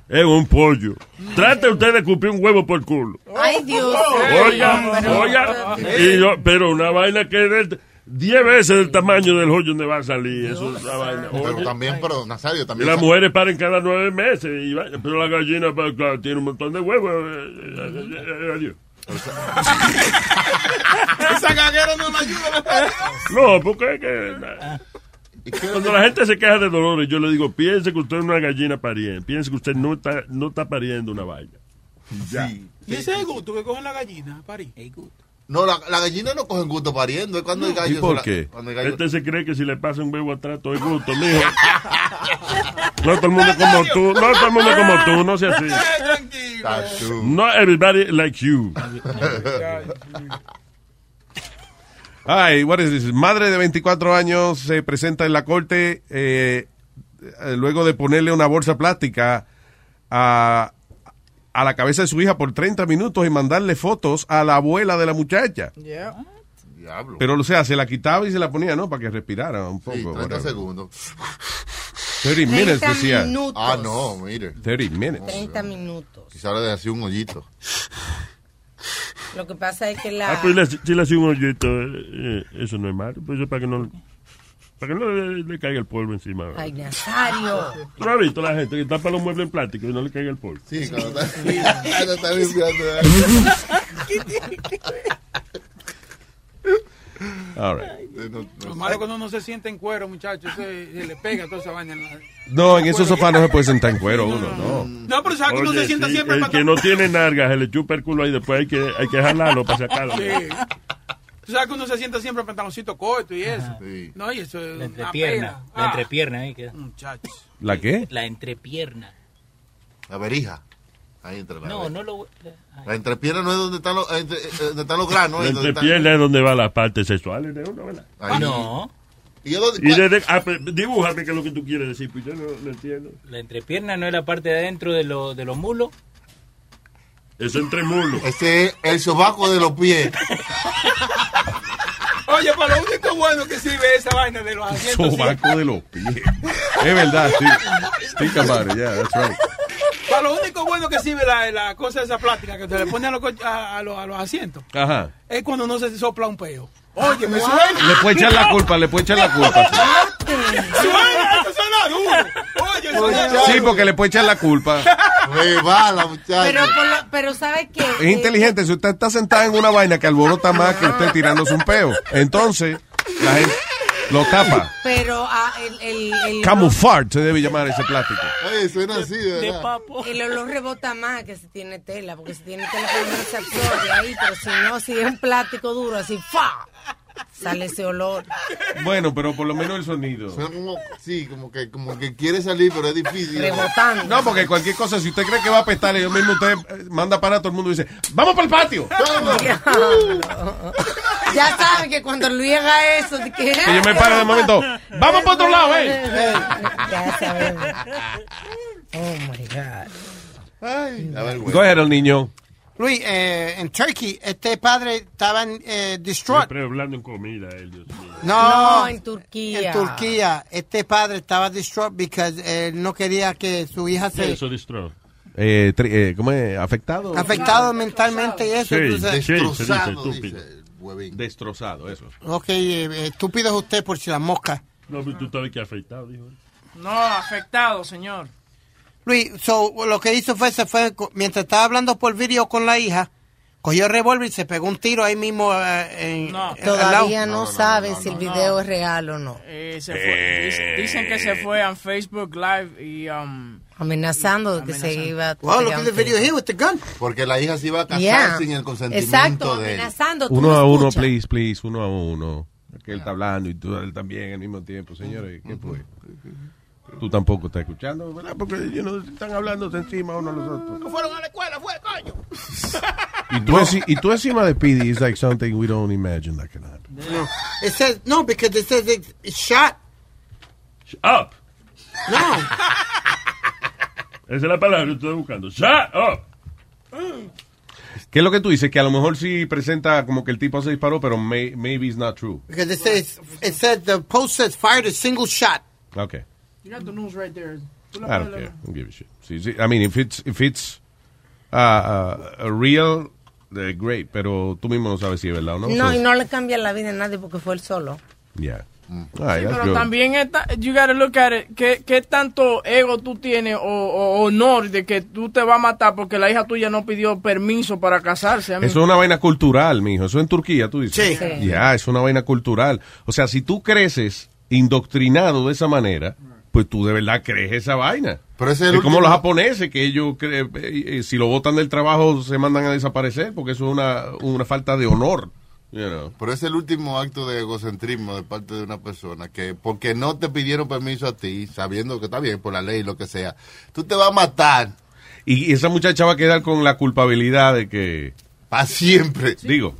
Speaker 15: es un pollo. Trate usted de escupir un huevo por culo.
Speaker 14: Ay, Dios.
Speaker 15: Oh. Oiga,
Speaker 14: Pero-
Speaker 15: oiga, y yo- pero una vaina que es del- 10 veces el tamaño del hoyo donde va a salir. Eso es una vaina.
Speaker 11: Pero también, pero Nazario,
Speaker 15: Y
Speaker 11: también...
Speaker 15: las mujeres paren cada nueve meses, y vaina, pero la gallina pues, claro, tiene un montón de huevos. eh, eh, eh, eh, adiós.
Speaker 23: Esa caguera no la ayuda.
Speaker 15: No, porque es que- Cuando la gente se queja de dolores, yo le digo, piense que usted es una gallina pariente, piense que usted no está, no está pariendo una vaina. Ya.
Speaker 4: ¿Y ese es el gusto que cogen la gallina, Pari?
Speaker 11: No, la, la gallina no cogen gusto pariendo, es cuando el gallo...
Speaker 15: ¿Y por
Speaker 11: la-
Speaker 15: qué?
Speaker 11: cuando el gallo-
Speaker 15: Este se cree que si le pasa un bebo atrás todo es gusto, mijo. No todo el mundo como tú, no todo el mundo como tú, no sea así.
Speaker 11: Eh,
Speaker 15: No everybody like you.
Speaker 16: Ay, what is this? Madre de 24 años se presenta en la corte eh, eh, luego de ponerle una bolsa plástica a, a la cabeza de su hija por 30 minutos y mandarle fotos a la abuela de la muchacha.
Speaker 9: Yeah.
Speaker 11: Diablo.
Speaker 16: Pero, o sea, se la quitaba y se la ponía, ¿no? Para que respirara un poco.
Speaker 11: Sí, 30
Speaker 16: whatever.
Speaker 11: segundos.
Speaker 16: 30 minutes, decía.
Speaker 14: minutos.
Speaker 11: Ah, no, mire.
Speaker 16: 30 minutes.
Speaker 14: 30 minutos.
Speaker 11: Quizá le dejé así un hoyito.
Speaker 14: Lo que pasa es que
Speaker 15: Ah,
Speaker 14: la...
Speaker 15: pues le- si le hace un hoyito, eh, eh, eso no es malo, pues eso para que no, para que no le, le caiga el polvo encima. ¿verdad?
Speaker 14: Ay, Nazario.
Speaker 15: ¿Tú no has visto la gente que tapa los muebles en plástico y no le caiga el polvo?
Speaker 11: Sí, claro. ¿eh?
Speaker 16: All right.
Speaker 4: Lo malo es cuando uno se siente en cuero, muchachos, se, se le pega toda esa vaina. en la-
Speaker 16: No, en esos sofás no se puede sentar en cuero uno, no.
Speaker 4: Mm. No, pero sabes que uno
Speaker 15: Oye,
Speaker 4: se sienta
Speaker 15: sí,
Speaker 4: siempre
Speaker 15: el
Speaker 4: para
Speaker 15: que no tiene nargas se le chupa el culo ahí después hay que, hay que jalarlo para sacarlo.
Speaker 4: Tú sabes que uno se sienta siempre en pantaloncito corto y eso. No, y eso es
Speaker 12: La
Speaker 6: Ah,
Speaker 4: una
Speaker 12: entrepierna.
Speaker 4: pena.
Speaker 12: La
Speaker 16: Ah.
Speaker 12: entrepierna ahí queda.
Speaker 4: Muchachos.
Speaker 16: ¿La qué?
Speaker 12: La entrepierna.
Speaker 11: La verija. Ahí entre la
Speaker 12: No,
Speaker 11: verija.
Speaker 12: no lo.
Speaker 11: La entrepierna no es donde están los, eh, entre- eh, donde están los granos.
Speaker 15: La
Speaker 11: eh, donde están-
Speaker 15: entrepierna es donde va la parte sexual de uno, ¿verdad?
Speaker 11: Ahí.
Speaker 12: No.
Speaker 11: ¿Y,
Speaker 15: desde, ah, pues, dibújame que es lo que tú quieres decir, pues yo no, no entiendo.
Speaker 12: La entrepierna no es la parte de adentro de, lo- de los mulos.
Speaker 15: Es entre mulos.
Speaker 11: Ese es el sobaco de los pies.
Speaker 4: Oye, para lo único bueno que sirve esa vaina de los asientos.
Speaker 16: Sobaco de los pies. Es verdad, sí. Think about it, yeah, that's right.
Speaker 4: Para lo único bueno que sirve la, la cosa de esa plástica que se le pone a los, co- a, a los, a los asientos
Speaker 16: Ajá.
Speaker 4: es cuando uno se sopla un peo. Oye, me suena.
Speaker 16: Ah, Le puede echar la culpa, le puede echar la culpa. sí.
Speaker 4: Suena, eso suena duro. Oye, suena
Speaker 16: Sí, porque le puede echar la culpa.
Speaker 11: Rebala, muchacho.
Speaker 14: Pero por lo, Pero ¿sabes qué? Eh,
Speaker 16: Es inteligente. Si usted está sentada en una vaina que alborota más que usted tirándose un peo, entonces la gente lo tapa.
Speaker 14: Pero ah, el, el, el
Speaker 16: Camuflar se debe llamar ese plástico.
Speaker 11: Oye, suena así, de
Speaker 14: olor-
Speaker 11: verdad.
Speaker 14: El olor rebota más que si tiene tela, porque si tiene tela primero se absorbe ahí, pero si no, si es un plástico duro, así ¡fa! sale ese olor.
Speaker 16: Bueno, pero por lo menos el sonido.
Speaker 11: Suena como, sí, como que, como que quiere salir, pero es difícil.
Speaker 16: No, porque cualquier cosa, si usted cree que va a pestar, yo mismo usted eh, manda para todo el mundo y dice, vamos para el patio.
Speaker 14: Ya saben que cuando Luis haga eso, de que,
Speaker 16: Y yo me paro de momento, vamos para otro lado, eh.
Speaker 14: Ya sabemos. Oh my God.
Speaker 16: Go ahead, el niño.
Speaker 3: Luis, eh, en Turkey, este padre estaba en, eh, distraught.
Speaker 15: Siempre hablando en comida, él, Dios mío.
Speaker 3: No,
Speaker 14: en
Speaker 3: En
Speaker 14: Turquía.
Speaker 3: Turquía, este padre estaba distraught porque él no quería que su hija
Speaker 15: Sí,
Speaker 3: se
Speaker 15: Eso distró.
Speaker 16: Eh, tri- eh, ¿Cómo es? ¿Afectado?
Speaker 3: afectado mentalmente y eso.
Speaker 15: Sí,
Speaker 3: entonces-
Speaker 15: sí, se dice,
Speaker 3: Destrozado,
Speaker 15: estúpido.
Speaker 16: Destrozado, eso.
Speaker 3: Ok, eh, eh, estúpido es usted por si las moscas.
Speaker 15: No, pero tú sabes que afectado, dijo. él.
Speaker 9: No, afectado, señor.
Speaker 3: Luis, so, lo que hizo fue, se fue, co- mientras estaba hablando por vídeo con la hija, cogió el revólver y se pegó un tiro ahí mismo eh, en, en- al lado.
Speaker 14: Todavía no, saben si el video es real o no.
Speaker 9: Eh, se fue. Dic- Dicen que se fue a Facebook Live y... um,
Speaker 14: Amenazando de que se iba a
Speaker 9: Wow, look
Speaker 14: tirar
Speaker 9: at
Speaker 14: un
Speaker 9: the video
Speaker 14: tiro.
Speaker 11: Porque la hija se iba a casar
Speaker 14: Yeah.
Speaker 11: este sin el consentimiento
Speaker 14: Exacto,
Speaker 11: de él.
Speaker 14: amenazando. tú
Speaker 16: Uno
Speaker 14: no
Speaker 16: a uno,
Speaker 14: escuchas.
Speaker 16: please, please, uno a uno. Que él está hablando y tú él también al mismo tiempo, señores. ¿Qué fue? Tú tampoco estás escuchando, ¿verdad? Porque you know, están hablando de encima uno a los otros.
Speaker 10: No fueron a la escuela, fue, coño.
Speaker 16: Y tú, enci- y tú encima de Pidi is like something we don't imagine that can happen.
Speaker 3: No, it says, no, because it says it, it's shot.
Speaker 15: Up.
Speaker 3: No.
Speaker 15: Esa es la palabra que estoy buscando. Shut up.
Speaker 16: ¿Qué es lo que tú dices? Que a lo mejor sí presenta como que el tipo se disparó, pero may- maybe it's not true.
Speaker 3: Because it says, it said the post says fired a single shot.
Speaker 16: Ok.
Speaker 9: You got the news right there. Tú
Speaker 16: I
Speaker 9: la puedes
Speaker 16: don't care.
Speaker 9: leer.
Speaker 16: I don't give a shit. Sí, sí. I mean, if it's, if it's uh, uh, a real, eh, great. Pero tú mismo no sabes si es verdad o no.
Speaker 14: No,
Speaker 16: So,
Speaker 14: y no le cambia la vida a nadie porque fue él solo.
Speaker 16: Yeah. All right,
Speaker 9: Mm. Sí,
Speaker 16: that's
Speaker 9: pero
Speaker 16: good.
Speaker 9: también está, you gotta look at it, ¿qué, qué tanto ego tú tienes o, o honor de que tú te vas a matar porque la hija tuya no pidió permiso para casarse? I mean,
Speaker 16: Eso es una vaina cultural, mijo. Eso en Turquía, tú dices.
Speaker 9: Sí.
Speaker 16: Ya,
Speaker 9: Sí.
Speaker 16: es una vaina cultural. O sea, si tú creces indoctrinado de esa manera, pues tú de verdad crees esa vaina.
Speaker 11: Pero ese es
Speaker 16: es
Speaker 11: el
Speaker 16: como
Speaker 11: último-
Speaker 16: los japoneses, que ellos, cre- eh, eh, si lo botan del trabajo, se mandan a desaparecer, porque eso es una, una falta de honor. you know.
Speaker 11: Pero es el último acto de egocentrismo de parte de una persona que porque no te pidieron permiso a ti, sabiendo que está bien por la ley, lo que sea, tú te vas a matar.
Speaker 16: Y esa muchacha va a quedar con la culpabilidad de que...
Speaker 11: Para siempre.
Speaker 16: Digo.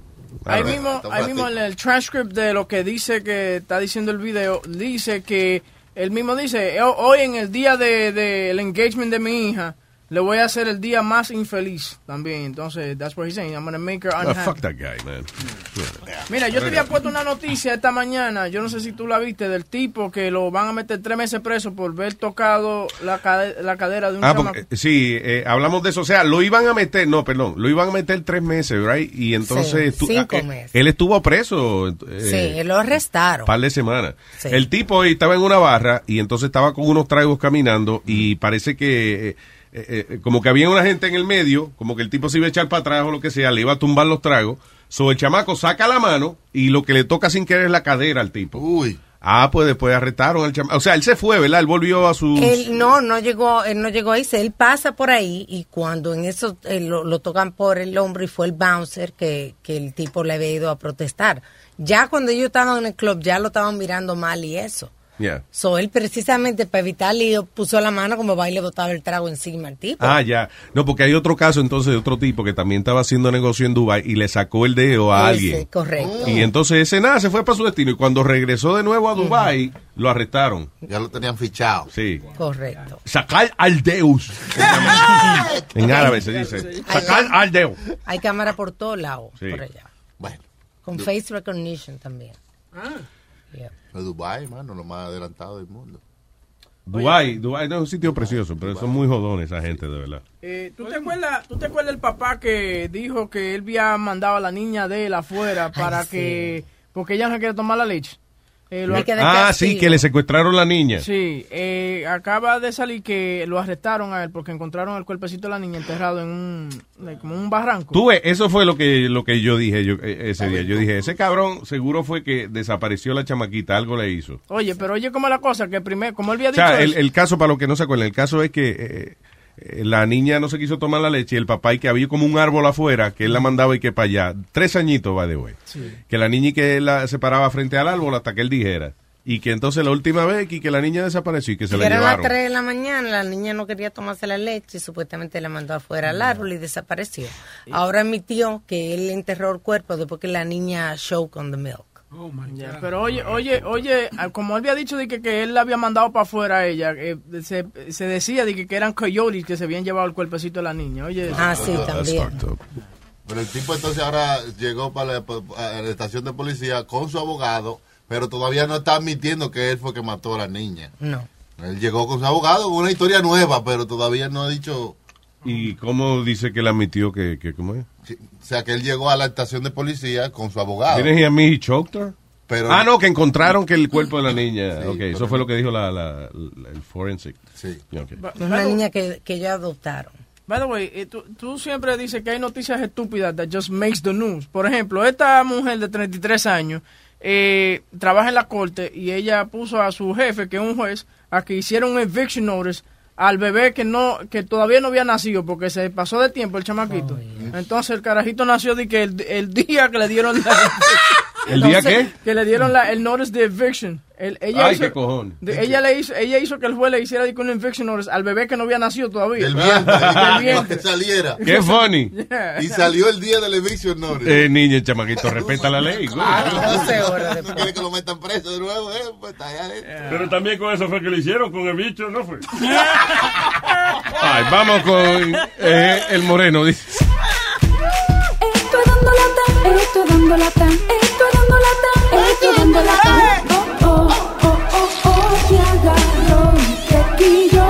Speaker 9: Ahí mismo, ahí mismo en el transcript de lo que dice que está diciendo el video, dice que él mismo dice, "Ho- hoy en el día del de, el engagement de mi hija, le voy a hacer el día más infeliz también. Entonces, that's what he's saying, I'm gonna make her
Speaker 16: Ah,
Speaker 9: unhappy.
Speaker 16: fuck that guy, man.
Speaker 9: Mira, yo te había puesto una noticia esta mañana, yo no sé si tú la viste, del tipo que lo van a meter tres meses preso por haber tocado la, cade- la cadera de un
Speaker 16: Ah,
Speaker 9: chamaco.
Speaker 16: porque, sí, eh, hablamos de eso. O sea, lo iban a meter, no, perdón, lo iban a meter tres meses, ¿right? Y entonces.
Speaker 14: Sí,
Speaker 16: tú-
Speaker 14: cinco
Speaker 16: ah, eh,
Speaker 14: meses.
Speaker 16: Él estuvo preso. eh,
Speaker 14: sí, lo arrestaron.
Speaker 16: par de semanas.
Speaker 14: Sí.
Speaker 16: El tipo estaba en una barra y entonces estaba con unos tragos caminando y parece que eh, eh, eh, como que había una gente en el medio, como que el tipo se iba a echar para atrás o lo que sea, le iba a tumbar los tragos. So el chamaco saca la mano y lo que le toca sin querer es la cadera al tipo.
Speaker 11: Uy.
Speaker 16: Ah, pues después arrestaron al chamaco. O sea, él se fue, ¿verdad? Él volvió a su...
Speaker 14: Él no, no llegó, él no llegó ahí, se- él pasa por ahí y cuando en eso eh, lo, lo tocan por el hombro y fue el bouncer que, que el tipo le había ido a protestar. Ya cuando ellos estaban en el club ya lo estaban mirando mal y eso.
Speaker 16: Yeah.
Speaker 14: So él precisamente para evitar lío puso la mano como va y le botaba el trago encima al tipo.
Speaker 16: Ah, ya. No, porque hay otro caso entonces de otro tipo que también estaba haciendo negocio en Dubai y le sacó el dedo
Speaker 14: Ese,
Speaker 16: a alguien.
Speaker 14: correcto.
Speaker 16: Y entonces ese nada se fue para su destino y cuando regresó de nuevo a Dubai lo arrestaron.
Speaker 11: Ya lo tenían fichado.
Speaker 16: Sí.
Speaker 14: Correcto.
Speaker 16: Sacar al deus. en árabe se dice. Sacar al deus.
Speaker 14: Hay cámara por todos lados
Speaker 16: Sí.
Speaker 14: por allá.
Speaker 11: Bueno.
Speaker 14: Con
Speaker 11: Du-
Speaker 14: face recognition también.
Speaker 11: Pero Dubai, mano, lo más adelantado del mundo.
Speaker 16: Dubai, Dubai no, es un sitio precioso, pero son muy jodones esa gente, de verdad.
Speaker 9: Eh, ¿tú, te acuerdas, ¿Tú te acuerdas el papá que dijo que él había mandado a la niña de él afuera para
Speaker 14: sí.
Speaker 9: que... Porque ella no se quiere tomar la leche. Eh, lo-
Speaker 16: Ah, sí, que le secuestraron la niña.
Speaker 9: Sí, eh, acaba de salir que lo arrestaron a él porque encontraron el cuerpecito de la niña enterrado en un, de- como un barranco.
Speaker 16: Tú ves, eso fue lo que, lo que yo dije yo, eh, ese día. Yo dije, ese cabrón seguro fue que desapareció la chamaquita, algo le hizo.
Speaker 9: Oye, pero oye cómo es la cosa, que primero, como él había
Speaker 16: O
Speaker 9: dicho...
Speaker 16: sea, el,
Speaker 9: eso-
Speaker 16: el caso, para los que no se acuerdan, el caso es que eh, eh, la niña no se quiso tomar la leche y el papá y que había como un árbol afuera que él la mandaba y que para allá. Tres añitos va de güey.
Speaker 9: Sí.
Speaker 16: Que la niña y que él la separaba frente al árbol hasta que él dijera. Y que entonces la última vez y que la niña desapareció y que se la
Speaker 14: Era las
Speaker 16: llevaron.
Speaker 14: 3 de la mañana, la niña no quería tomarse la leche y supuestamente la mandó afuera al árbol y desapareció. Ahora mi tío, que él enterró el cuerpo después que la niña choke on the milk.
Speaker 9: Ya, pero oye, oye, oye, ah, como él había dicho de que, que él la había mandado para afuera a ella, eh, se, se decía de que, que eran coyotes que se habían llevado el cuerpecito de la niña. Oye,
Speaker 11: Pero el tipo entonces ahora llegó para la, a la estación de policía con su abogado, pero todavía no está admitiendo que él fue que mató a la niña.
Speaker 14: No.
Speaker 11: Él llegó con su abogado con una historia nueva, pero todavía no ha dicho...
Speaker 16: ¿Y cómo dice que la admitió que, que cómo es?
Speaker 11: O sea, que él llegó a la estación de policía con su abogado.
Speaker 16: ¿Tienes y a mí choked her?
Speaker 11: Ah. Pero-
Speaker 16: ah, no, que encontraron que el cuerpo de la niña. ok, eso fue lo que dijo la, la- la- el forensic.
Speaker 11: Sí.
Speaker 9: Ba-
Speaker 14: Es
Speaker 9: by
Speaker 14: una
Speaker 9: the-
Speaker 14: niña que, que ellos adoptaron.
Speaker 9: By the way, eh, tú, tú siempre dices que hay noticias estúpidas that just makes the news. Por ejemplo, esta mujer de 33 años eh, trabaja en la corte y ella puso a su jefe, que es un juez, a que hiciera un eviction notice al bebé que no que todavía no había nacido porque se pasó de tiempo el chamaquito. Entonces el carajito nació de que el, el día que le dieron la,
Speaker 16: ¿El día qué?
Speaker 9: que le dieron la, el notice de eviction. El- ella
Speaker 16: Ay,
Speaker 9: hizo-
Speaker 16: qué cojones.
Speaker 9: de- ella le hizo, ella hizo que el juez le hiciera de que un eviction notice al bebé que no había nacido todavía.
Speaker 11: Del vientre,
Speaker 9: Del
Speaker 11: para
Speaker 9: vientre.
Speaker 11: que saliera.
Speaker 16: Qué funny.
Speaker 11: Y salió el día del eviction notice.
Speaker 16: Eh, niña, chamaquito, respeta la ley. güey.
Speaker 11: No quiere que lo metan preso de nuevo, eh, pues está allá adentro.
Speaker 4: Ah.
Speaker 15: Pero también con eso fue que lo hicieron, con el bicho, ¿no fue?
Speaker 16: Ay, vamos con eh, el moreno. Dice,
Speaker 17: Estoy dando lata, estoy dando lata, estoy dando lata, estoy dando lata. Oh, oh, oh, oh, oh, te agarro y te pillo.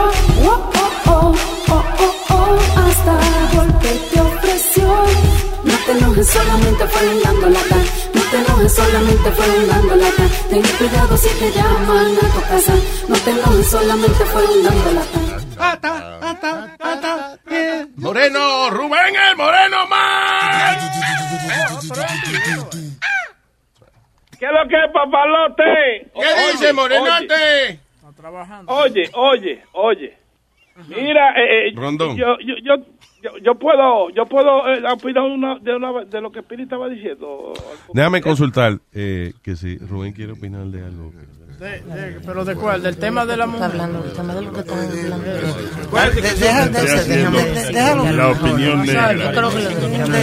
Speaker 17: Oh, oh, oh, oh, oh, oh, hasta golpe te ofreció. No te enojes, solamente fueron dando lata. No te enojes, solamente fueron dando lata. Ten cuidado si te llaman a tu casa. No te enojes, solamente fueron dando lata.
Speaker 16: moreno, Rubén el moreno
Speaker 17: más.
Speaker 7: ¿Qué es lo que es, papalote?
Speaker 16: ¿Qué dice, Morenote?
Speaker 7: Oye, oye, oye. Mira, eh, eh,
Speaker 16: Rondón.
Speaker 7: Yo, yo, yo, yo, yo puedo, yo puedo eh, opinar una- de, una- de lo que Piri estaba diciendo.
Speaker 16: Déjame consultar eh, que si Rubén quiere opinar de algo.
Speaker 9: De- de- pero de cuál, del tema de la mujer.
Speaker 10: eh,
Speaker 6: ¿Cuál? De- deja- de-
Speaker 15: Estoy
Speaker 6: déjame-
Speaker 15: haciendo
Speaker 6: déjalo.
Speaker 15: La opinión
Speaker 6: Exacto,
Speaker 15: negra.
Speaker 6: creo que lo-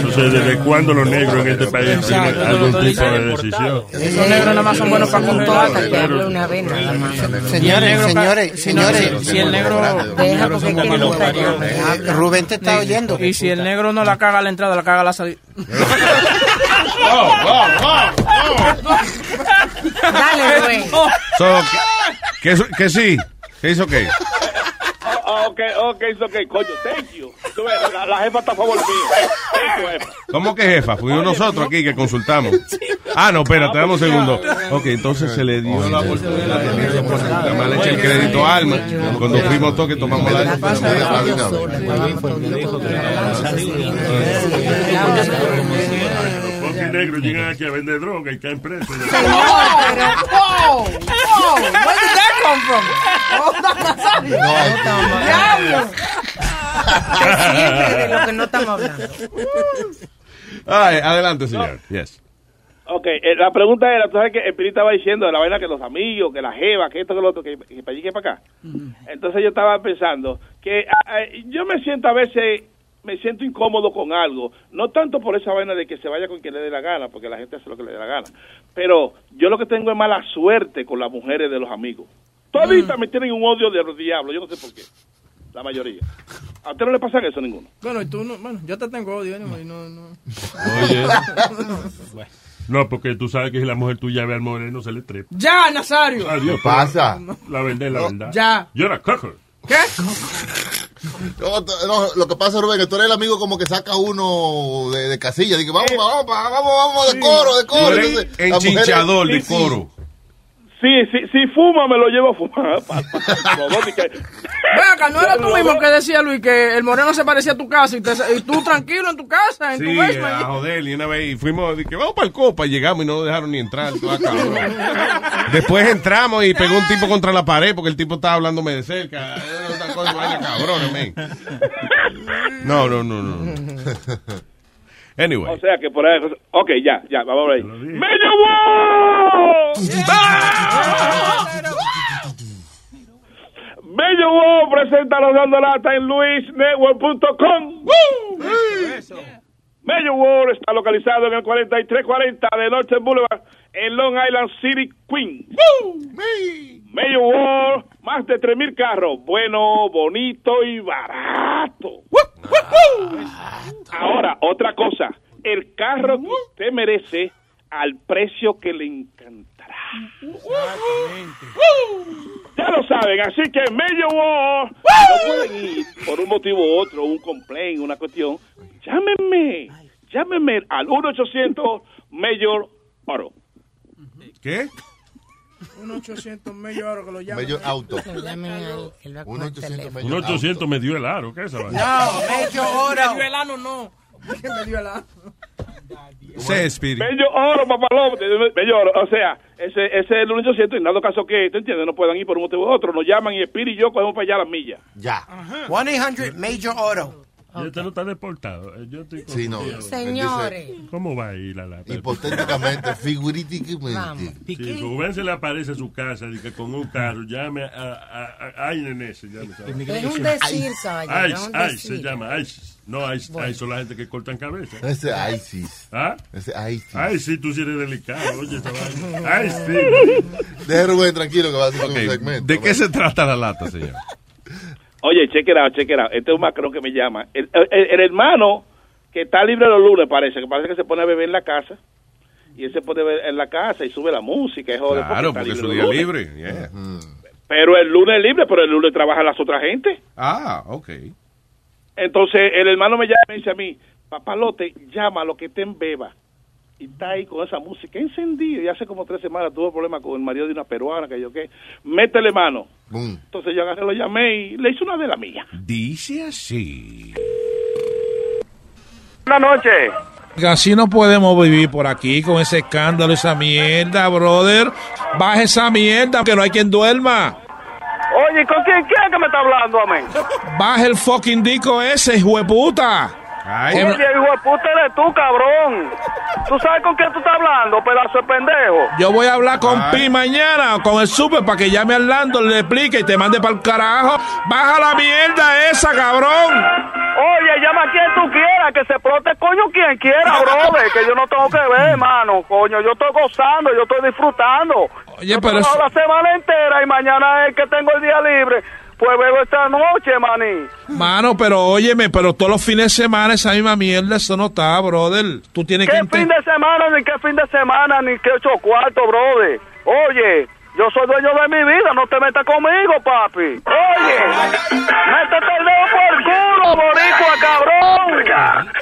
Speaker 15: No sé desde cuándo los negros en este país tienen algún tipo de decisión.
Speaker 14: Los negros nada más son
Speaker 10: Eh,
Speaker 14: buenos para coger lata, que
Speaker 15: Pero-
Speaker 14: hable una vez nada más.
Speaker 10: Señores,
Speaker 14: Negro,
Speaker 10: eh, señores,
Speaker 14: si no,
Speaker 10: señores.
Speaker 14: si el negro-
Speaker 9: Deja
Speaker 14: porque es que no está
Speaker 10: Eh, Rubén te está oyendo.
Speaker 9: Y si el negro no la caga a la entrada, la caga a la salida.
Speaker 7: Oh,
Speaker 14: Dale, güey.
Speaker 16: So, que, que, que sí, que hizo que.
Speaker 7: Ah, ok, ok, it's ok, coño, thank you. Tú ves, la, la jefa está a favor mío. Thank you, jefa.
Speaker 16: ¿Cómo que jefa? Fuimos nosotros aquí que consultamos. Ah, no, espérate, dame un segundo. Ok, entonces se le dio la oportunidad de tener esa oportunidad. Nada más le eché el crédito a Alma. Cuando fuimos todos que tomamos la
Speaker 15: Los fucking negros llegan aquí a vender droga y caen presos.
Speaker 6: Oh, oh, where did that come from? Oh, Nazario. Diablo.
Speaker 14: Siempre de lo que no estamos hablando.
Speaker 16: Ay, adelante, señor. Yes.
Speaker 7: Ok, eh, la pregunta era, tú sabes que el Piri estaba diciendo de la vaina que los amigos, que la jeva, que esto, que lo otro, que, que para allí, que para acá.
Speaker 15: Mm-hmm.
Speaker 7: Entonces yo estaba pensando que ah, ah, yo me siento a veces, me siento incómodo con algo, no tanto por esa vaina de que se vaya con quien le dé la gana, porque la gente hace lo que le dé la gana, pero yo lo que tengo es mala suerte con las mujeres de los amigos. Toditas me tienen un odio de los diablos, yo no sé por qué, la mayoría. ¿A usted no le pasa eso a ninguno?
Speaker 9: Bueno, y tú no, bueno, yo te tengo odio, anyway, no, no.
Speaker 15: Oye. No, porque tú sabes que si la mujer tuya ve al moreno, se le trepa.
Speaker 9: Ya, Nazario.
Speaker 15: Adiós.
Speaker 11: pasa?
Speaker 15: La verdad es la verdad.
Speaker 9: Ya.
Speaker 15: Yo era cocker.
Speaker 11: No, t- no, lo que pasa, Rubén, que tú eres el amigo como que saca uno de, de casilla. Dice, vamos, vamos, pa- vamos, vamos, de coro, de
Speaker 16: Tú
Speaker 11: coro.
Speaker 16: eres
Speaker 11: Entonces, las mujeres-
Speaker 16: Enchinchador
Speaker 11: Sí,
Speaker 16: de
Speaker 11: sí.
Speaker 16: coro.
Speaker 5: Sí, sí, sí, fuma, me lo llevo a fumar. Pa- pa- pa- los dos, y que-
Speaker 9: Ven acá, ¿no era tú mismo que decía Luis que el moreno se parecía a tu casa y, te- y tú tranquilo en tu casa, en
Speaker 16: Sí, ah.
Speaker 9: tu basement?
Speaker 16: a joder, y una vez y fuimos, dije, vamos para el copa, y llegamos y no nos dejaron ni entrar. todo acabado. Después entramos y pegó un tipo contra la pared porque el tipo estaba hablándome de cerca. Era otra cosa, vaina cabrona, men. No, no, no, no. Anyway.
Speaker 5: O sea que por ahí. Ok, ya, ya, vamos por ahí. ¡Meño Bello Wow presenta los dando lata en luisnetwork.com. Bello Wow está localizado en el 4340 de Norte Boulevard en Long Island City, Queens. Bello Wow, más de 3.000 carros, bueno, bonito y barato. Ahora, otra cosa, el carro que usted merece al precio que le encanta. Ya lo saben, así que medio War, no pueden ir por un motivo u otro, un complaint, una cuestión. Llámenme, llámenme al 1-800 Mayor Oro.
Speaker 16: ¿Qué?
Speaker 9: Un 800 mayor que lo llaman.
Speaker 14: Mayor auto.
Speaker 16: Un 800
Speaker 15: Un 800 me dio el aro, ¿qué es esa vaina?
Speaker 9: No, medio oro. Me dio el ano, no. Me dio el ano.
Speaker 16: Se espíritu.
Speaker 5: Bello oro, papalón. Bello oro. O sea, ese, ese es el 1-800 y en dado caso que, ¿te entiendes? No puedan ir por un motivo u otro. Nos llaman y Spirit y yo cogemos para allá las millas.
Speaker 14: Ya.
Speaker 24: 1-800 Major Auto.
Speaker 15: Y este no está deportado. eh, Yo estoy
Speaker 14: Sí, no.
Speaker 15: confundido.
Speaker 14: Señores. Él
Speaker 15: ¿Cómo va a ir la lata?
Speaker 14: Hipotéticamente, figurísticamente.
Speaker 15: Si Rubén se le aparece a su casa dice, con un carro, llame a, a, a, a Inés, se llama esa vaina.
Speaker 10: Es un decir, caballero, es
Speaker 15: Ice,
Speaker 10: un
Speaker 15: Ice,
Speaker 10: decir.
Speaker 15: se llama Ice. No, Ice, Ice son la gente que cortan cabeza.
Speaker 14: Ese ISIS.
Speaker 15: ¿Ah?
Speaker 14: Ese ISIS.
Speaker 15: Ay, sí, tú sí eres delicado, oye, esa vaina. Ay, sí.
Speaker 14: Deje Rubén tranquilo que va a hacer un segmento.
Speaker 16: ¿De qué se trata la lata, señor?
Speaker 5: Oye, check it out, check it out. Este es un macrón que me llama. El, el- el hermano que está libre los lunes, parece, que parece que se pone a beber en la casa. Y él se pone a beber en la casa y sube la música. Y jode
Speaker 16: Claro,
Speaker 5: está
Speaker 16: porque es su
Speaker 5: los
Speaker 16: día
Speaker 5: lunes.
Speaker 16: libre. yeah.
Speaker 5: Pero el lunes es libre, pero el lunes trabaja las otras gente.
Speaker 16: Ah, ok.
Speaker 5: Entonces el hermano me llama y me dice a mí, papalote, llama a lo que te beba. Y está ahí con esa música encendida. Y hace como tres semanas tuvo problemas con el marido de una peruana, que yo qué. Métele mano. Entonces yo agarré, lo llamé y le hice una de la mía.
Speaker 16: Dice así.
Speaker 5: Buenas noches.
Speaker 7: Así no podemos vivir por aquí con ese escándalo, esa mierda, brother. Baja esa mierda, que no hay quien duerma.
Speaker 5: Oye, ¿con quién, quién es que me está hablando, amén?
Speaker 7: Baja el fucking disco ese, hijo de puta.
Speaker 5: Oye, hijo de puta eres tú, cabrón. ¿Tú sabes con quién tú estás hablando, pedazo de pendejo?
Speaker 7: Yo voy a hablar con
Speaker 5: Ay.
Speaker 7: Pi mañana, o con el super, para que llame a Orlando, le explique y te mande para el carajo. Baja la mierda esa, cabrón.
Speaker 5: Oye, llama a quien tú quieras, que se explote coño quien quiera, brother, que yo no tengo que ver, hermano, coño, yo estoy gozando, yo estoy disfrutando.
Speaker 7: Oye,
Speaker 5: Yo
Speaker 7: pero
Speaker 5: trabajo
Speaker 7: eso-
Speaker 5: la semana entera y mañana es que tengo el día libre, pues bebo esta noche, maní.
Speaker 7: Mano, pero óyeme, pero todos los fines de semana esa misma mierda, eso no está, brother. Tú tienes que...
Speaker 5: ¿Qué
Speaker 7: inte-
Speaker 5: fin de semana, ni qué fin de semana, ni qué ocho cuartos, brother? Oye, yo soy dueño de mi vida, no te metas conmigo, papi. Oye, métete el dedo por el culo, boricua, cabrón.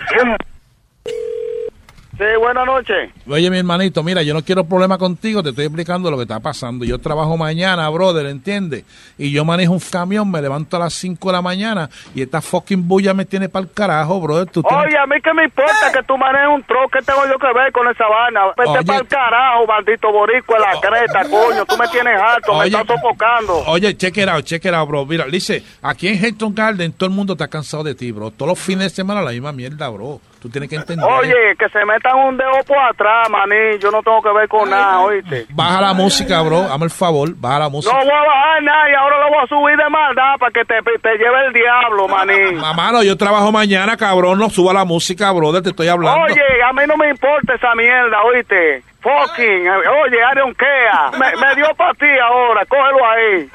Speaker 5: Sí, buenas noches.
Speaker 7: Oye, mi hermanito, mira, yo no quiero problema contigo, te estoy explicando lo que está pasando. Yo trabajo mañana, brother, ¿entiendes? Y yo manejo un camión, me levanto a las 5 de la mañana y esta fucking bulla me tiene para el carajo, brother. Tú tienes-
Speaker 5: Oye, a mí que me importa que tú manejes un troque, ¿qué tengo yo que ver con esa vaina? Vete
Speaker 7: Oye. Oh.
Speaker 5: para el carajo, maldito boricua, la creta, coño, tú me tienes harto, me
Speaker 7: Oye.
Speaker 5: estás sofocando.
Speaker 7: Oye, check it out, check it out, bro. Mira, dice, aquí en Hilton Garden todo el mundo está cansado de ti, bro. Todos los fines de semana la misma mierda, bro. Tú tienes que entender. ¿eh?
Speaker 5: Oye, que se metan un dedo por atrás, maní, yo no tengo que ver con nada, oíste.
Speaker 7: Baja la música, bro. Hazme el favor, baja la música.
Speaker 5: No voy a bajar nada y ahora lo voy a subir de maldad para que te, te lleve el diablo, maní.
Speaker 7: Mamá, no, yo trabajo mañana, cabrón. No suba la música, brother. Te estoy hablando.
Speaker 5: Oye, a mí no me importa esa mierda, oíste. Fucking, eh, oye, I don't care. Me, me dio para ti ahora, cógelo ahí.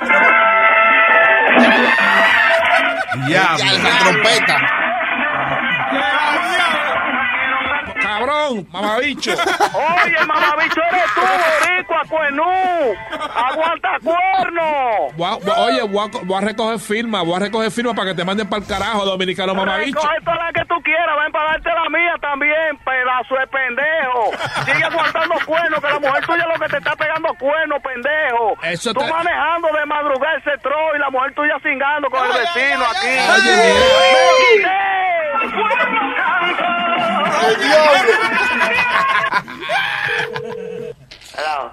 Speaker 16: Ya,
Speaker 5: trompeta.
Speaker 7: Cabrón, cabrón, mamabicho.
Speaker 5: Oye, mamabicho, eres tú, boricua, cuenú. Aguanta cuerno.
Speaker 7: Voy a- voy- oye, voy a, co- voy a recoger firma, voy a recoger firma para que te manden para el carajo, dominicano mamabicho.
Speaker 5: Recoge toda la que tú quieras, ven para darte la mía también, pedazo de pendejo. Sigue aguantando cuernos, que la mujer tuya es lo que te está pegando cuernos, pendejo.
Speaker 7: Eso
Speaker 5: tú
Speaker 7: te-
Speaker 5: manejando de madrugada ese tro y la mujer tuya cingando con el vecino aquí. Hello.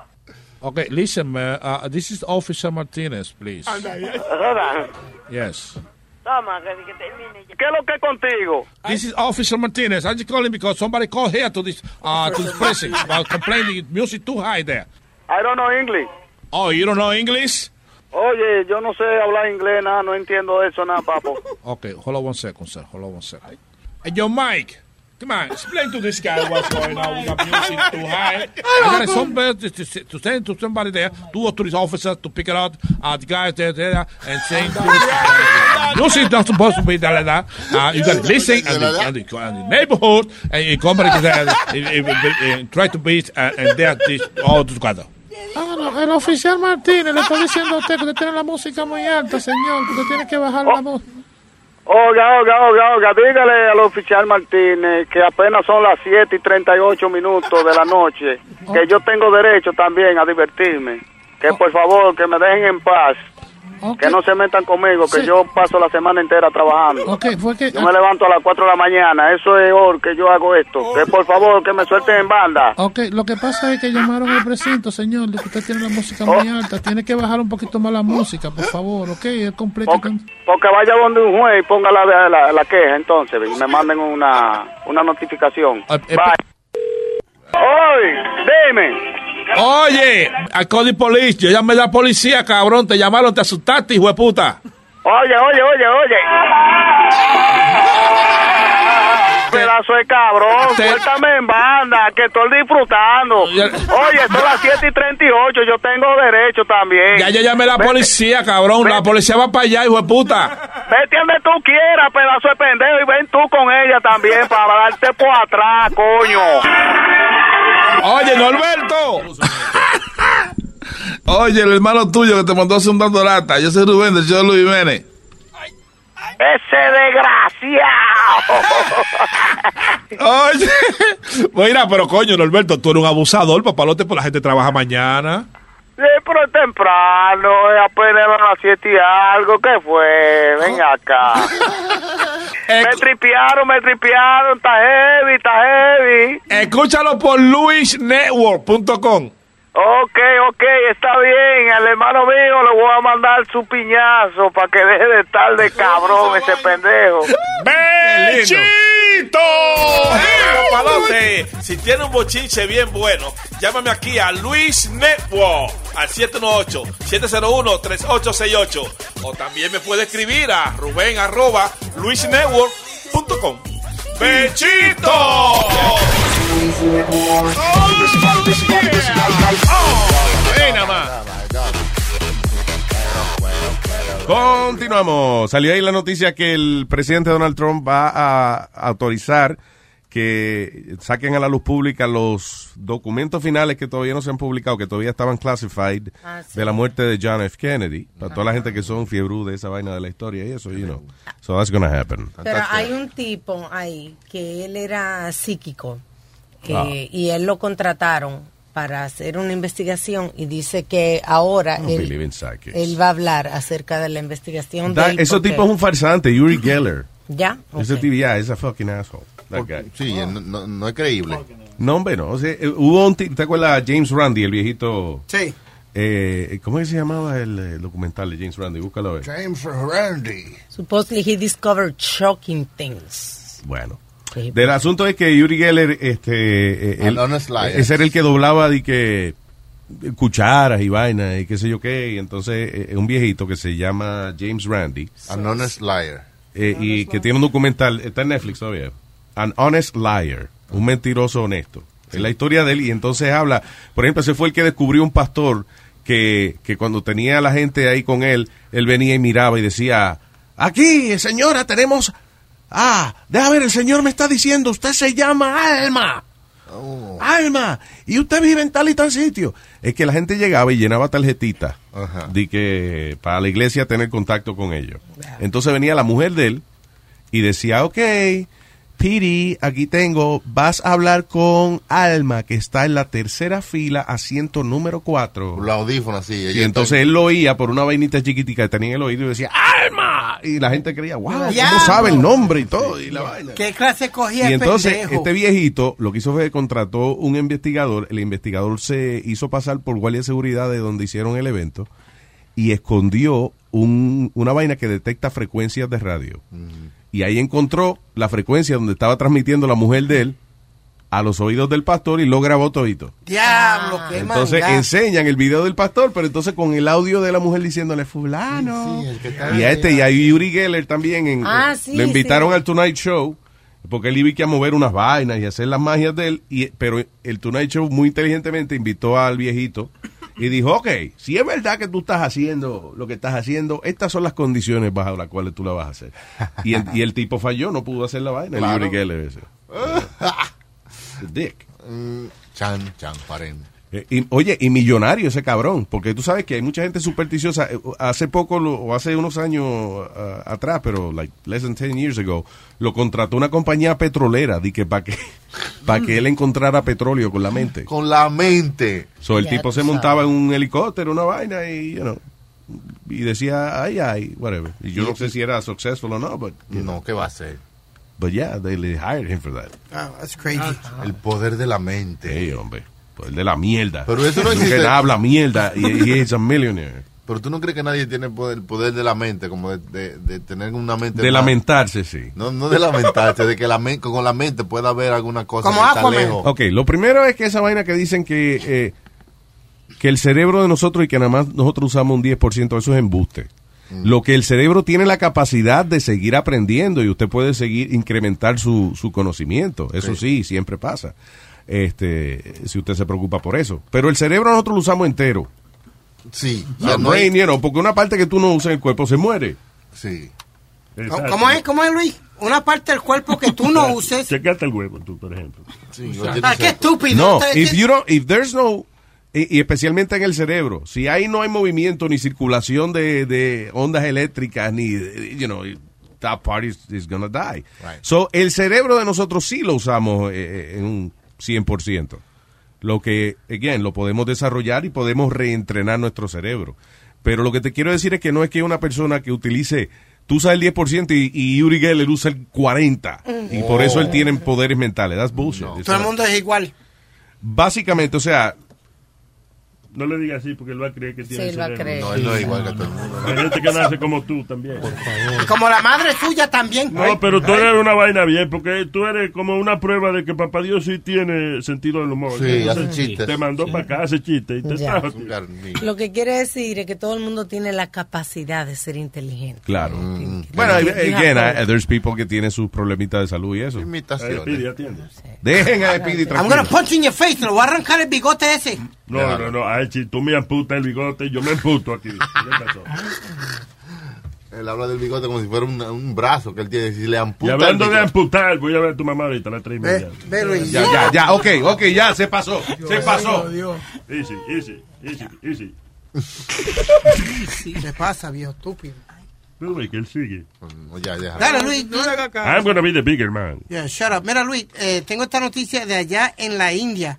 Speaker 7: Okay, listen, man, uh, this is Officer Martinez, please.
Speaker 5: Rodan,
Speaker 7: Yes.
Speaker 5: Toma, que que termine. ¿Qué es lo que es contigo?
Speaker 7: This is Officer Martinez. I'm just calling because somebody called here to this uh, to this precinct about complaining music too high there.
Speaker 5: I don't know English.
Speaker 7: Oh, you don't know English?
Speaker 5: Oye, yo no sé hablar inglés, nada, no entiendo eso, nada, papo.
Speaker 7: Okay, hold on one second, sir. Hold on one second. Hey, yo, Mike, come on, explain to this guy what's going on with the music too high. I got some birds to, to, to send to somebody there, two or three officers to pick it out, uh, the guys there, there, and saying to this music not supposed to be da, da, da. Uh, you got to listen and the, and, the, and the neighborhood, and you come back there and, and, and, and try to beat, uh, and they are this, all together.
Speaker 6: Ah, el oficial Martínez le está diciendo a usted que usted tiene la música muy alta, señor, que usted tiene que bajar la voz.
Speaker 5: Oiga, oiga, oiga, oiga, dígale al oficial Martínez que apenas son las 7 y 38 minutos de la noche, que yo tengo derecho también a divertirme. Que por favor, que me dejen en paz. Que no se metan conmigo, que yo paso la semana entera trabajando.
Speaker 6: Ok, fue que...
Speaker 5: Yo me levanto a las 4 de la mañana, eso es hor que yo hago esto. Que por favor, que me suelten en banda.
Speaker 6: Ok, lo que pasa es que llamaron al precinto, señor, de que usted tiene la música muy alta. Tiene que bajar un poquito más la música, por favor, ok, es completo. con-
Speaker 5: Porque vaya donde un juez y ponga la, la, la queja, entonces, y me manden una, una notificación.
Speaker 7: Uh,
Speaker 5: Bye. Oye, dime.
Speaker 7: Oye, I called the police. Yo llamé a la policía, cabrón. Te llamaron, te asustaste, hijo de puta.
Speaker 5: Oye, oye, oye, oye. Pedazo de cabrón, suéltame en banda, que estoy disfrutando. Oye, son las 7 y 38, yo tengo derecho también.
Speaker 7: Ya yo llamé a la
Speaker 5: Vete-
Speaker 7: policía, cabrón. La policía va para allá, hijo de puta.
Speaker 5: Vete donde tú quieras, pedazo de pendejo, y ven tú con ella también para darte por atrás, coño.
Speaker 7: Oye, Norberto. Oye, el hermano tuyo que te mandó hace un dando lata. Yo soy Rubén del show de Luis Jiménez.
Speaker 5: Ese desgraciado.
Speaker 7: Oye, mira, pero coño, Norberto, tú eres un abusador, papalote, por la gente trabaja mañana.
Speaker 5: Sí, pero es temprano, es apenas eran las 7 y algo, ¿qué fue? Ven acá. me tripearon, me tripearon, está heavy, está heavy.
Speaker 6: Eh.
Speaker 7: Escúchalo por luisnetwork.com.
Speaker 5: Ok, ok, está bien, al hermano mío le voy a mandar su piñazo para que deje de estar de cabrón ese pendejo.
Speaker 25: ¡Bechito! Papalote, si tiene un bochinche bien bueno, llámame aquí a Luis Network al 718-701-3868. O también me puede escribir a Rubén arroba luisnetwork.com. ¡Bechito!
Speaker 7: Oh,
Speaker 16: Ey, nada más. Continuamos. Salió ahí la noticia que el presidente Donald Trump va a autorizar que saquen a la luz pública los documentos finales que todavía no se han publicado, que todavía estaban classified
Speaker 14: Ah, sí.
Speaker 16: de la muerte de John F. Kennedy. Para toda la gente que son fiebrú de esa vaina de la historia y eso, you know. So that's gonna happen.
Speaker 14: Pero hay un tipo ahí que él era psíquico que-
Speaker 16: Ah.
Speaker 14: y él lo contrataron para hacer una investigación y dice que ahora
Speaker 16: I don't believe
Speaker 14: él,
Speaker 16: in psychics.
Speaker 14: él va a hablar acerca de la investigación
Speaker 16: Da-
Speaker 14: de él.
Speaker 16: ese
Speaker 14: porque-
Speaker 16: tipo es un farsante, Yuri Geller.
Speaker 14: ¿Ya?
Speaker 16: Ese tipo, yeah, es a fucking asshole. That guy. Sí, no, es creíble. No, hombre, no. O sea, eh, hubo un tipo, ¿te acuerdas? James Randi, el viejito.
Speaker 26: Sí.
Speaker 16: Eh, ¿Cómo es que se llamaba el, eh, documental de James Randi? Búscalo a ver.
Speaker 14: James Randy. Supposedly he discovered shocking things.
Speaker 16: Bueno. Del asunto es que Yuri Geller, este, eh,
Speaker 11: An
Speaker 16: él-
Speaker 11: honest liar.
Speaker 16: ese era el que doblaba de que eh, cucharas y vainas y qué sé yo qué. Y entonces eh, un viejito que se llama James Randi.
Speaker 11: An honest liar.
Speaker 16: Eh, y que tiene un documental, está en Netflix todavía. An Honest Liar, un mentiroso honesto. Es la historia de él y entonces habla, por ejemplo, ese fue el que descubrió un pastor que, que cuando tenía a la gente ahí con él, él venía y miraba y decía, aquí, ah, señora, tenemos... Ah, deja ver, el señor me está diciendo, usted se llama Alma. Alma, y usted vive en tal y tal sitio. Es que la gente llegaba y llenaba tarjetitas de que para la iglesia tener contacto con ellos. Entonces venía la mujer de él y decía, ok, Piri, aquí tengo, vas a hablar con Alma, que está en la tercera fila, asiento número 4.
Speaker 11: Los audífonos, sí.
Speaker 16: Y entonces él lo oía por una vainita chiquitica que tenía en el oído y decía, ¡Alma! Y la gente creía, wow, ¿cómo
Speaker 10: Diablo.
Speaker 16: sabe el nombre y todo? Y, la vaina.
Speaker 10: ¿Qué clase cogía
Speaker 16: Y
Speaker 10: el
Speaker 16: entonces
Speaker 10: pendejo?
Speaker 16: este viejito lo que hizo fue que contrató un investigador, el investigador se hizo pasar por guardia de seguridad de donde hicieron el evento y escondió un- una vaina que detecta frecuencias de radio. Y ahí encontró la frecuencia donde estaba transmitiendo la mujer de él a los oídos del pastor y lo grabó todito.
Speaker 6: Oh
Speaker 10: Diablo, qué
Speaker 16: Entonces
Speaker 10: manga.
Speaker 16: enseñan el video del pastor, pero entonces con el audio de la mujer diciéndole fulano.
Speaker 11: está-
Speaker 16: y a este, y a Yuri Geller también. En,
Speaker 11: Ah,
Speaker 16: eh,
Speaker 11: sí,
Speaker 16: lo invitaron
Speaker 11: sí.
Speaker 16: al Tonight Show porque él iba a mover unas vainas y hacer las magias de él. Y, pero el Tonight Show muy inteligentemente invitó al viejito y dijo, ok, si es verdad que tú estás haciendo lo que estás haciendo, estas son las condiciones bajo las cuales tú la vas a hacer. Y el, y el tipo falló, no pudo hacer la vaina.
Speaker 11: Claro.
Speaker 16: El Yuri Geller ese. Dick.
Speaker 11: Chan, chan, paren.
Speaker 16: Eh, y- oye, y millonario ese cabrón, porque tú sabes que hay mucha gente supersticiosa. Eh, Hace poco, lo- o hace unos años ah, atrás, pero like less than 10 years ago, lo contrató una compañía petrolera di que para que, pa que él encontrara petróleo con la mente.
Speaker 11: Con la mente.
Speaker 16: So, el
Speaker 11: Ya
Speaker 16: tipo
Speaker 11: tú
Speaker 16: se
Speaker 11: sabes.
Speaker 16: montaba en un helicóptero, una vaina, y, you know, y decía, ay, ay, whatever. Y yo no sé si era successful o no, but, you know.
Speaker 11: No, ¿qué va a hacer?
Speaker 16: but yeah, they, they hired him for that.
Speaker 10: Ah, that's crazy.
Speaker 11: El poder de la mente.
Speaker 16: Hey, hombre, pues el de la mierda.
Speaker 11: Pero eso no
Speaker 16: Tú
Speaker 11: existe.
Speaker 16: Que habla mierda, y he is a millionaire.
Speaker 11: Pero tú no crees que nadie tiene el poder, el poder de la mente, como de, de- de tener una mente.
Speaker 16: De
Speaker 11: más-
Speaker 16: lamentarse, sí.
Speaker 11: No, no de lamentarse, de que la men- con la mente pueda ver alguna cosa
Speaker 16: Como
Speaker 11: que está
Speaker 16: Aquaman.
Speaker 11: lejos.
Speaker 16: Ok, lo primero es que esa vaina que dicen que, eh, que el cerebro de nosotros y que nada más nosotros usamos un 10%, eso es embuste.
Speaker 11: Mm.
Speaker 16: Lo que el cerebro tiene la capacidad de seguir aprendiendo y usted puede seguir incrementar su, su conocimiento. Eso sí, siempre pasa. Este, si usted se preocupa por eso. Pero el cerebro nosotros lo usamos entero.
Speaker 11: Sí.
Speaker 16: Our
Speaker 11: no
Speaker 16: brain, you know, porque una parte que tú no usas en el cuerpo se muere.
Speaker 11: Sí.
Speaker 10: ¿Cómo es, cómo es, Luis? Una parte del cuerpo que tú no uses.
Speaker 15: Checate el huevo tú, por ejemplo.
Speaker 11: Sí,
Speaker 10: Ah, qué estúpido.
Speaker 16: No,
Speaker 10: Ustedes
Speaker 16: if
Speaker 10: tienen-
Speaker 16: you don't- if there's no y, y especialmente en el cerebro, si ahí no hay movimiento ni circulación de, de ondas eléctricas ni de- you know that part is, is gonna die. So el cerebro de nosotros sí lo usamos eh, eh, en un 100%. Lo que again lo podemos desarrollar y podemos reentrenar nuestro cerebro. Pero lo que te quiero decir es que no es que una persona que utilice Tú usas el 10% y, y Yuri Geller usa el 40%. Y por eso él tiene poderes mentales. That's bullshit.
Speaker 10: Mm.
Speaker 16: It's
Speaker 10: Oh. Todo el
Speaker 16: not-
Speaker 10: mundo es igual.
Speaker 16: Básicamente, o sea,
Speaker 15: No le digas así porque él va a creer que tiene
Speaker 10: él va a
Speaker 15: cerebro.
Speaker 10: creer. No,
Speaker 11: él no es igual que todo el
Speaker 15: mundo. Hay gente que nace como tú también. Por favor.
Speaker 10: Como la madre suya también.
Speaker 15: No, pero tú eres una vaina bien, porque tú eres como una prueba de que papá Dios sí tiene sentido del humor.
Speaker 11: Sí,
Speaker 15: Entonces,
Speaker 11: hace chistes.
Speaker 15: Te mandó para acá, hace chistes y te
Speaker 14: Ya.
Speaker 15: trajo.
Speaker 14: Lo que quiere decir es que todo el mundo tiene la capacidad de ser inteligente.
Speaker 16: Claro.
Speaker 10: Mm.
Speaker 16: Bueno,
Speaker 14: You
Speaker 16: again,
Speaker 14: have
Speaker 16: I- there's people que tienen sus problemitas de salud y eso.
Speaker 11: Imitaciones.
Speaker 15: Pidi, atiende.
Speaker 16: Dejen a Speedy
Speaker 10: I'm
Speaker 16: tranquilo.
Speaker 10: gonna punch you in your face. Te lo voy a arrancar el bigote ese.
Speaker 15: No, no, no. Ay, si tú me amputas el bigote, yo me amputo aquí. ¿Qué pasó?
Speaker 11: Él habla del bigote como si fuera un, un brazo que él tiene. Si le amputa.
Speaker 15: Y
Speaker 11: el
Speaker 15: hablando de
Speaker 11: bigote-
Speaker 15: amputar, voy a ver a tu mamá ahorita a las tres y media.
Speaker 11: ve, Luis.
Speaker 16: Ya, ya, ya, ok, ok, ya, se pasó, se pasó.
Speaker 15: Easy, easy, easy, easy.
Speaker 10: ¿Qué pasa, viejo estúpido?
Speaker 15: Pero ve que él sigue.
Speaker 11: ya, ya.
Speaker 10: Dale, Luis. No le hagas
Speaker 15: I'm gonna be the bigger man.
Speaker 10: Yeah, shut up. Mira, Luis, eh, tengo esta noticia de allá en la India.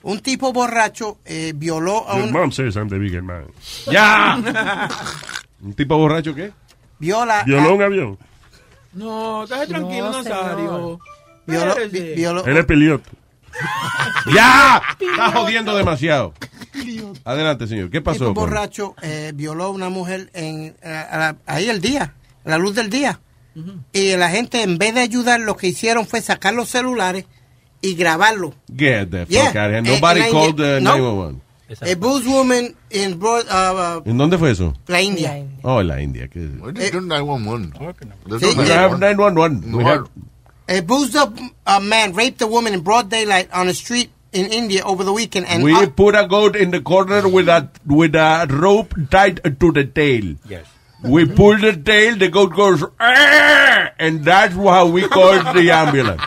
Speaker 10: Un tipo borracho eh, violó a
Speaker 15: Your
Speaker 10: un...
Speaker 15: mom says I'm the bigger man.
Speaker 16: ¿Un tipo borracho qué?
Speaker 10: Viola...
Speaker 15: Violó un avión.
Speaker 6: No, estás tranquilo,
Speaker 10: No,
Speaker 6: Nazario.
Speaker 10: Violó-
Speaker 6: Espérese.
Speaker 10: vi- violó-
Speaker 15: Él es piloto.
Speaker 16: ¡Ya! Está jodiendo demasiado. Adelante, señor. ¿Qué pasó?
Speaker 10: tipo
Speaker 16: con-
Speaker 10: borracho eh, violó a una mujer en, a- a la- ahí el día, a la luz del día. Y la gente, en vez de ayudar, lo que hicieron fue sacar los celulares y grabarlo.
Speaker 16: Get the fuck
Speaker 10: Yeah.
Speaker 16: out of here.
Speaker 10: Eh,
Speaker 16: Nobody
Speaker 10: en la
Speaker 16: called
Speaker 10: India-
Speaker 16: the
Speaker 10: no.
Speaker 16: 911.
Speaker 10: A bushwoman in broad- uh, uh,
Speaker 16: ¿En dónde fue eso?
Speaker 10: la India. Eh,
Speaker 16: Oh, en la India. que-
Speaker 11: Where is your 911? There's
Speaker 16: We
Speaker 11: no
Speaker 16: have 911. We have-
Speaker 10: A boozed up uh, man raped a woman in broad daylight on a street in India over the weekend. And
Speaker 16: We
Speaker 10: up-
Speaker 16: put a goat in the corner with a with a rope tied to the tail.
Speaker 10: Yes.
Speaker 16: We pull the "Eh," tail, the goat goes, "Ah!" and that's how we call the ambulance.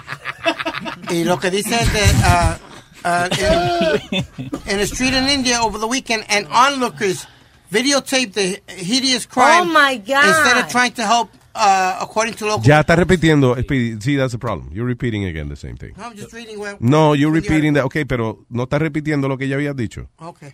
Speaker 10: Y lo que dice es de, uh, uh, in, in a street in India over the weekend, and onlookers videotaped the hideous crime.
Speaker 14: Oh, my God.
Speaker 10: Instead of trying to help, uh, according to local.
Speaker 16: Ya está repitiendo. Speedy. See, that's the problem. You're repeating again the same thing.
Speaker 10: No, I'm just reading where-
Speaker 16: No, you're repeating that. Okay, pero no estás repitiendo lo que ya habías dicho.
Speaker 10: Okay.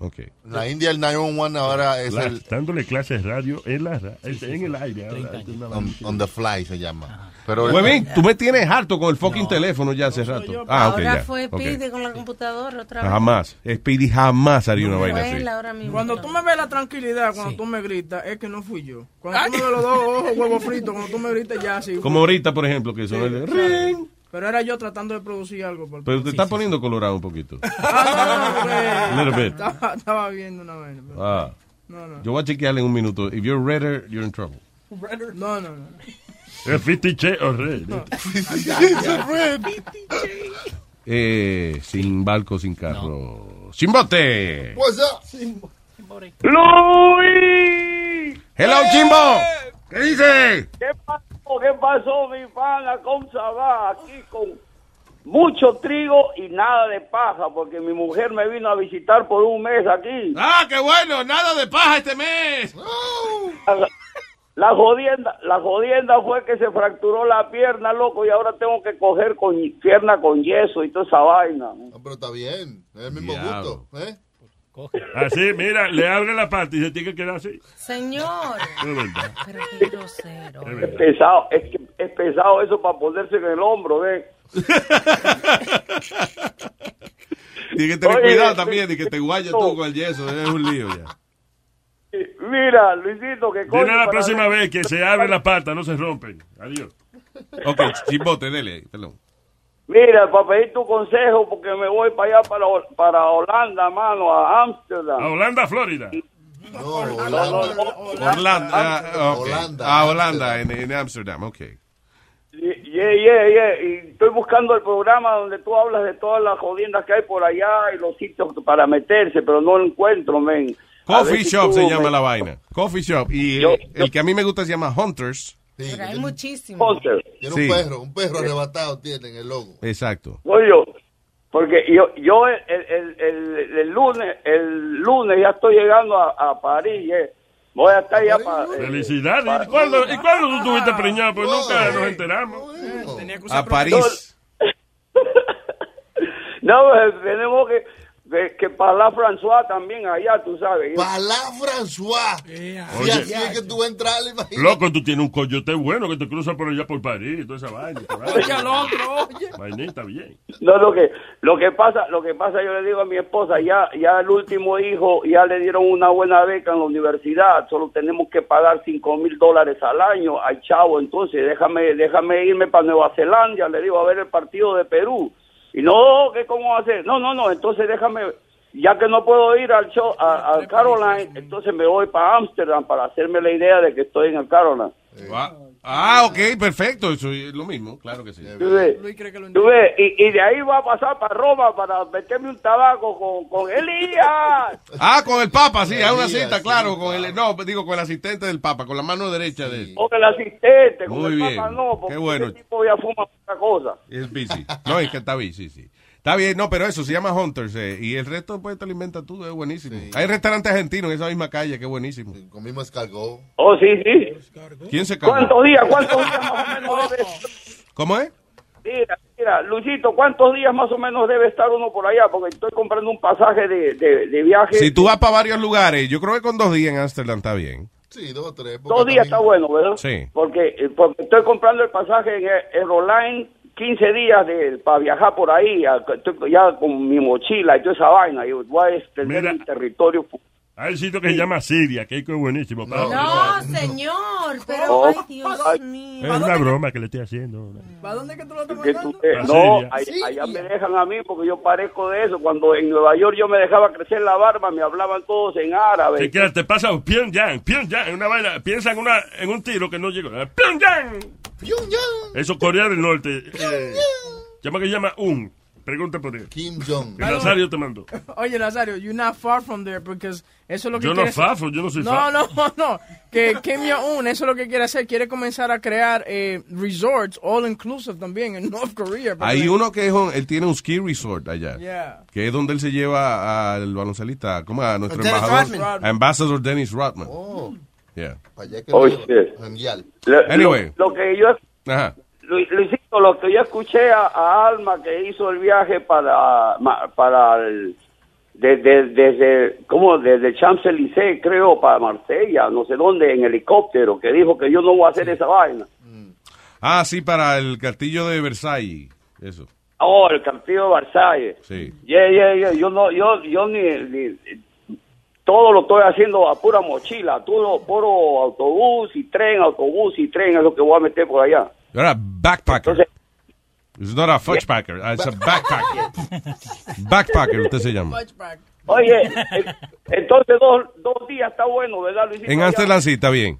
Speaker 16: Okay.
Speaker 11: La India, el 911 ahora es
Speaker 15: La-
Speaker 11: el...
Speaker 15: Dándole clases radio en, la, ra-
Speaker 20: Este,
Speaker 15: en el aire. ahora. Es una
Speaker 11: On, on the fly se llama. Pero
Speaker 16: Huevín, tú me tienes harto con el fucking teléfono ya hace rato. Ah, ok,
Speaker 14: Ahora
Speaker 16: ya.
Speaker 14: fue
Speaker 16: Ok. Ah.
Speaker 14: pide con la computadora otra vez.
Speaker 16: Jamás. Speedy jamás haría una
Speaker 14: Fue
Speaker 16: vaina así.
Speaker 14: él ahora mismo.
Speaker 9: Cuando tú me ves la tranquilidad, cuando tú me gritas, es que no fui yo. Cuando tú me ves los dos ojos, huevo frito, cuando tú me gritas, ya sí.
Speaker 16: Como ahorita, por ejemplo, que sonó el...
Speaker 9: Claro. Pero era yo tratando de producir algo. Por...
Speaker 16: Pero te está poniendo colorado un poquito.
Speaker 9: Ah, no, no,
Speaker 16: Little
Speaker 9: porque-
Speaker 16: bit.
Speaker 9: Estaba, estaba viendo una vaina. pero-
Speaker 16: Ah.
Speaker 9: No, no.
Speaker 16: Yo voy a chequearle en un minuto. If you're redder, you're in trouble.
Speaker 9: No, no, no.
Speaker 15: Es fitiche o red.
Speaker 16: Eh, sin barco, sin carro. ¡Sin bote!
Speaker 11: What's up?
Speaker 20: ¡Luis!
Speaker 16: ¡Hello, Chimbo! ¡Eh! ¿Qué dice?
Speaker 20: ¿Qué pasó, qué pasó, mi pana? ¿Cómo se va? Aquí con mucho trigo y nada de paja, porque mi mujer me vino a visitar por un mes aquí.
Speaker 16: ¡Ah, qué bueno! ¡Nada de paja este mes!
Speaker 20: La, la jodienda, la jodienda fue que se fracturó la pierna, loco, y ahora tengo que coger con pierna con yeso y toda esa vaina.
Speaker 11: Pero está bien, es el mismo
Speaker 15: Diablo.
Speaker 11: gusto. ¿eh?
Speaker 15: Así, mira, le abre la pata y se tiene que quedar así.
Speaker 14: Señor.
Speaker 15: Es verdad.
Speaker 14: Pero qué grosero.
Speaker 15: Es
Speaker 20: Es
Speaker 15: verdad.
Speaker 20: pesado, es, que es pesado eso para ponerse en el hombro, ¿ves?
Speaker 16: Tienes que tener
Speaker 20: Oye,
Speaker 16: cuidado
Speaker 20: eh,
Speaker 16: también de que te guayas tú con el yeso. Es un lío ya.
Speaker 20: Mira, Luisito, que coño.
Speaker 15: Dile a la
Speaker 20: para-
Speaker 15: próxima vez que se abre la pata, no se rompen. Adiós.
Speaker 16: Ok, chimbote, dele. Perdón.
Speaker 20: Mira, para pedir tu consejo, porque me voy para allá, para, Hol- para Holanda, mano, a Ámsterdam.
Speaker 15: A Holanda, Florida.
Speaker 20: No, no, no.
Speaker 16: Holanda. ah, ok. Ah, Holanda, en, en Amsterdam. Ok.
Speaker 20: Yeah, yeah, yeah. Y estoy buscando el programa donde tú hablas de todas las jodiendas que hay por allá y los sitios para meterse, pero no lo encuentro, men. A
Speaker 16: Coffee
Speaker 20: ver si
Speaker 16: shop
Speaker 20: tú
Speaker 16: se
Speaker 20: me-
Speaker 16: llama la vaina. Coffee shop. Y eh, el que a mí me gusta se llama Hunters.
Speaker 14: Pero hay muchísimo.
Speaker 20: Hunter.
Speaker 11: Tiene
Speaker 16: Sí.
Speaker 11: un perro, un perro arrebatado tienen el logo.
Speaker 16: Exacto.
Speaker 20: Oye, porque yo, yo el, el- el- el- el lunes, el lunes ya estoy llegando a, a París, eh. voy a estar ya eh, para...
Speaker 15: Felicidades. ¿Y cuándo,
Speaker 20: Ah,
Speaker 15: ¿Y cuándo tú estuviste preñado? Pues nunca nos enteramos.
Speaker 16: A París.
Speaker 20: No, eh, tenemos que, que, que Palá François también allá, tú sabes.
Speaker 11: Palá François.
Speaker 15: Oye.
Speaker 11: Y así es que tú entras, imagínate.
Speaker 15: Loco, tú tienes un coyote bueno que te cruza por allá por París y toda esa vaina. Oye,
Speaker 20: al
Speaker 15: otro, oye. Vainita, bien.
Speaker 20: No, lo que, lo que pasa, lo que pasa, yo le digo a mi esposa, ya, ya el último hijo, ya le dieron una buena beca en la universidad, solo tenemos que pagar cinco mil dólares al año, al chavo, entonces déjame, déjame irme para Nueva Zelanda, le digo a ver el partido de Perú, y no, ¿qué cómo va a ser? No, no, no, entonces déjame, ya que no puedo ir al show, a, al Caroline, entonces me voy para Ámsterdam para hacerme la idea de que estoy en el Caroline.
Speaker 16: Ah, ah, ok, perfecto. Eso es lo mismo, claro que sí.
Speaker 20: Tú ves, tú ves, y, y de ahí va a pasar para Roma para meterme un tabaco con, con Elías.
Speaker 16: Ah, con el Papa, sí, hay una cita, claro, con el, no, digo, con el asistente del Papa, con la mano derecha de él.
Speaker 20: O con el asistente, con
Speaker 16: Muy
Speaker 20: el
Speaker 16: bien,
Speaker 20: papá no, porque
Speaker 16: qué bueno.
Speaker 20: ese tipo ya fuma otra cosa.
Speaker 16: Es busy. No, es que está busy, sí, sí. Está bien, no, pero eso se llama Hunters, eh, y el resto, pues, te lo inventas tú, es buenísimo. Hay restaurantes argentinos en esa misma calle, que es buenísimo.
Speaker 11: Comimos escargot.
Speaker 20: Oh, sí, sí.
Speaker 16: ¿Quién se cargó?
Speaker 20: ¿Cuántos días, cuántos días más o menos debe
Speaker 16: ¿Cómo es?
Speaker 20: Mira, mira, Luisito, ¿cuántos días más o menos debe estar uno por allá? Porque estoy comprando un pasaje de, de, de viaje.
Speaker 16: Si tú vas para varios lugares, yo creo que con dos días en Amsterdam está bien.
Speaker 11: Sí, dos, tres.
Speaker 20: Dos días está bueno, ¿verdad?
Speaker 16: Sí.
Speaker 20: Porque, eh, porque estoy comprando el pasaje en Aeroline 15 días de, para viajar por ahí, ya, estoy ya con mi mochila y toda esa vaina. Yo voy a extender mi territorio.
Speaker 15: Hay un sitio que se llama Siria, que es buenísimo.
Speaker 14: No,
Speaker 15: Pablo.
Speaker 14: señor. Pero,
Speaker 15: No.
Speaker 14: ay, Dios
Speaker 15: Ay.
Speaker 14: mío.
Speaker 15: Es una broma que le estoy haciendo.
Speaker 9: ¿Para dónde que tú lo estás
Speaker 20: Que
Speaker 9: mandando?
Speaker 20: tú te-
Speaker 15: Ah,
Speaker 20: eh, no,
Speaker 15: Siria.
Speaker 20: ahí- allá me dejan a mí porque yo parezco de eso. Cuando en Nueva York yo me dejaba crecer la barba, me hablaban todos en árabe.
Speaker 15: Te quedas, te pasa Pyongyang, Pyongyang, es una vaina, piensa en, una, en un tiro que no llegó. Pyongyang. Eso Corea del Norte. eh, llama que llama un. Pregunta por él.
Speaker 20: Kim Jong.
Speaker 15: Que Nazario te mandó.
Speaker 9: Oye, Nazario, you're not far from there because eso es lo que
Speaker 15: Yo no
Speaker 9: quiere
Speaker 15: fafo, yo no soy
Speaker 9: No,
Speaker 15: fafo.
Speaker 9: no, no. Que Kim Jong-un, eso es lo que quiere hacer. Quiere comenzar a crear eh, resorts all inclusive también en North Korea. porque-
Speaker 16: Hay uno que es, un- él tiene un ski resort allá.
Speaker 9: Yeah.
Speaker 16: Que es donde él se lleva al baloncelista, ¿cómo? A nuestro
Speaker 20: Dennis
Speaker 16: embajador.
Speaker 20: Rodman.
Speaker 16: Ambassador Dennis Rodman.
Speaker 20: Oh,
Speaker 16: Yeah.
Speaker 20: allá que
Speaker 16: Oh,
Speaker 20: shit. Mundial.
Speaker 16: Lo- Anyway.
Speaker 17: Lo que yo
Speaker 16: Ajá.
Speaker 17: Lu- Luisito, lo que yo escuché a, a Alma que hizo el viaje para ma- para el, de- de- desde cómo desde Champs élysées creo para Marsella, no sé dónde en helicóptero, que dijo que yo no voy a hacer esa vaina.
Speaker 16: Ah, sí, para el castillo de Versailles. Eso,
Speaker 17: Oh, el castillo de Versalles.
Speaker 16: sí.
Speaker 17: Yeah, yeah, yeah, Yo no yo yo ni, ni- todo lo estoy haciendo a pura mochila, todo puro autobús y tren, autobús y tren es lo que voy a meter por allá.
Speaker 16: You're a backpacker. It's not a fudgepacker, it's a backpacker. Backpacker, usted se llama.
Speaker 17: Oye, eh, entonces dos, dos días está bueno, ¿verdad, Luisito?
Speaker 16: En
Speaker 17: Allá.
Speaker 16: Amsterdam sí, está bien.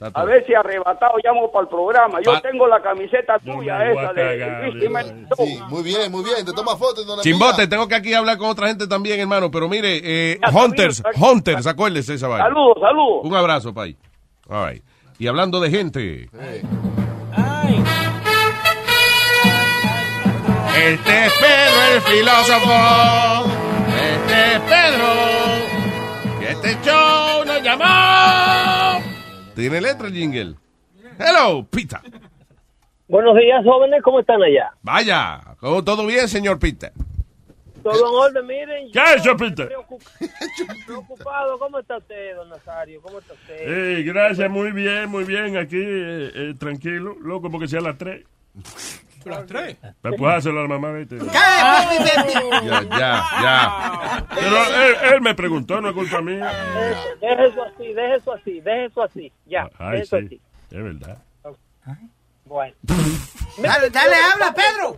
Speaker 17: A ver si arrebatado llamo para el programa. Yo
Speaker 16: Pa-
Speaker 17: tengo la camiseta tuya
Speaker 16: me voy a
Speaker 17: esa de
Speaker 16: cagar,
Speaker 17: Luis
Speaker 16: Dios.
Speaker 17: Jiménez.
Speaker 20: Muy bien, muy bien. Te toma foto y no la
Speaker 16: Chimbote,
Speaker 20: envías.
Speaker 16: tengo que aquí hablar con otra gente también, hermano. Pero mire, eh, Hunters, Hunters, acuérdese esa vaina.
Speaker 17: Saludos, saludos.
Speaker 16: Un abrazo, Pai. All right. Y hablando de gente. Este es Pedro el filósofo. Este es Pedro. Que este show nos llamó. Tiene letra el jingle. Hello, Pita.
Speaker 18: Buenos días, jóvenes, ¿cómo están allá?
Speaker 16: Vaya, ¿cómo- ¿todo bien, señor Pita?
Speaker 18: Todo en orden, miren.
Speaker 16: ¿Qué ha hecho, Peter?
Speaker 18: Preocupado, ¿cómo está usted, don Nazario? ¿Cómo está usted?
Speaker 15: Eh, gracias, muy bien, muy bien. Aquí, eh, eh, tranquilo. Loco, porque sea a las 3.
Speaker 18: ¿Las tres?
Speaker 15: Para empujárselo a la mamá de este.
Speaker 16: Ya, ya, ya.
Speaker 15: Pero él, él me preguntó, no es culpa mía.
Speaker 18: Eso, Deje eso así, deje eso así, deje eso así. Ya,
Speaker 10: Ah,
Speaker 18: deje
Speaker 15: Ay,
Speaker 18: eso
Speaker 15: sí.
Speaker 18: así.
Speaker 15: Es verdad.
Speaker 18: Bueno.
Speaker 10: Dale, dale, habla, Pedro.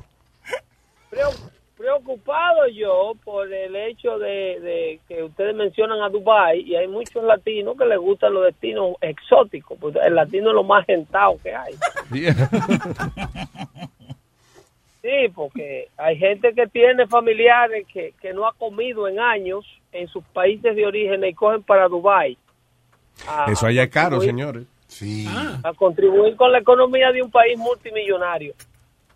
Speaker 18: Preo- Preocupado yo por el hecho de, de que ustedes mencionan a Dubai y hay muchos latinos que les gustan los destinos exóticos. pues, el latino es lo más gentado que hay. Sí, porque hay gente que tiene familiares que, que no ha comido en años en sus países de origen y cogen para Dubái a,
Speaker 16: Eso allá es caro, señores. Sí.
Speaker 18: a contribuir con la economía de un país multimillonario.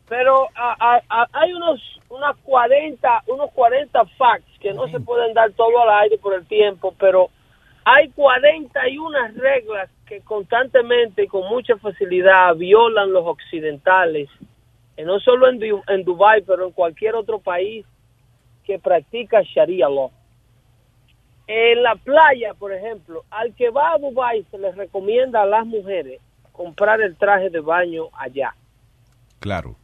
Speaker 18: Pero a- a- a- hay unos unas 40, unos 40 facts que no se pueden dar todo al aire por el tiempo, pero hay 41 reglas que constantemente y con mucha facilidad violan los occidentales, eh, no solo en, Du- en Dubái, pero en cualquier otro país que practica Sharia law. En la playa, por ejemplo, al que va a Dubái se les recomienda a las mujeres comprar el traje de baño allá.
Speaker 16: Claro.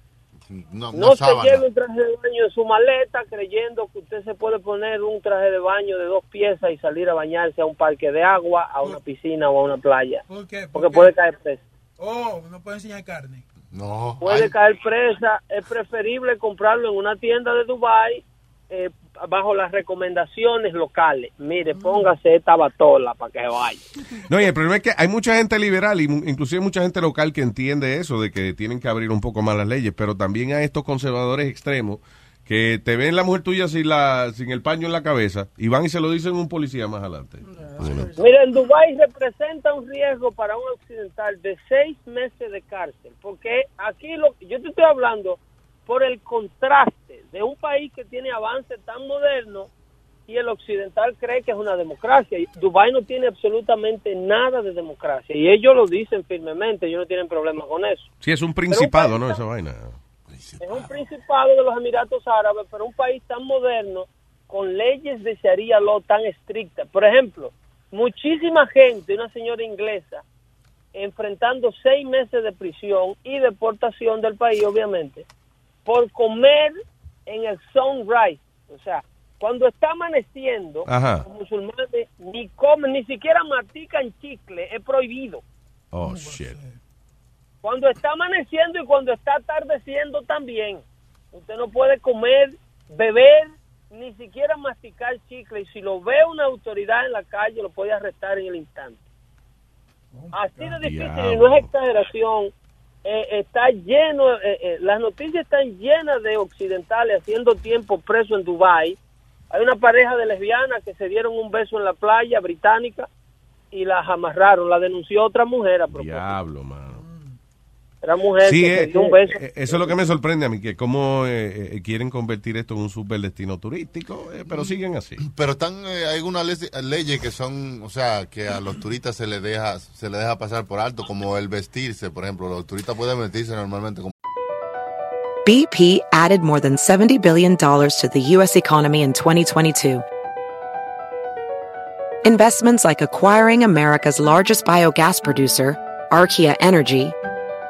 Speaker 20: No,
Speaker 18: No se lleve un traje de baño en su maleta creyendo que usted se puede poner un traje de baño de dos piezas y salir a bañarse a un parque de agua, a una piscina o a una playa.
Speaker 4: ¿Por qué?
Speaker 18: Porque puede caer presa.
Speaker 4: Oh, no puede enseñar carne.
Speaker 20: No.
Speaker 18: Puede caer presa. Es preferible comprarlo en una tienda de Dubai eh, bajo las recomendaciones locales. Mire,
Speaker 4: Mm.
Speaker 18: póngase esta batola para que vaya.
Speaker 16: No, y el problema es que hay mucha gente liberal y mu- inclusive mucha gente local que entiende eso de que tienen que abrir un poco más las leyes, pero también a estos conservadores extremos que te ven la mujer tuya sin la sin el paño en la cabeza y van y se lo dicen a un policía más adelante. Bueno.
Speaker 18: Mira, en Dubái representa un riesgo para un occidental de seis meses de cárcel, porque aquí lo, yo te estoy hablando por el contraste de un país que tiene avance tan moderno y el occidental cree que es una democracia. Y Dubái no tiene absolutamente nada de democracia y ellos lo dicen firmemente, ellos no tienen problema con eso.
Speaker 16: Sí, es un principado, ¿no? Esa vaina.
Speaker 18: Es un principado de los Emiratos Árabes, pero un país tan moderno, con leyes de Sharia law tan estrictas. Por ejemplo, muchísima gente, una señora inglesa, enfrentando seis meses de prisión y deportación del país, obviamente, por comer en el sunrise. O sea, cuando está amaneciendo,
Speaker 5: Ajá.
Speaker 18: los musulmanes ni comen, ni siquiera mastican chicle, es prohibido
Speaker 16: Oh, shit.
Speaker 18: cuando está amaneciendo y cuando está atardeciendo también. Usted no puede comer, beber, ni siquiera masticar chicle. Y si lo ve una autoridad en la calle, lo Oh, ah, puede arrestar en el instante. Así de difícil, y no es exageración, eh, está lleno, eh, eh, las noticias están llenas de occidentales haciendo tiempo preso en Dubai. Hay una pareja de lesbianas que se dieron un beso en la playa británica y las amarraron. La denunció otra mujer a propósito.
Speaker 16: Diablo, mano.
Speaker 18: Era mujer
Speaker 16: Sí,
Speaker 18: que se
Speaker 16: eh,
Speaker 18: dio un beso.
Speaker 16: eh, eso es lo que me sorprende a mí, que cómo eh, eh, quieren convertir esto en un superdestino turístico, eh, pero siguen así.
Speaker 20: Pero están eh, hay algunas le- leyes que son, o sea, que a los turistas se les deja se les deja pasar por alto, como el vestirse, por ejemplo, los turistas pueden vestirse normalmente como
Speaker 19: BP added more than $70 billion to the U.S. economy in 2022. Investments like acquiring America's largest biogas producer, Archaea Energy,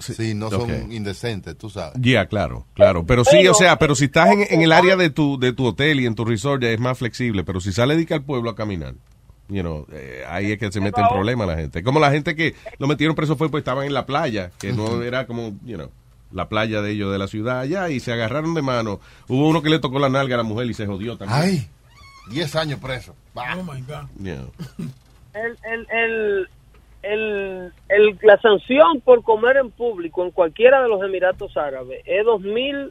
Speaker 20: Sí, no son
Speaker 16: ok.
Speaker 20: indecentes, tú sabes.
Speaker 16: Ya, claro, claro. Pero sí, o sea, pero si estás en, en el área de tu, de tu hotel y en tu resort ya es más flexible, pero si sales de que al pueblo a caminar, you know, eh, ahí es que se mete en problemas la gente. Como la gente que lo metieron preso fue pues estaban en la playa, que no era como, you know, la playa de ellos de la ciudad allá y se agarraron de mano. Hubo uno que le tocó la nalga a la mujer y se jodió también.
Speaker 20: Ay, 10 años preso.
Speaker 18: Oh my God.
Speaker 16: Yeah.
Speaker 18: El, el, el, el- el- la sanción por comer en público en cualquiera de los Emiratos Árabes es 2.000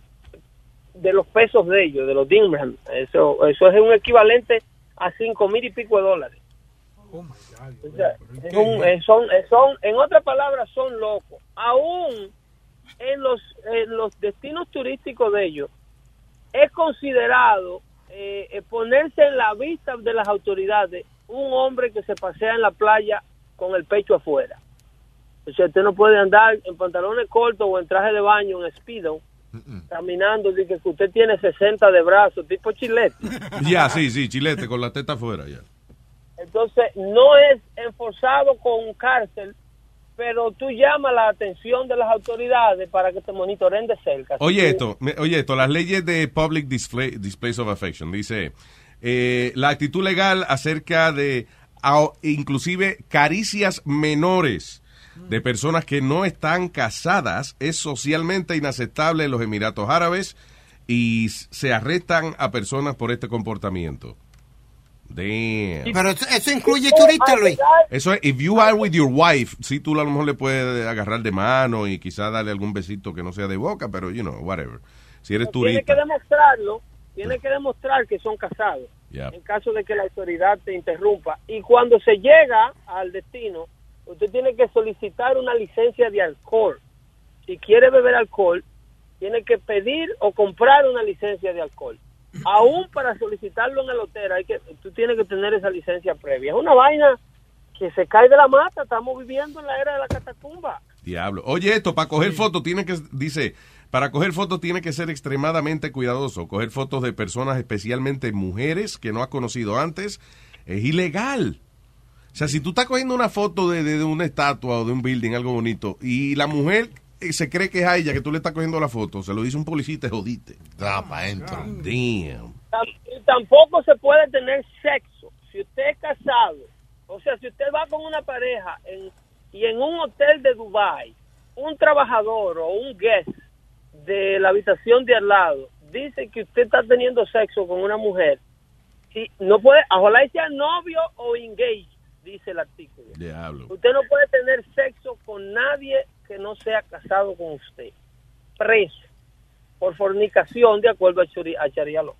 Speaker 18: de los pesos de ellos, de los dirhams. Eso, eso es un equivalente a 5.000 y pico de dólares. O sea, es un- es- son, es- son- en otras palabras, son locos. Aún en los, en los destinos turísticos de ellos, es considerado eh, eh, ponerse en la vista de las autoridades un hombre que se pasea en la playa con el pecho afuera. O sea, usted no puede andar en pantalones cortos o en traje de baño, en speedo, caminando, dice que usted tiene 60 de brazos, tipo chilete.
Speaker 16: Ya, sí, sí, chilete, con la teta afuera, ya.
Speaker 18: Entonces, no es enforzado con cárcel, pero tú llamas la atención de las autoridades para que te monitoren de cerca.
Speaker 16: Oye
Speaker 18: Tú-
Speaker 16: esto, me- oye esto, las leyes de Public Display, Displays of Affection, dice, eh, la actitud legal acerca de a- inclusive caricias menores de personas que no están casadas es socialmente inaceptable en los Emiratos Árabes y s- se arrestan a personas por este comportamiento. Damn.
Speaker 3: Pero eso, eso incluye turistas, Luis.
Speaker 16: Eso es, if you are with your wife, sí tú a lo mejor le puedes agarrar de mano y quizás darle algún besito que no sea de boca, pero you know, whatever. Si eres
Speaker 18: tiene
Speaker 16: turista. Pues
Speaker 18: que demostrarlo, tiene que demostrar que son casados.
Speaker 16: Ya.
Speaker 18: En caso de que la autoridad te interrumpa. Y cuando se llega al destino, usted tiene que solicitar una licencia de alcohol. Si quiere beber alcohol, tiene que pedir o comprar una licencia de alcohol. Aún para solicitarlo en el hotel, hay que, tú tienes que tener esa licencia previa. Es una vaina que se cae de la mata. Estamos viviendo en la era de la catacumba.
Speaker 16: Diablo. Oye, esto, para coger fotos tiene que, dice, para coger fotos tiene que ser extremadamente cuidadoso. Coger fotos de personas, especialmente mujeres que no has conocido antes, es ilegal. O sea, si tú estás cogiendo una foto de, de- de una estatua o de un building, algo bonito, y la mujer eh, se cree que es a ella que tú le estás cogiendo la foto, se lo dice un policía y te jodiste. Damn.
Speaker 18: Tam- y tampoco se puede tener sexo. Si usted es casado, o sea, si usted va con una pareja en- y en un hotel de Dubai, un trabajador o un guest de la habitación de al lado dice que usted está teniendo sexo con una mujer, si no puede, ojalá y sea novio o engaged, dice el artículo.
Speaker 16: Diablo.
Speaker 18: Usted no puede tener sexo con nadie que no sea casado con usted. Preso por fornicación de acuerdo a Shari- a Sharia law.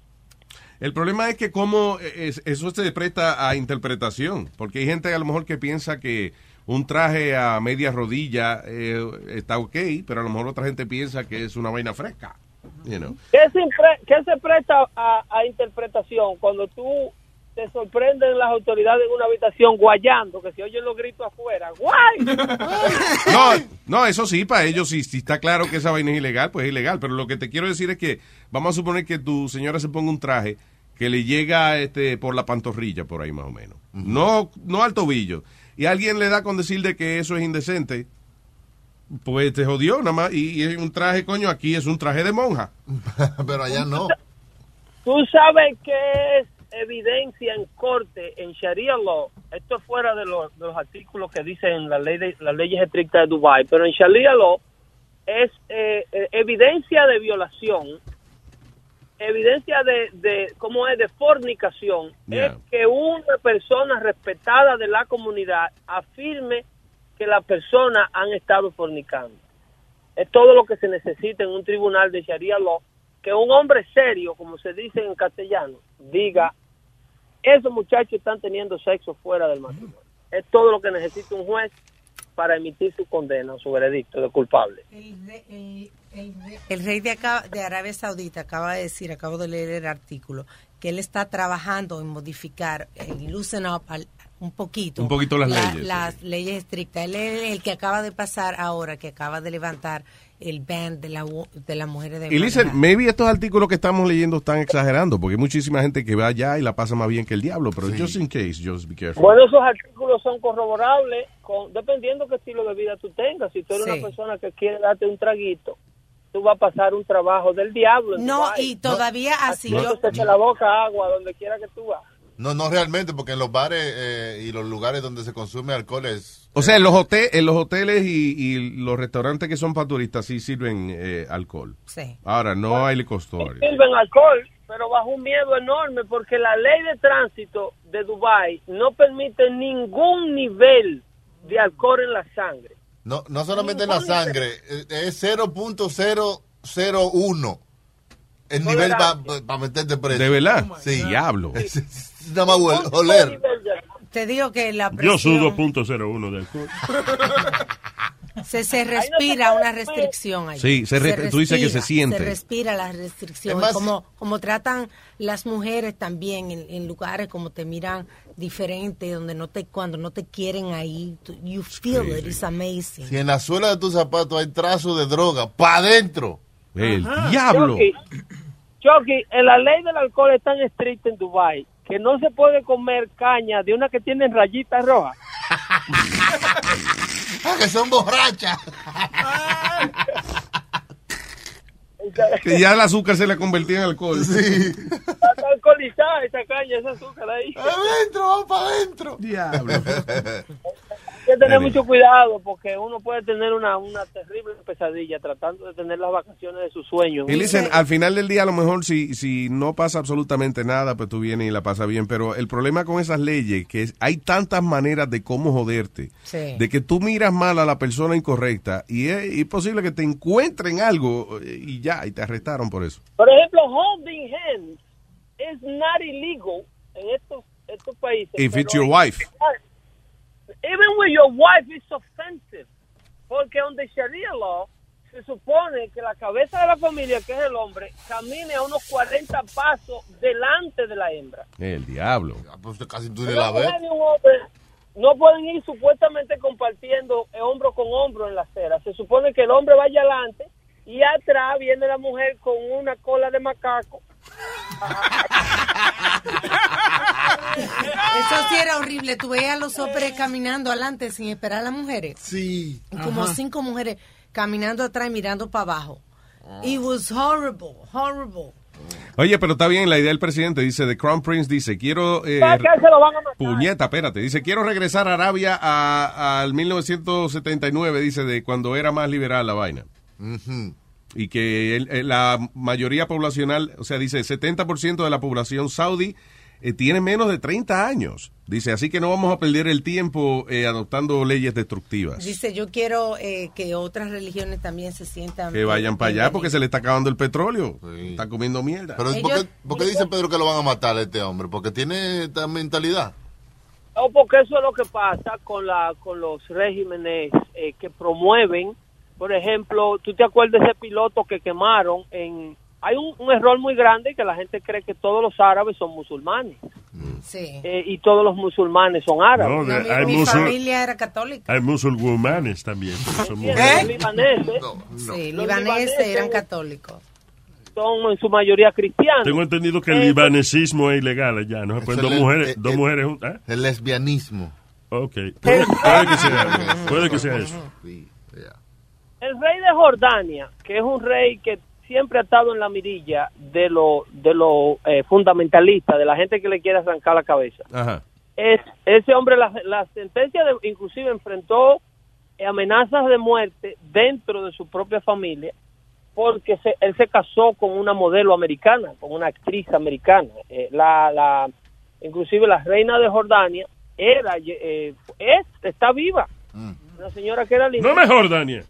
Speaker 16: El problema es que cómo eh, es- eso se presta a interpretación, porque hay gente a lo mejor que piensa que un traje a media rodilla eh, está ok, pero a lo mejor otra gente piensa que es una vaina fresca. you know.
Speaker 18: ¿Qué se, impre- qué se presta a, a interpretación cuando tú te sorprenden las autoridades en una habitación guayando, que se oyen los gritos afuera. ¡Guay!
Speaker 16: No, no, eso sí, para ellos, si, si está claro que esa vaina es ilegal, pues es ilegal. Pero lo que te quiero decir es que vamos a suponer que tu señora se ponga un traje que le llega este por la pantorrilla, por ahí más o menos. No no al tobillo. Y alguien le da con decirle que eso es indecente, pues te jodió nada más. Y, y es un traje, coño, aquí es un traje de monja.
Speaker 20: Pero allá no.
Speaker 18: Tú sabes que es evidencia en corte, en Sharia law. Esto es fuera de los, de los artículos que dicen la ley de- las leyes estrictas de Dubai, pero en Sharia law es eh, eh, evidencia de violación, evidencia de, de cómo es de fornicación,
Speaker 5: Yeah.
Speaker 18: es que una persona respetada de la comunidad afirme que las personas han estado fornicando. Es todo lo que se necesita en un tribunal de Sharia law que un hombre serio, como se dice en castellano, diga, esos muchachos están teniendo sexo fuera del matrimonio. Es todo lo que necesita un juez para emitir su condena o su veredicto de culpable.
Speaker 14: El rey de, acá, de Arabia Saudita acaba de decir, acabo de leer el artículo, que él está trabajando en modificar, en loosen up al- un poquito.
Speaker 16: Un poquito las leyes,
Speaker 14: Las leyes estrictas. Él es el que acaba de pasar ahora, que acaba de levantar el ban de, la, wo- de las mujeres de
Speaker 16: Y listen,
Speaker 14: manejar.
Speaker 16: maybe estos artículos que estamos leyendo están exagerando, porque hay muchísima gente que va allá y la pasa más bien que el diablo, pero just in case, just be careful.
Speaker 18: Bueno, esos artículos son corroborables con, dependiendo qué estilo de vida tú tengas. Si tú eres
Speaker 14: Sí.
Speaker 18: una persona que quiere darte un traguito, tú vas a pasar un trabajo del diablo. en
Speaker 14: No,
Speaker 18: Dubái.
Speaker 14: y todavía así
Speaker 18: No
Speaker 14: yo...
Speaker 18: te eche la boca agua donde quiera que tú vas.
Speaker 20: No, no realmente, porque en los bares eh, y los lugares donde se consume alcohol es...
Speaker 16: O sea, en los, hote- en los hoteles y, y los restaurantes que son para turistas sí sirven eh, alcohol.
Speaker 14: Sí.
Speaker 16: Ahora, no hay liquor store.
Speaker 18: sirven alcohol, pero bajo un miedo enorme porque la ley de tránsito de Dubai no permite ningún nivel de alcohol en la sangre.
Speaker 20: No, no solamente en la sangre, eh, es 0.001 el nivel para meterte preso. Oh
Speaker 16: ¿De verdad?
Speaker 20: Sí.
Speaker 16: Diablo.
Speaker 20: Nada más huel- oler.
Speaker 14: Te digo que la
Speaker 15: Yo
Speaker 14: presión,
Speaker 15: sudo .01 de alcohol.
Speaker 14: se, se respira una
Speaker 20: pues.
Speaker 14: restricción ahí.
Speaker 16: Sí, se re- tú dices que se siente.
Speaker 14: Se respira la restricción.
Speaker 20: Es más,
Speaker 14: Y como, como tratan las mujeres también en, en lugares como te miran diferente, donde no te, cuando no te quieren ahí, tú- you feel it, it's amazing.
Speaker 20: Si en la suela de tus zapatos hay trazos de droga, pa' adentro.
Speaker 16: El
Speaker 18: Chucky, Chucky, en la ley del alcohol es tan estricta en Dubai que no se puede comer caña de una que tiene rayitas rojas.
Speaker 20: Ah, que son borrachas.
Speaker 16: Que ya el azúcar se le convertía en alcohol. Sí.
Speaker 18: Está alcoholizada esa caña, ese azúcar ahí.
Speaker 20: Adentro, vamos para adentro.
Speaker 16: Diablo.
Speaker 18: Hay que tener mucho cuidado porque uno puede tener una, una terrible pesadilla tratando de tener las vacaciones de sus sueños.
Speaker 16: Y dicen, al final del día, a lo mejor, si, si no pasa absolutamente nada, pues tú vienes y la pasas bien. Pero el problema con esas leyes, que es- hay tantas maneras de cómo joderte,
Speaker 5: Sí.
Speaker 16: de que tú miras mal a la persona incorrecta y es, es posible que te encuentren algo eh, y ya, y te arrestaron por eso.
Speaker 18: Por ejemplo, holding hands is not illegal en estos, estos países.
Speaker 16: If it's
Speaker 18: pero-
Speaker 16: your wife.
Speaker 18: Even with your wife, it's offensive. Porque donde Sharia law, se supone que la cabeza de la familia, que es el hombre, camine a unos 40 pasos delante de la hembra.
Speaker 16: El diablo.
Speaker 20: Pues casi tú ni la
Speaker 18: Una
Speaker 20: ves.
Speaker 18: mujer y un hombre no pueden ir supuestamente compartiendo eh, hombro con hombro en la acera. Se supone que el hombre vaya adelante y atrás viene la mujer con una cola de macaco.
Speaker 14: Eso sí era horrible. Tú veías a los hombres caminando adelante sin esperar a las mujeres.
Speaker 20: Sí.
Speaker 14: Como
Speaker 20: Ajá.
Speaker 14: cinco mujeres caminando atrás y mirando para abajo.
Speaker 20: Ah.
Speaker 14: It was horrible, horrible.
Speaker 16: Oye, pero está bien, la idea del presidente dice, The Crown Prince dice, quiero... eh,
Speaker 14: ¿Para qué se lo van a matar?
Speaker 16: Puñeta, espérate. Dice, quiero regresar a Arabia a- al 1979, dice, de cuando era más liberal la vaina. Y que el- eh, la mayoría poblacional, o sea, dice, 70% de la población saudí eh, tiene menos de 30 años. Dice, así que no vamos a perder el tiempo eh, adoptando leyes destructivas.
Speaker 14: Dice, yo quiero eh, que otras religiones también se sientan.
Speaker 16: Que vayan para allá porque se le está acabando el petróleo. Está comiendo mierda.
Speaker 20: Pero ¿por qué, por qué dice Pedro que lo van a matar a este hombre? Porque tiene esta mentalidad.
Speaker 18: No, porque eso es lo que pasa con, la, con los regímenes eh, que promueven. Por ejemplo, tú te acuerdas de ese piloto que quemaron en... Hay un, un error muy grande que la gente cree que todos los árabes son musulmanes.
Speaker 14: Sí.
Speaker 18: eh, y todos los musulmanes son
Speaker 15: No,
Speaker 18: árabes.
Speaker 15: de- hay musul,
Speaker 14: era católica.
Speaker 15: hay musulmanes también. que son
Speaker 18: Los
Speaker 15: mujeres.
Speaker 18: libaneses
Speaker 14: Sí,
Speaker 18: Los
Speaker 14: libaneses
Speaker 18: libaneses-
Speaker 14: eran católicos.
Speaker 18: son en su mayoría cristianos.
Speaker 15: Tengo entendido
Speaker 1: Eh.
Speaker 15: que el libanesismo es ilegal allá. No se pueden
Speaker 20: Eso
Speaker 15: dos
Speaker 20: le-
Speaker 15: mujeres,
Speaker 20: eh,
Speaker 15: dos
Speaker 20: eh,
Speaker 15: mujeres juntas.
Speaker 20: El lesbianismo.
Speaker 15: Ok. Puede, puede que sea, puede que sea eso.
Speaker 18: El rey de Jordania, que es un rey que siempre ha estado en la mirilla de los de los eh, fundamentalistas, de la gente que le quiere arrancar la cabeza.
Speaker 15: Ajá.
Speaker 18: Es, ese hombre, la, la sentencia de- inclusive enfrentó amenazas de muerte dentro de su propia familia porque se- él se casó con una modelo americana, con una actriz americana. Eh, la, la, inclusive la reina de Jordania era, eh, es, está viva. Una señora que era linda.
Speaker 15: No mejor, Daniel.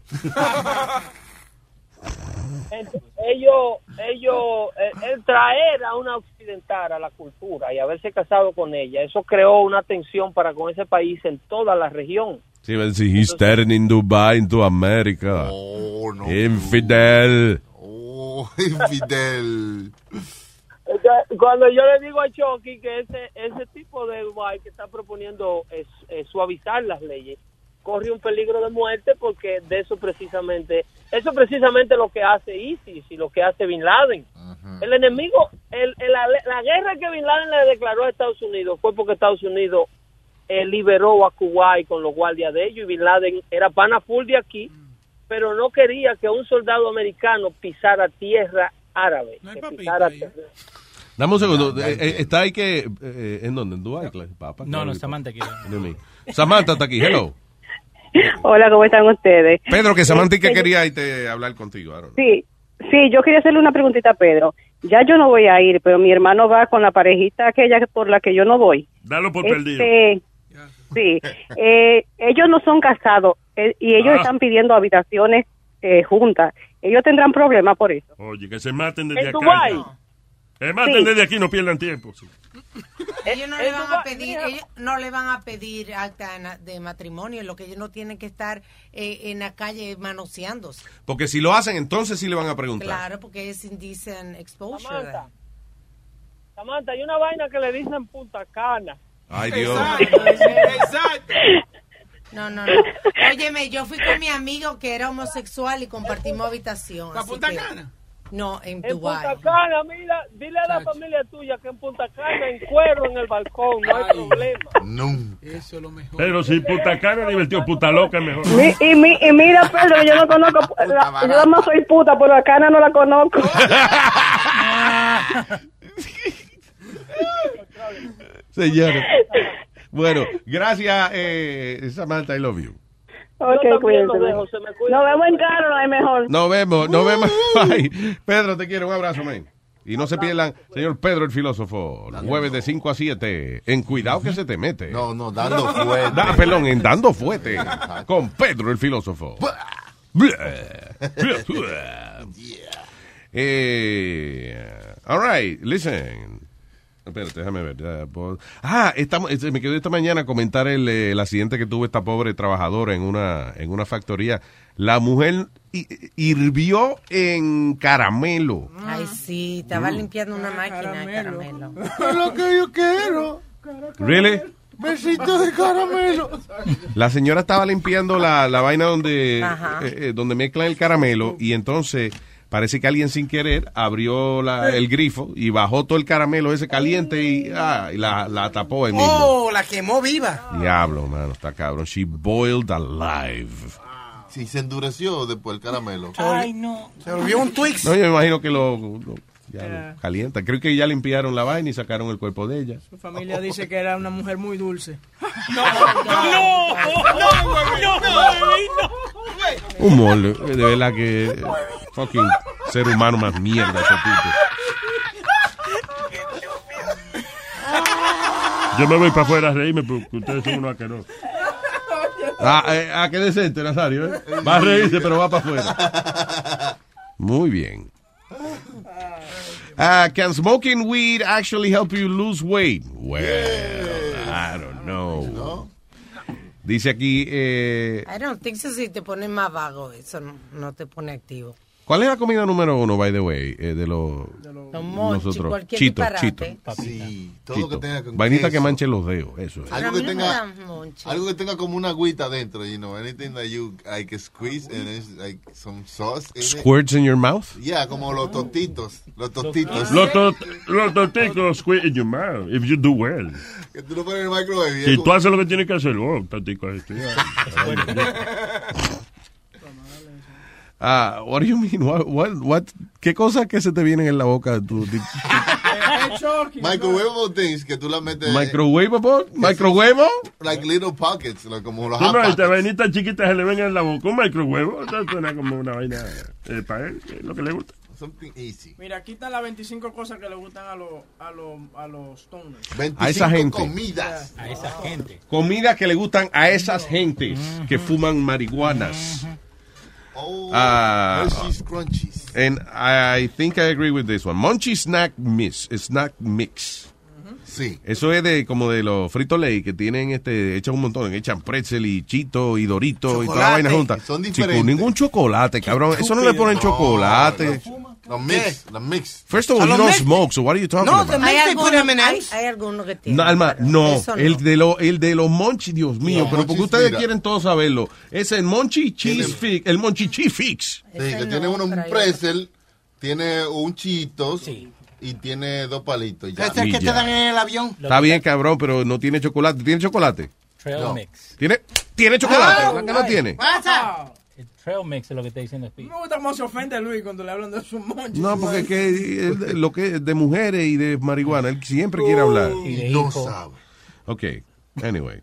Speaker 18: Entonces, ellos, ellos, eh, el traer a una occidental a la cultura y haberse casado con ella, eso creó una tensión para con ese país en toda la región.
Speaker 16: Sí, but see, he's turning Dubai into America.
Speaker 20: Oh, no.
Speaker 16: Infidel.
Speaker 20: Oh, infidel.
Speaker 18: Entonces, Cuando yo le digo a Chucky que ese, ese tipo de guay que está proponiendo es, eh, suavizar las leyes, corre un peligro de muerte porque de eso precisamente, eso precisamente lo que hace ISIS y lo que hace Bin Laden. El enemigo, el, el- la, la guerra que Bin Laden le declaró a Estados Unidos fue porque Estados Unidos eh, liberó a Kuwait con los guardias de ellos y Bin Laden era pana full de aquí, pero no quería que un soldado americano pisara tierra árabe. que pisara tierra-
Speaker 16: Dame un segundo. eh, eh, está ahí que. eh, ¿En dónde? ¿En Dubai? claro, Papa,
Speaker 12: No, no,
Speaker 16: claro.
Speaker 12: Samantha aquí.
Speaker 16: Dios mío. Samantha está aquí. Hello.
Speaker 1: Hola, ¿cómo están ustedes?
Speaker 16: Pedro, que Samantha y que
Speaker 1: Este,
Speaker 16: quería irte a hablar contigo. I don't know.
Speaker 1: Sí, sí, yo quería hacerle una preguntita a Pedro. Ya yo no voy a ir, pero mi hermano va con la parejita aquella que- por la que yo no voy.
Speaker 15: Dalo por perdido.
Speaker 1: Este, sí, eh, ellos no son casados eh, y ellos
Speaker 15: Ah.
Speaker 1: están pidiendo habitaciones eh, juntas. Ellos tendrán problemas por eso.
Speaker 15: Oye, que se maten desde
Speaker 1: En
Speaker 15: acá.
Speaker 1: Dubái.
Speaker 15: Se maten
Speaker 1: Sí.
Speaker 15: desde aquí, no pierdan tiempo. sí.
Speaker 18: Eh,
Speaker 14: Ellos no le van a pedir, ellos no le van a pedir acta de na- de matrimonio, lo que ellos no tienen que estar eh, en la calle manoseándose.
Speaker 16: Porque si lo hacen, entonces sí le van a preguntar.
Speaker 14: Claro, porque es indecent exposure.
Speaker 18: Samantha. Samantha, hay una vaina que le dicen punta cana.
Speaker 16: Ay, Dios.
Speaker 14: No, no, no. Óyeme, yo fui con mi amigo que era homosexual y compartimos habitación. así que- No, en
Speaker 18: En
Speaker 14: Dubái.
Speaker 18: Punta Cana, mira, dile a la familia tuya que en Punta Cana, en cuero, en el balcón, no hay problema.
Speaker 4: Eso es lo mejor.
Speaker 15: Pero si puta cara divertido, puta loca es mejor.
Speaker 1: Mi- y, mi- y mira, Pedro, que yo no conozco. la- yo nada más soy puta, pero acá no la conozco.
Speaker 16: Señores. Bueno, gracias, eh, Samantha. I love you.
Speaker 1: Ok,
Speaker 18: Yo también
Speaker 1: cuídense.
Speaker 18: lo dejo, se me cuida.
Speaker 1: Nos vemos en carro, no hay mejor.
Speaker 16: Nos vemos, nos vemos. Bye. Pedro, te quiero. Un abrazo, man. Y no se pierdan, señor Pedro el filósofo, los jueves de 5 a 7, en Cuidado que se te mete. No, no,
Speaker 20: dando fuerte.
Speaker 16: Da, perdón, en Dando Fuerte, con Pedro el filósofo. Eh, all right, listen. Espérate, déjame ver. ya, puedo- Ah, estamos, este, me quedó esta mañana comentar el, eh, el accidente que tuvo esta pobre trabajadora en una, en una factoría. La mujer hi- hirvió en caramelo.
Speaker 14: Ay, sí, estaba limpiando una máquina de caramelo.
Speaker 10: Mm. Es lo que yo quiero.
Speaker 16: Really?
Speaker 10: Besito de caramelo.
Speaker 16: La señora estaba limpiando la, la vaina donde,
Speaker 10: Ajá.
Speaker 16: eh, eh, donde mezclan el caramelo y entonces parece que alguien sin querer abrió la- el grifo y bajó todo el caramelo ese caliente y, ah, y la, la tapó ahí mismo.
Speaker 3: Oh, la quemó viva.
Speaker 16: Diablo, mano, está cabrón. She boiled alive.
Speaker 20: Sí, se endureció después el caramelo.
Speaker 3: no. Se volvió un Twix.
Speaker 16: No, yo me imagino que lo, lo- ya lo calienta. Creo que ya limpiaron la vaina y sacaron el cuerpo de ella.
Speaker 9: Su familia dice que era una mujer muy dulce.
Speaker 4: No, no, no, güey, no, güey, no.
Speaker 16: Humor, de verdad que eh, fucking ser humano más mierda ese tipo.
Speaker 15: Yo me voy para afuera a reírme porque ustedes son unos asquerosos.
Speaker 16: Ah, eh, ah, qué decente, Nazario. ¿eh? Va a reírse, pero va para afuera. Muy bien. Ah, can smoking weed actually help you lose weight? Well, I don't know. Dice aquí, eh,
Speaker 14: I don't think so, si te pones más vago, eso no, no te pone activo.
Speaker 16: ¿Cuál es la comida número uno, by the way, eh, de los nosotros? chito, chito.
Speaker 11: Sí, todo lo que
Speaker 16: Chito.
Speaker 11: tenga con
Speaker 16: Vainita que
Speaker 11: queso.
Speaker 16: manche los dedos, eso es.
Speaker 14: Pero a mí
Speaker 11: Algo que,
Speaker 14: no me
Speaker 11: tenga,
Speaker 14: dan monche.
Speaker 11: algo que tenga como una agüita dentro, you know, anything that you like squeeze and it's like some sauce. in it.
Speaker 16: Squirts in your mouth?
Speaker 11: Yeah, como los totitos, los totitos.
Speaker 15: Los, tot, los toticos squeeze in your mouth if you do well.
Speaker 11: Que tú lo pones en el microwave. y es
Speaker 15: Si
Speaker 11: como-
Speaker 15: tú haces lo que tienes que hacer, oh, totico este.
Speaker 16: Ah, what do you mean? What, what, what- ¿Qué cosas que se te vienen en la boca? tú? Di-
Speaker 11: Microwave things que tú las metes.
Speaker 16: ¿Microwavable? ¿Microwave?
Speaker 11: Like little pockets, like como los
Speaker 15: Tú no,
Speaker 11: hot
Speaker 15: esta
Speaker 11: pockets.
Speaker 15: vainita chiquita se le ven en la boca un microhuevo. Eso suena como una vaina eh, para él, que es lo que le gusta.
Speaker 11: Something easy.
Speaker 9: Mira, aquí están las 25 cosas que le gustan a los a los a los stoners.
Speaker 11: 25
Speaker 16: A esa gente.
Speaker 11: comidas.
Speaker 9: A esa gente.
Speaker 16: Comidas que le gustan a esas gentes que fuman marihuanas.
Speaker 11: Oh,
Speaker 16: Ah.
Speaker 11: Hershey's Crunchies.
Speaker 16: And I think I agree with this one. Munchie snack mix. Snack mix.
Speaker 11: Sí.
Speaker 16: Eso es de como de los fritos ley que tienen este echan un montón, echan pretzel y chito y dorito y toda la
Speaker 11: Chocolate.
Speaker 16: vaina junta.
Speaker 11: Son
Speaker 16: Chico,
Speaker 11: diferentes.
Speaker 16: ningún chocolate, cabrón. Eso no le ponen
Speaker 11: No,
Speaker 16: chocolate.
Speaker 11: Los mix, los mix.
Speaker 16: First of all, you don't smoke, so what are you talking about?
Speaker 14: hay, algunos,
Speaker 27: put 'em in
Speaker 14: hay, hay algunos que tienen.
Speaker 16: No, Alma, no.
Speaker 14: eso no.
Speaker 16: El de, lo, el de los monchi, Dios mío.
Speaker 11: Los
Speaker 16: pero porque
Speaker 11: monchis,
Speaker 16: ustedes
Speaker 11: mira.
Speaker 16: quieren todos saberlo. Es el monchi cheese fix. El monchi cheese fix.
Speaker 11: Sí, que tiene uno un pretzel, tiene un chitos y tiene dos palitos. Ya.
Speaker 12: Este-
Speaker 10: Ese es que
Speaker 16: Y ya.
Speaker 10: te dan en el avión.
Speaker 16: Está bien, cabrón, pero no tiene chocolate. ¿Tiene chocolate?
Speaker 12: Trail
Speaker 11: No.
Speaker 12: mix.
Speaker 16: ¿Tiene, ¿tiene chocolate?
Speaker 12: Ah,
Speaker 16: ¿Verdad que no
Speaker 12: right.
Speaker 16: tiene?
Speaker 9: ¡Pasa!
Speaker 12: El trail mix es lo que está diciendo Speed.
Speaker 9: Me gusta cómo se ofende Luis cuando le hablan de sus monchis.
Speaker 16: No, porque es que eh, de- lo que de mujeres y de marihuana, él siempre quiere hablar.
Speaker 12: Y de
Speaker 11: No
Speaker 12: hijo.
Speaker 11: sabe.
Speaker 16: Ok, anyway.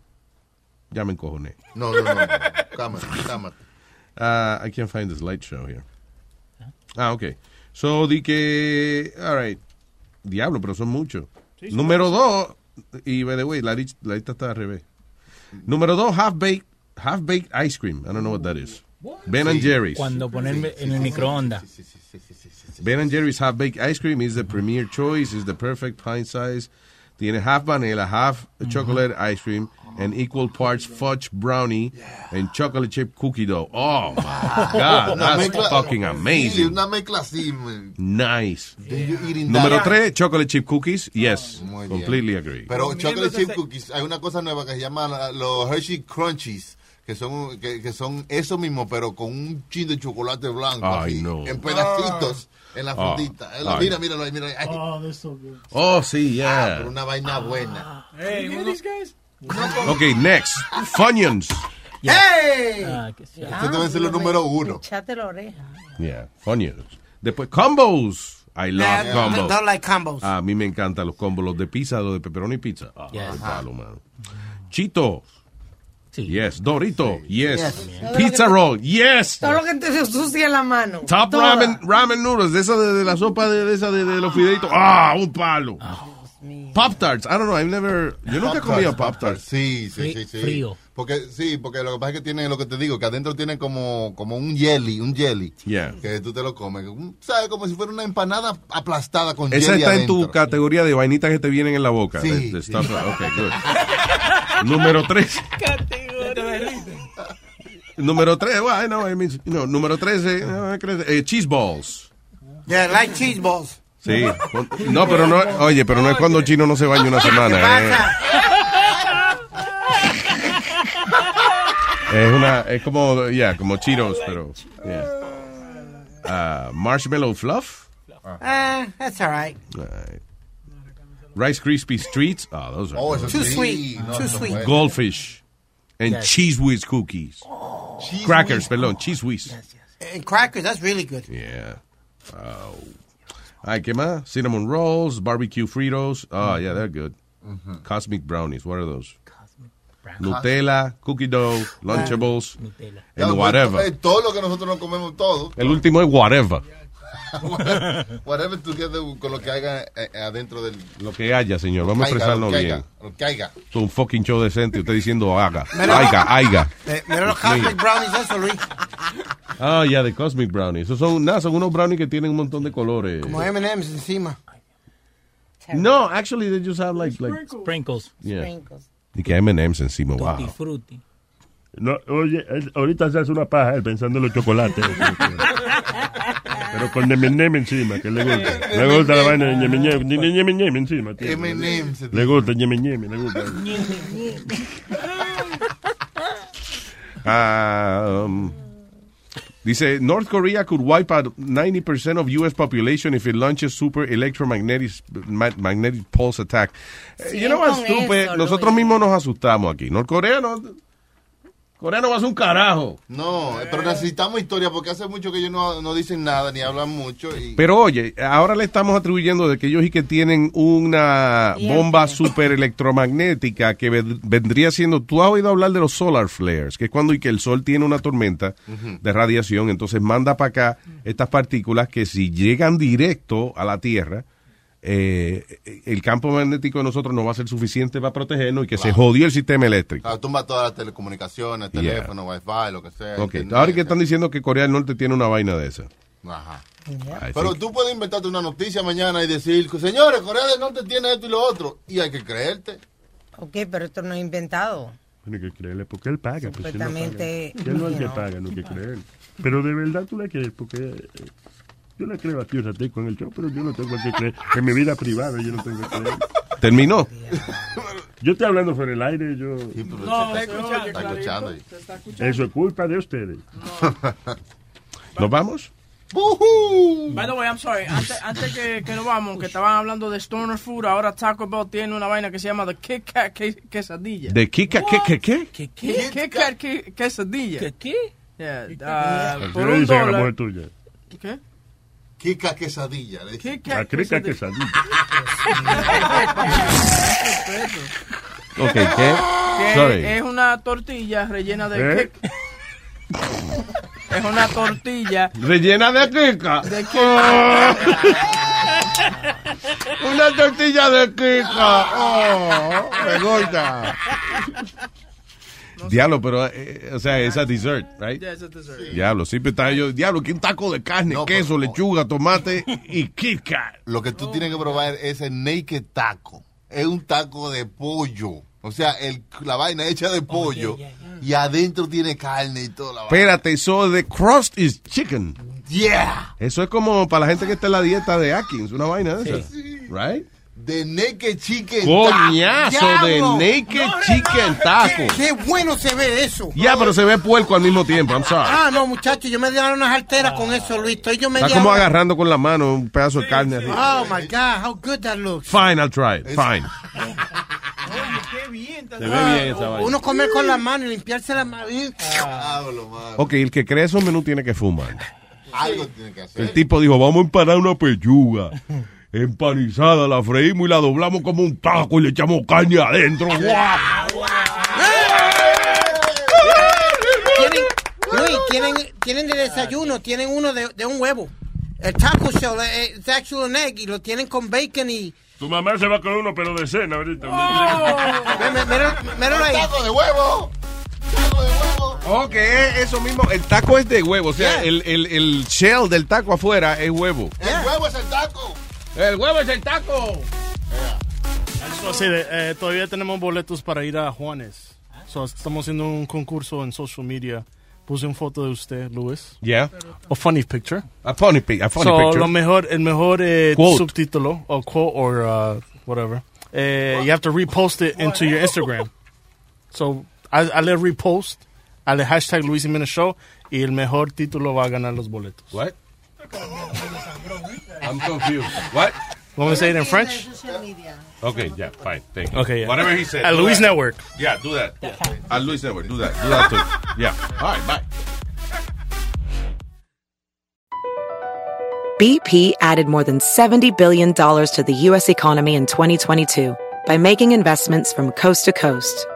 Speaker 16: Ya me encojoné.
Speaker 11: No, no, no. no. Cámara, cámara.
Speaker 16: Uh, I can't find this light show here. Ah, ok. So, di que... All right. Diablo, pero son muchos. Número dos... Y, by the way, la, lis- la lista está al revés. Número dos, half-baked half-baked ice cream. I don't know what that is. Ben and Jerry's.
Speaker 12: Cuando ponerme en el microondas.
Speaker 16: Ben and Jerry's half baked ice cream is the premier choice. Is the perfect pint size. Tiene half vanilla, half
Speaker 11: Mm-hmm.
Speaker 16: chocolate ice cream, and equal parts fudge brownie and chocolate chip cookie dough. Oh my God,
Speaker 11: Una
Speaker 16: that's
Speaker 11: mezcla-
Speaker 16: fucking
Speaker 11: Sí,
Speaker 16: amazing!
Speaker 11: una mezcla así. man.
Speaker 16: Nice.
Speaker 11: Then you eating that.
Speaker 16: Número tres, chocolate chip cookies. Yes,
Speaker 11: Muy bien.
Speaker 16: completely agree.
Speaker 11: Pero chocolate chip cookies, hay una cosa nueva que se llama la- los Hershey Crunchies, que son que, que son eso mismo, pero con un chin de chocolate blanco,
Speaker 16: Ay,
Speaker 11: así,
Speaker 16: no.
Speaker 11: en pedacitos, en la
Speaker 16: Ah.
Speaker 11: frutita.
Speaker 16: Ay.
Speaker 11: mira, míralo, ahí, míralo. ahí. Ay,
Speaker 16: Oh, sí,
Speaker 11: ah,
Speaker 16: yeah.
Speaker 11: pero una vaina buena.
Speaker 9: Hey, uno-
Speaker 16: Okay, next, Funyuns.
Speaker 11: ¡Hey!
Speaker 12: Ah, que sí.
Speaker 11: Este debe ser lo número uno.
Speaker 14: Echate la oreja.
Speaker 16: Yeah, Funyuns. Después, combos. I love
Speaker 10: Yeah,
Speaker 16: combos.
Speaker 10: don't- don't like combos.
Speaker 16: A mí me encantan los combos, los de pizza, los de pepperoni pizza. Ah, qué palo, mano. Chito. Yes. Dorito. Yes.
Speaker 14: Yes.
Speaker 16: Pizza roll. Yes.
Speaker 14: Todo lo que te ensucia la mano.
Speaker 16: Top
Speaker 14: Toda.
Speaker 16: ramen, ramen noodles, de esa de, de la sopa de, de esa de, de los fideitos. Ah, un palo. Pop tarts. I don't know. I've never. Yo nunca he comido pop tarts.
Speaker 11: Sí, sí, sí, sí.
Speaker 12: Frío.
Speaker 11: Porque sí, porque lo que pasa es que tiene lo que te digo, que adentro tiene como como un jelly, un jelly.
Speaker 16: Yeah.
Speaker 11: Que tú te lo comes, ¿sabes? Como si fuera una empanada aplastada con
Speaker 16: Esa
Speaker 11: jelly
Speaker 16: está en
Speaker 11: adentro.
Speaker 16: tu categoría de vainitas que te vienen en la boca.
Speaker 11: Sí,
Speaker 16: de- de
Speaker 11: sí.
Speaker 16: stuff- okay, good. Número 3. Número 3. Well, I know, I mean, you know, número 13. eh, cheese balls.
Speaker 10: Yeah, like cheese balls.
Speaker 16: Sí. No, pero no, oye, pero no es cuando chino no se baña una semana. eh. Es una, es como, ya, como chiros, pero. yeah. Ah, marshmallow fluff,
Speaker 10: Eh, that's all right.
Speaker 16: Alright. Rice Krispies treats, oh, those are
Speaker 11: Oh, eso
Speaker 16: good.
Speaker 10: Too
Speaker 11: sí,
Speaker 10: sweet,
Speaker 11: no,
Speaker 10: too
Speaker 11: eso
Speaker 10: sweet.
Speaker 11: bueno.
Speaker 16: goldfish, and
Speaker 12: Yes.
Speaker 16: cheese whiz cookies,
Speaker 11: Cheese
Speaker 16: crackers, perdón, cheese whiz.
Speaker 10: And Eh, crackers, that's really good.
Speaker 16: Yeah. Oh. Ay, ¿qué más? Cinnamon rolls, barbecue Fritos. Oh, yeah, they're good. Cosmic brownies. What are those? Nutella, cookie dough, Lunchables,
Speaker 12: Nutella.
Speaker 16: and
Speaker 11: Ya, pues,
Speaker 16: whatever.
Speaker 11: eh, todo lo que nosotros nos comemos todo.
Speaker 16: El último es whatever.
Speaker 11: Whatever tú quieres con lo que haga eh, adentro del.
Speaker 16: Lo que haya, señor. Vamos a
Speaker 11: Caiga, lo
Speaker 16: expresarnos
Speaker 11: que
Speaker 16: bien.
Speaker 11: haya, Lo que haya.
Speaker 16: Esto es un fucking show decente. Usted diciendo haga. Aiga, aiga.
Speaker 10: Eh, mira los
Speaker 16: Dios mío.
Speaker 10: cosmic brownies, eso, Luis.
Speaker 16: Ah, ya, de Cosmic brownies. Esos son, nada, son unos brownies que tienen un montón de colores.
Speaker 10: Como M&M's encima.
Speaker 16: No, actually, they just have like. like
Speaker 12: Sprinkles.
Speaker 16: yeah.
Speaker 14: Brincos.
Speaker 16: Y que MMs encima.
Speaker 12: Tutti
Speaker 16: Wow.
Speaker 12: frutti.
Speaker 15: No, oye, él- ahorita se hace una paja él pensando en los chocolates. Pero con Neminem encima, que le gusta. Le gusta la vaina de Neminem, ni- ni Neminem encima. tío.
Speaker 11: Eminem, se
Speaker 15: Le gusta Neminem, le gusta.
Speaker 16: Ah, um, dice, North Korea could wipe out 90% of U.S. population if it launches super electromagnetic ma- magnetic pulse attack. Eh, you know what's
Speaker 15: con
Speaker 16: stupid?
Speaker 15: eso,
Speaker 16: Nosotros mismos nos asustamos aquí. North Korea no... Corea no va a hacer un carajo.
Speaker 11: No, eh, pero necesitamos historia porque hace mucho que ellos no, no dicen nada ni hablan mucho. Y,
Speaker 16: Pero oye, ahora le estamos atribuyendo de que ellos y que tienen una
Speaker 11: Bien.
Speaker 16: bomba super electromagnética que ved- vendría siendo, tú has oído hablar de los solar flares, que es cuando y que el sol tiene una tormenta
Speaker 7: Ujú.
Speaker 16: de radiación, entonces manda para acá estas partículas que si llegan directo a la Tierra, eh, el campo magnético de nosotros no va a ser suficiente para protegernos y que se
Speaker 11: Claro.
Speaker 16: jodió el sistema eléctrico.
Speaker 11: Ah, tumba todas las telecomunicaciones,
Speaker 16: Yeah.
Speaker 11: teléfono, wifi, lo que sea.
Speaker 16: Ok,
Speaker 11: internet.
Speaker 16: ahora que están diciendo que Corea del Norte tiene una vaina de esa.
Speaker 11: Ajá.
Speaker 16: I
Speaker 11: Pero
Speaker 16: think-
Speaker 11: tú puedes inventarte una noticia mañana y decir, señores, Corea del Norte tiene esto y lo otro. Y hay que creerte.
Speaker 14: Ok, pero esto no es inventado.
Speaker 15: Tiene que creerle porque él paga. Pues, él no paga.
Speaker 14: Supuestamente,
Speaker 15: Él no es el que
Speaker 14: no.
Speaker 15: paga, no hay que creer. Pero de verdad tú la crees porque eh, yo la creo a ti, o sea, te con el show, pero yo no tengo que creer. En mi vida privada yo no tengo que creer.
Speaker 16: ¿Terminó?
Speaker 15: Yo estoy hablando fuera el aire, yo...
Speaker 6: No, se escucha
Speaker 11: Está
Speaker 6: clarito,
Speaker 11: escuchando.
Speaker 6: se está escuchando.
Speaker 15: Eso es culpa de ustedes.
Speaker 16: ¿Nos vamos?
Speaker 9: By the way, I'm sorry. Antes, antes que, que nos vamos, que estaban hablando de Stoner Food, ahora Taco Bell tiene una vaina que se llama The Kit Kat que- Quesadilla.
Speaker 16: ¿De Kika? ¿Qué? ¿Qué? ¿Qué?
Speaker 9: Kit, Kit Kat que- Quesadilla. ¿Qué? Yeah, ah,
Speaker 15: Así
Speaker 9: por
Speaker 15: le
Speaker 9: un
Speaker 15: dicen a la
Speaker 9: dólar.
Speaker 15: mujer tuya.
Speaker 9: ¿Qué?
Speaker 11: Kika quesadilla. le dicen.
Speaker 15: La crica que salí.
Speaker 16: Ok, ¿qué?
Speaker 9: Que
Speaker 16: Sorry.
Speaker 9: es una tortilla rellena de
Speaker 16: ¿Eh?
Speaker 9: cake. Es una tortilla
Speaker 16: Rellena de Kika.
Speaker 9: de cake.
Speaker 16: Una tortilla de Kika. Oh, me gusta. Diablo, pero, eh, o sea, esa dessert, right?
Speaker 9: Yeah, it's a dessert.
Speaker 16: Diablo, siempre está yo, diablo, que un taco de carne, queso, lechuga, tomate y Kika.
Speaker 11: Lo que tú tienes que probar es el naked taco. Es un taco de pollo. O sea, el, la vaina hecha de pollo. Y adentro tiene carne y toda la vaina.
Speaker 16: Espérate, eso de crust is chicken.
Speaker 11: Yeah.
Speaker 16: Eso es como para la gente que está en la dieta de Atkins, una vaina de esa. Right?
Speaker 11: De naked chicken.
Speaker 16: Coñazo
Speaker 11: taco.
Speaker 16: de
Speaker 11: Diablo.
Speaker 16: naked chicken taco.
Speaker 10: Qué bueno se ve eso.
Speaker 16: Ya, pero se ve puerco al mismo tiempo, I'm sorry.
Speaker 10: Ah, no, muchacho, yo me di ahora unas alteras con eso, Luis. Estoy yo media
Speaker 16: Está como
Speaker 10: hora-
Speaker 16: agarrando con la mano un pedazo de carne así.
Speaker 10: Oh my God, how good that looks.
Speaker 16: Fine, I'll try it. Fine. Se ve bien esa vaina.
Speaker 10: Ah, Uno comer con la mano y limpiarse la ¿eh? mano.
Speaker 16: Ok, el que cree esos menús tiene que fumar.
Speaker 11: Algo tiene que hacer.
Speaker 16: El tipo dijo, vamos a empanar una peyuga. Empanizada, la freímos y la doblamos como un taco y le echamos carne adentro. ¡Guau!
Speaker 10: Tienen, Luis, tienen, tienen de desayuno, tienen uno de, de un huevo. El taco shell, eh, it's actually an egg, y lo tienen con bacon y...
Speaker 15: Tu mamá se va con uno, pero de cena ahorita.
Speaker 10: Ve, ve, míralo- míralo ahí.
Speaker 11: de huevo!
Speaker 16: Ok, es eso mismo. El taco es de huevo. O sea, el, el- el shell del taco afuera es huevo.
Speaker 11: El huevo es el taco.
Speaker 16: El huevo es el taco.
Speaker 13: So, sí, de- eh, todavía tenemos boletos para ir a Juanes. So, estamos haciendo un concurso en social media. Puse una foto de usted, Luis.
Speaker 16: Yeah.
Speaker 13: A funny picture.
Speaker 16: A funny, pi- a funny
Speaker 13: so,
Speaker 16: picture.
Speaker 13: Lo mejor, el mejor eh,
Speaker 16: Quote.
Speaker 13: subtítulo o quote or uh, whatever. eh, you have to repost it into your Instagram. So, ha- hazle repost, hazle hashtag Luis Jiménez Show y el mejor título va a ganar los boletos.
Speaker 16: What? I'm confused. What?
Speaker 13: Want me to say it in French?
Speaker 16: Okay, yeah, fine. Thank you.
Speaker 13: Okay, yeah.
Speaker 16: Whatever he said.
Speaker 13: At
Speaker 16: do
Speaker 13: Luis
Speaker 16: that.
Speaker 13: Network.
Speaker 16: Yeah, do that. At Luis Network. Do that. Do that too. Yeah. All right, bye.
Speaker 19: BP added more than $70 billion to the U.S. economy in 2022 by making investments from coast to coast.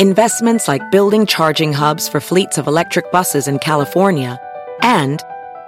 Speaker 19: Investments like building charging hubs for fleets of electric buses in California and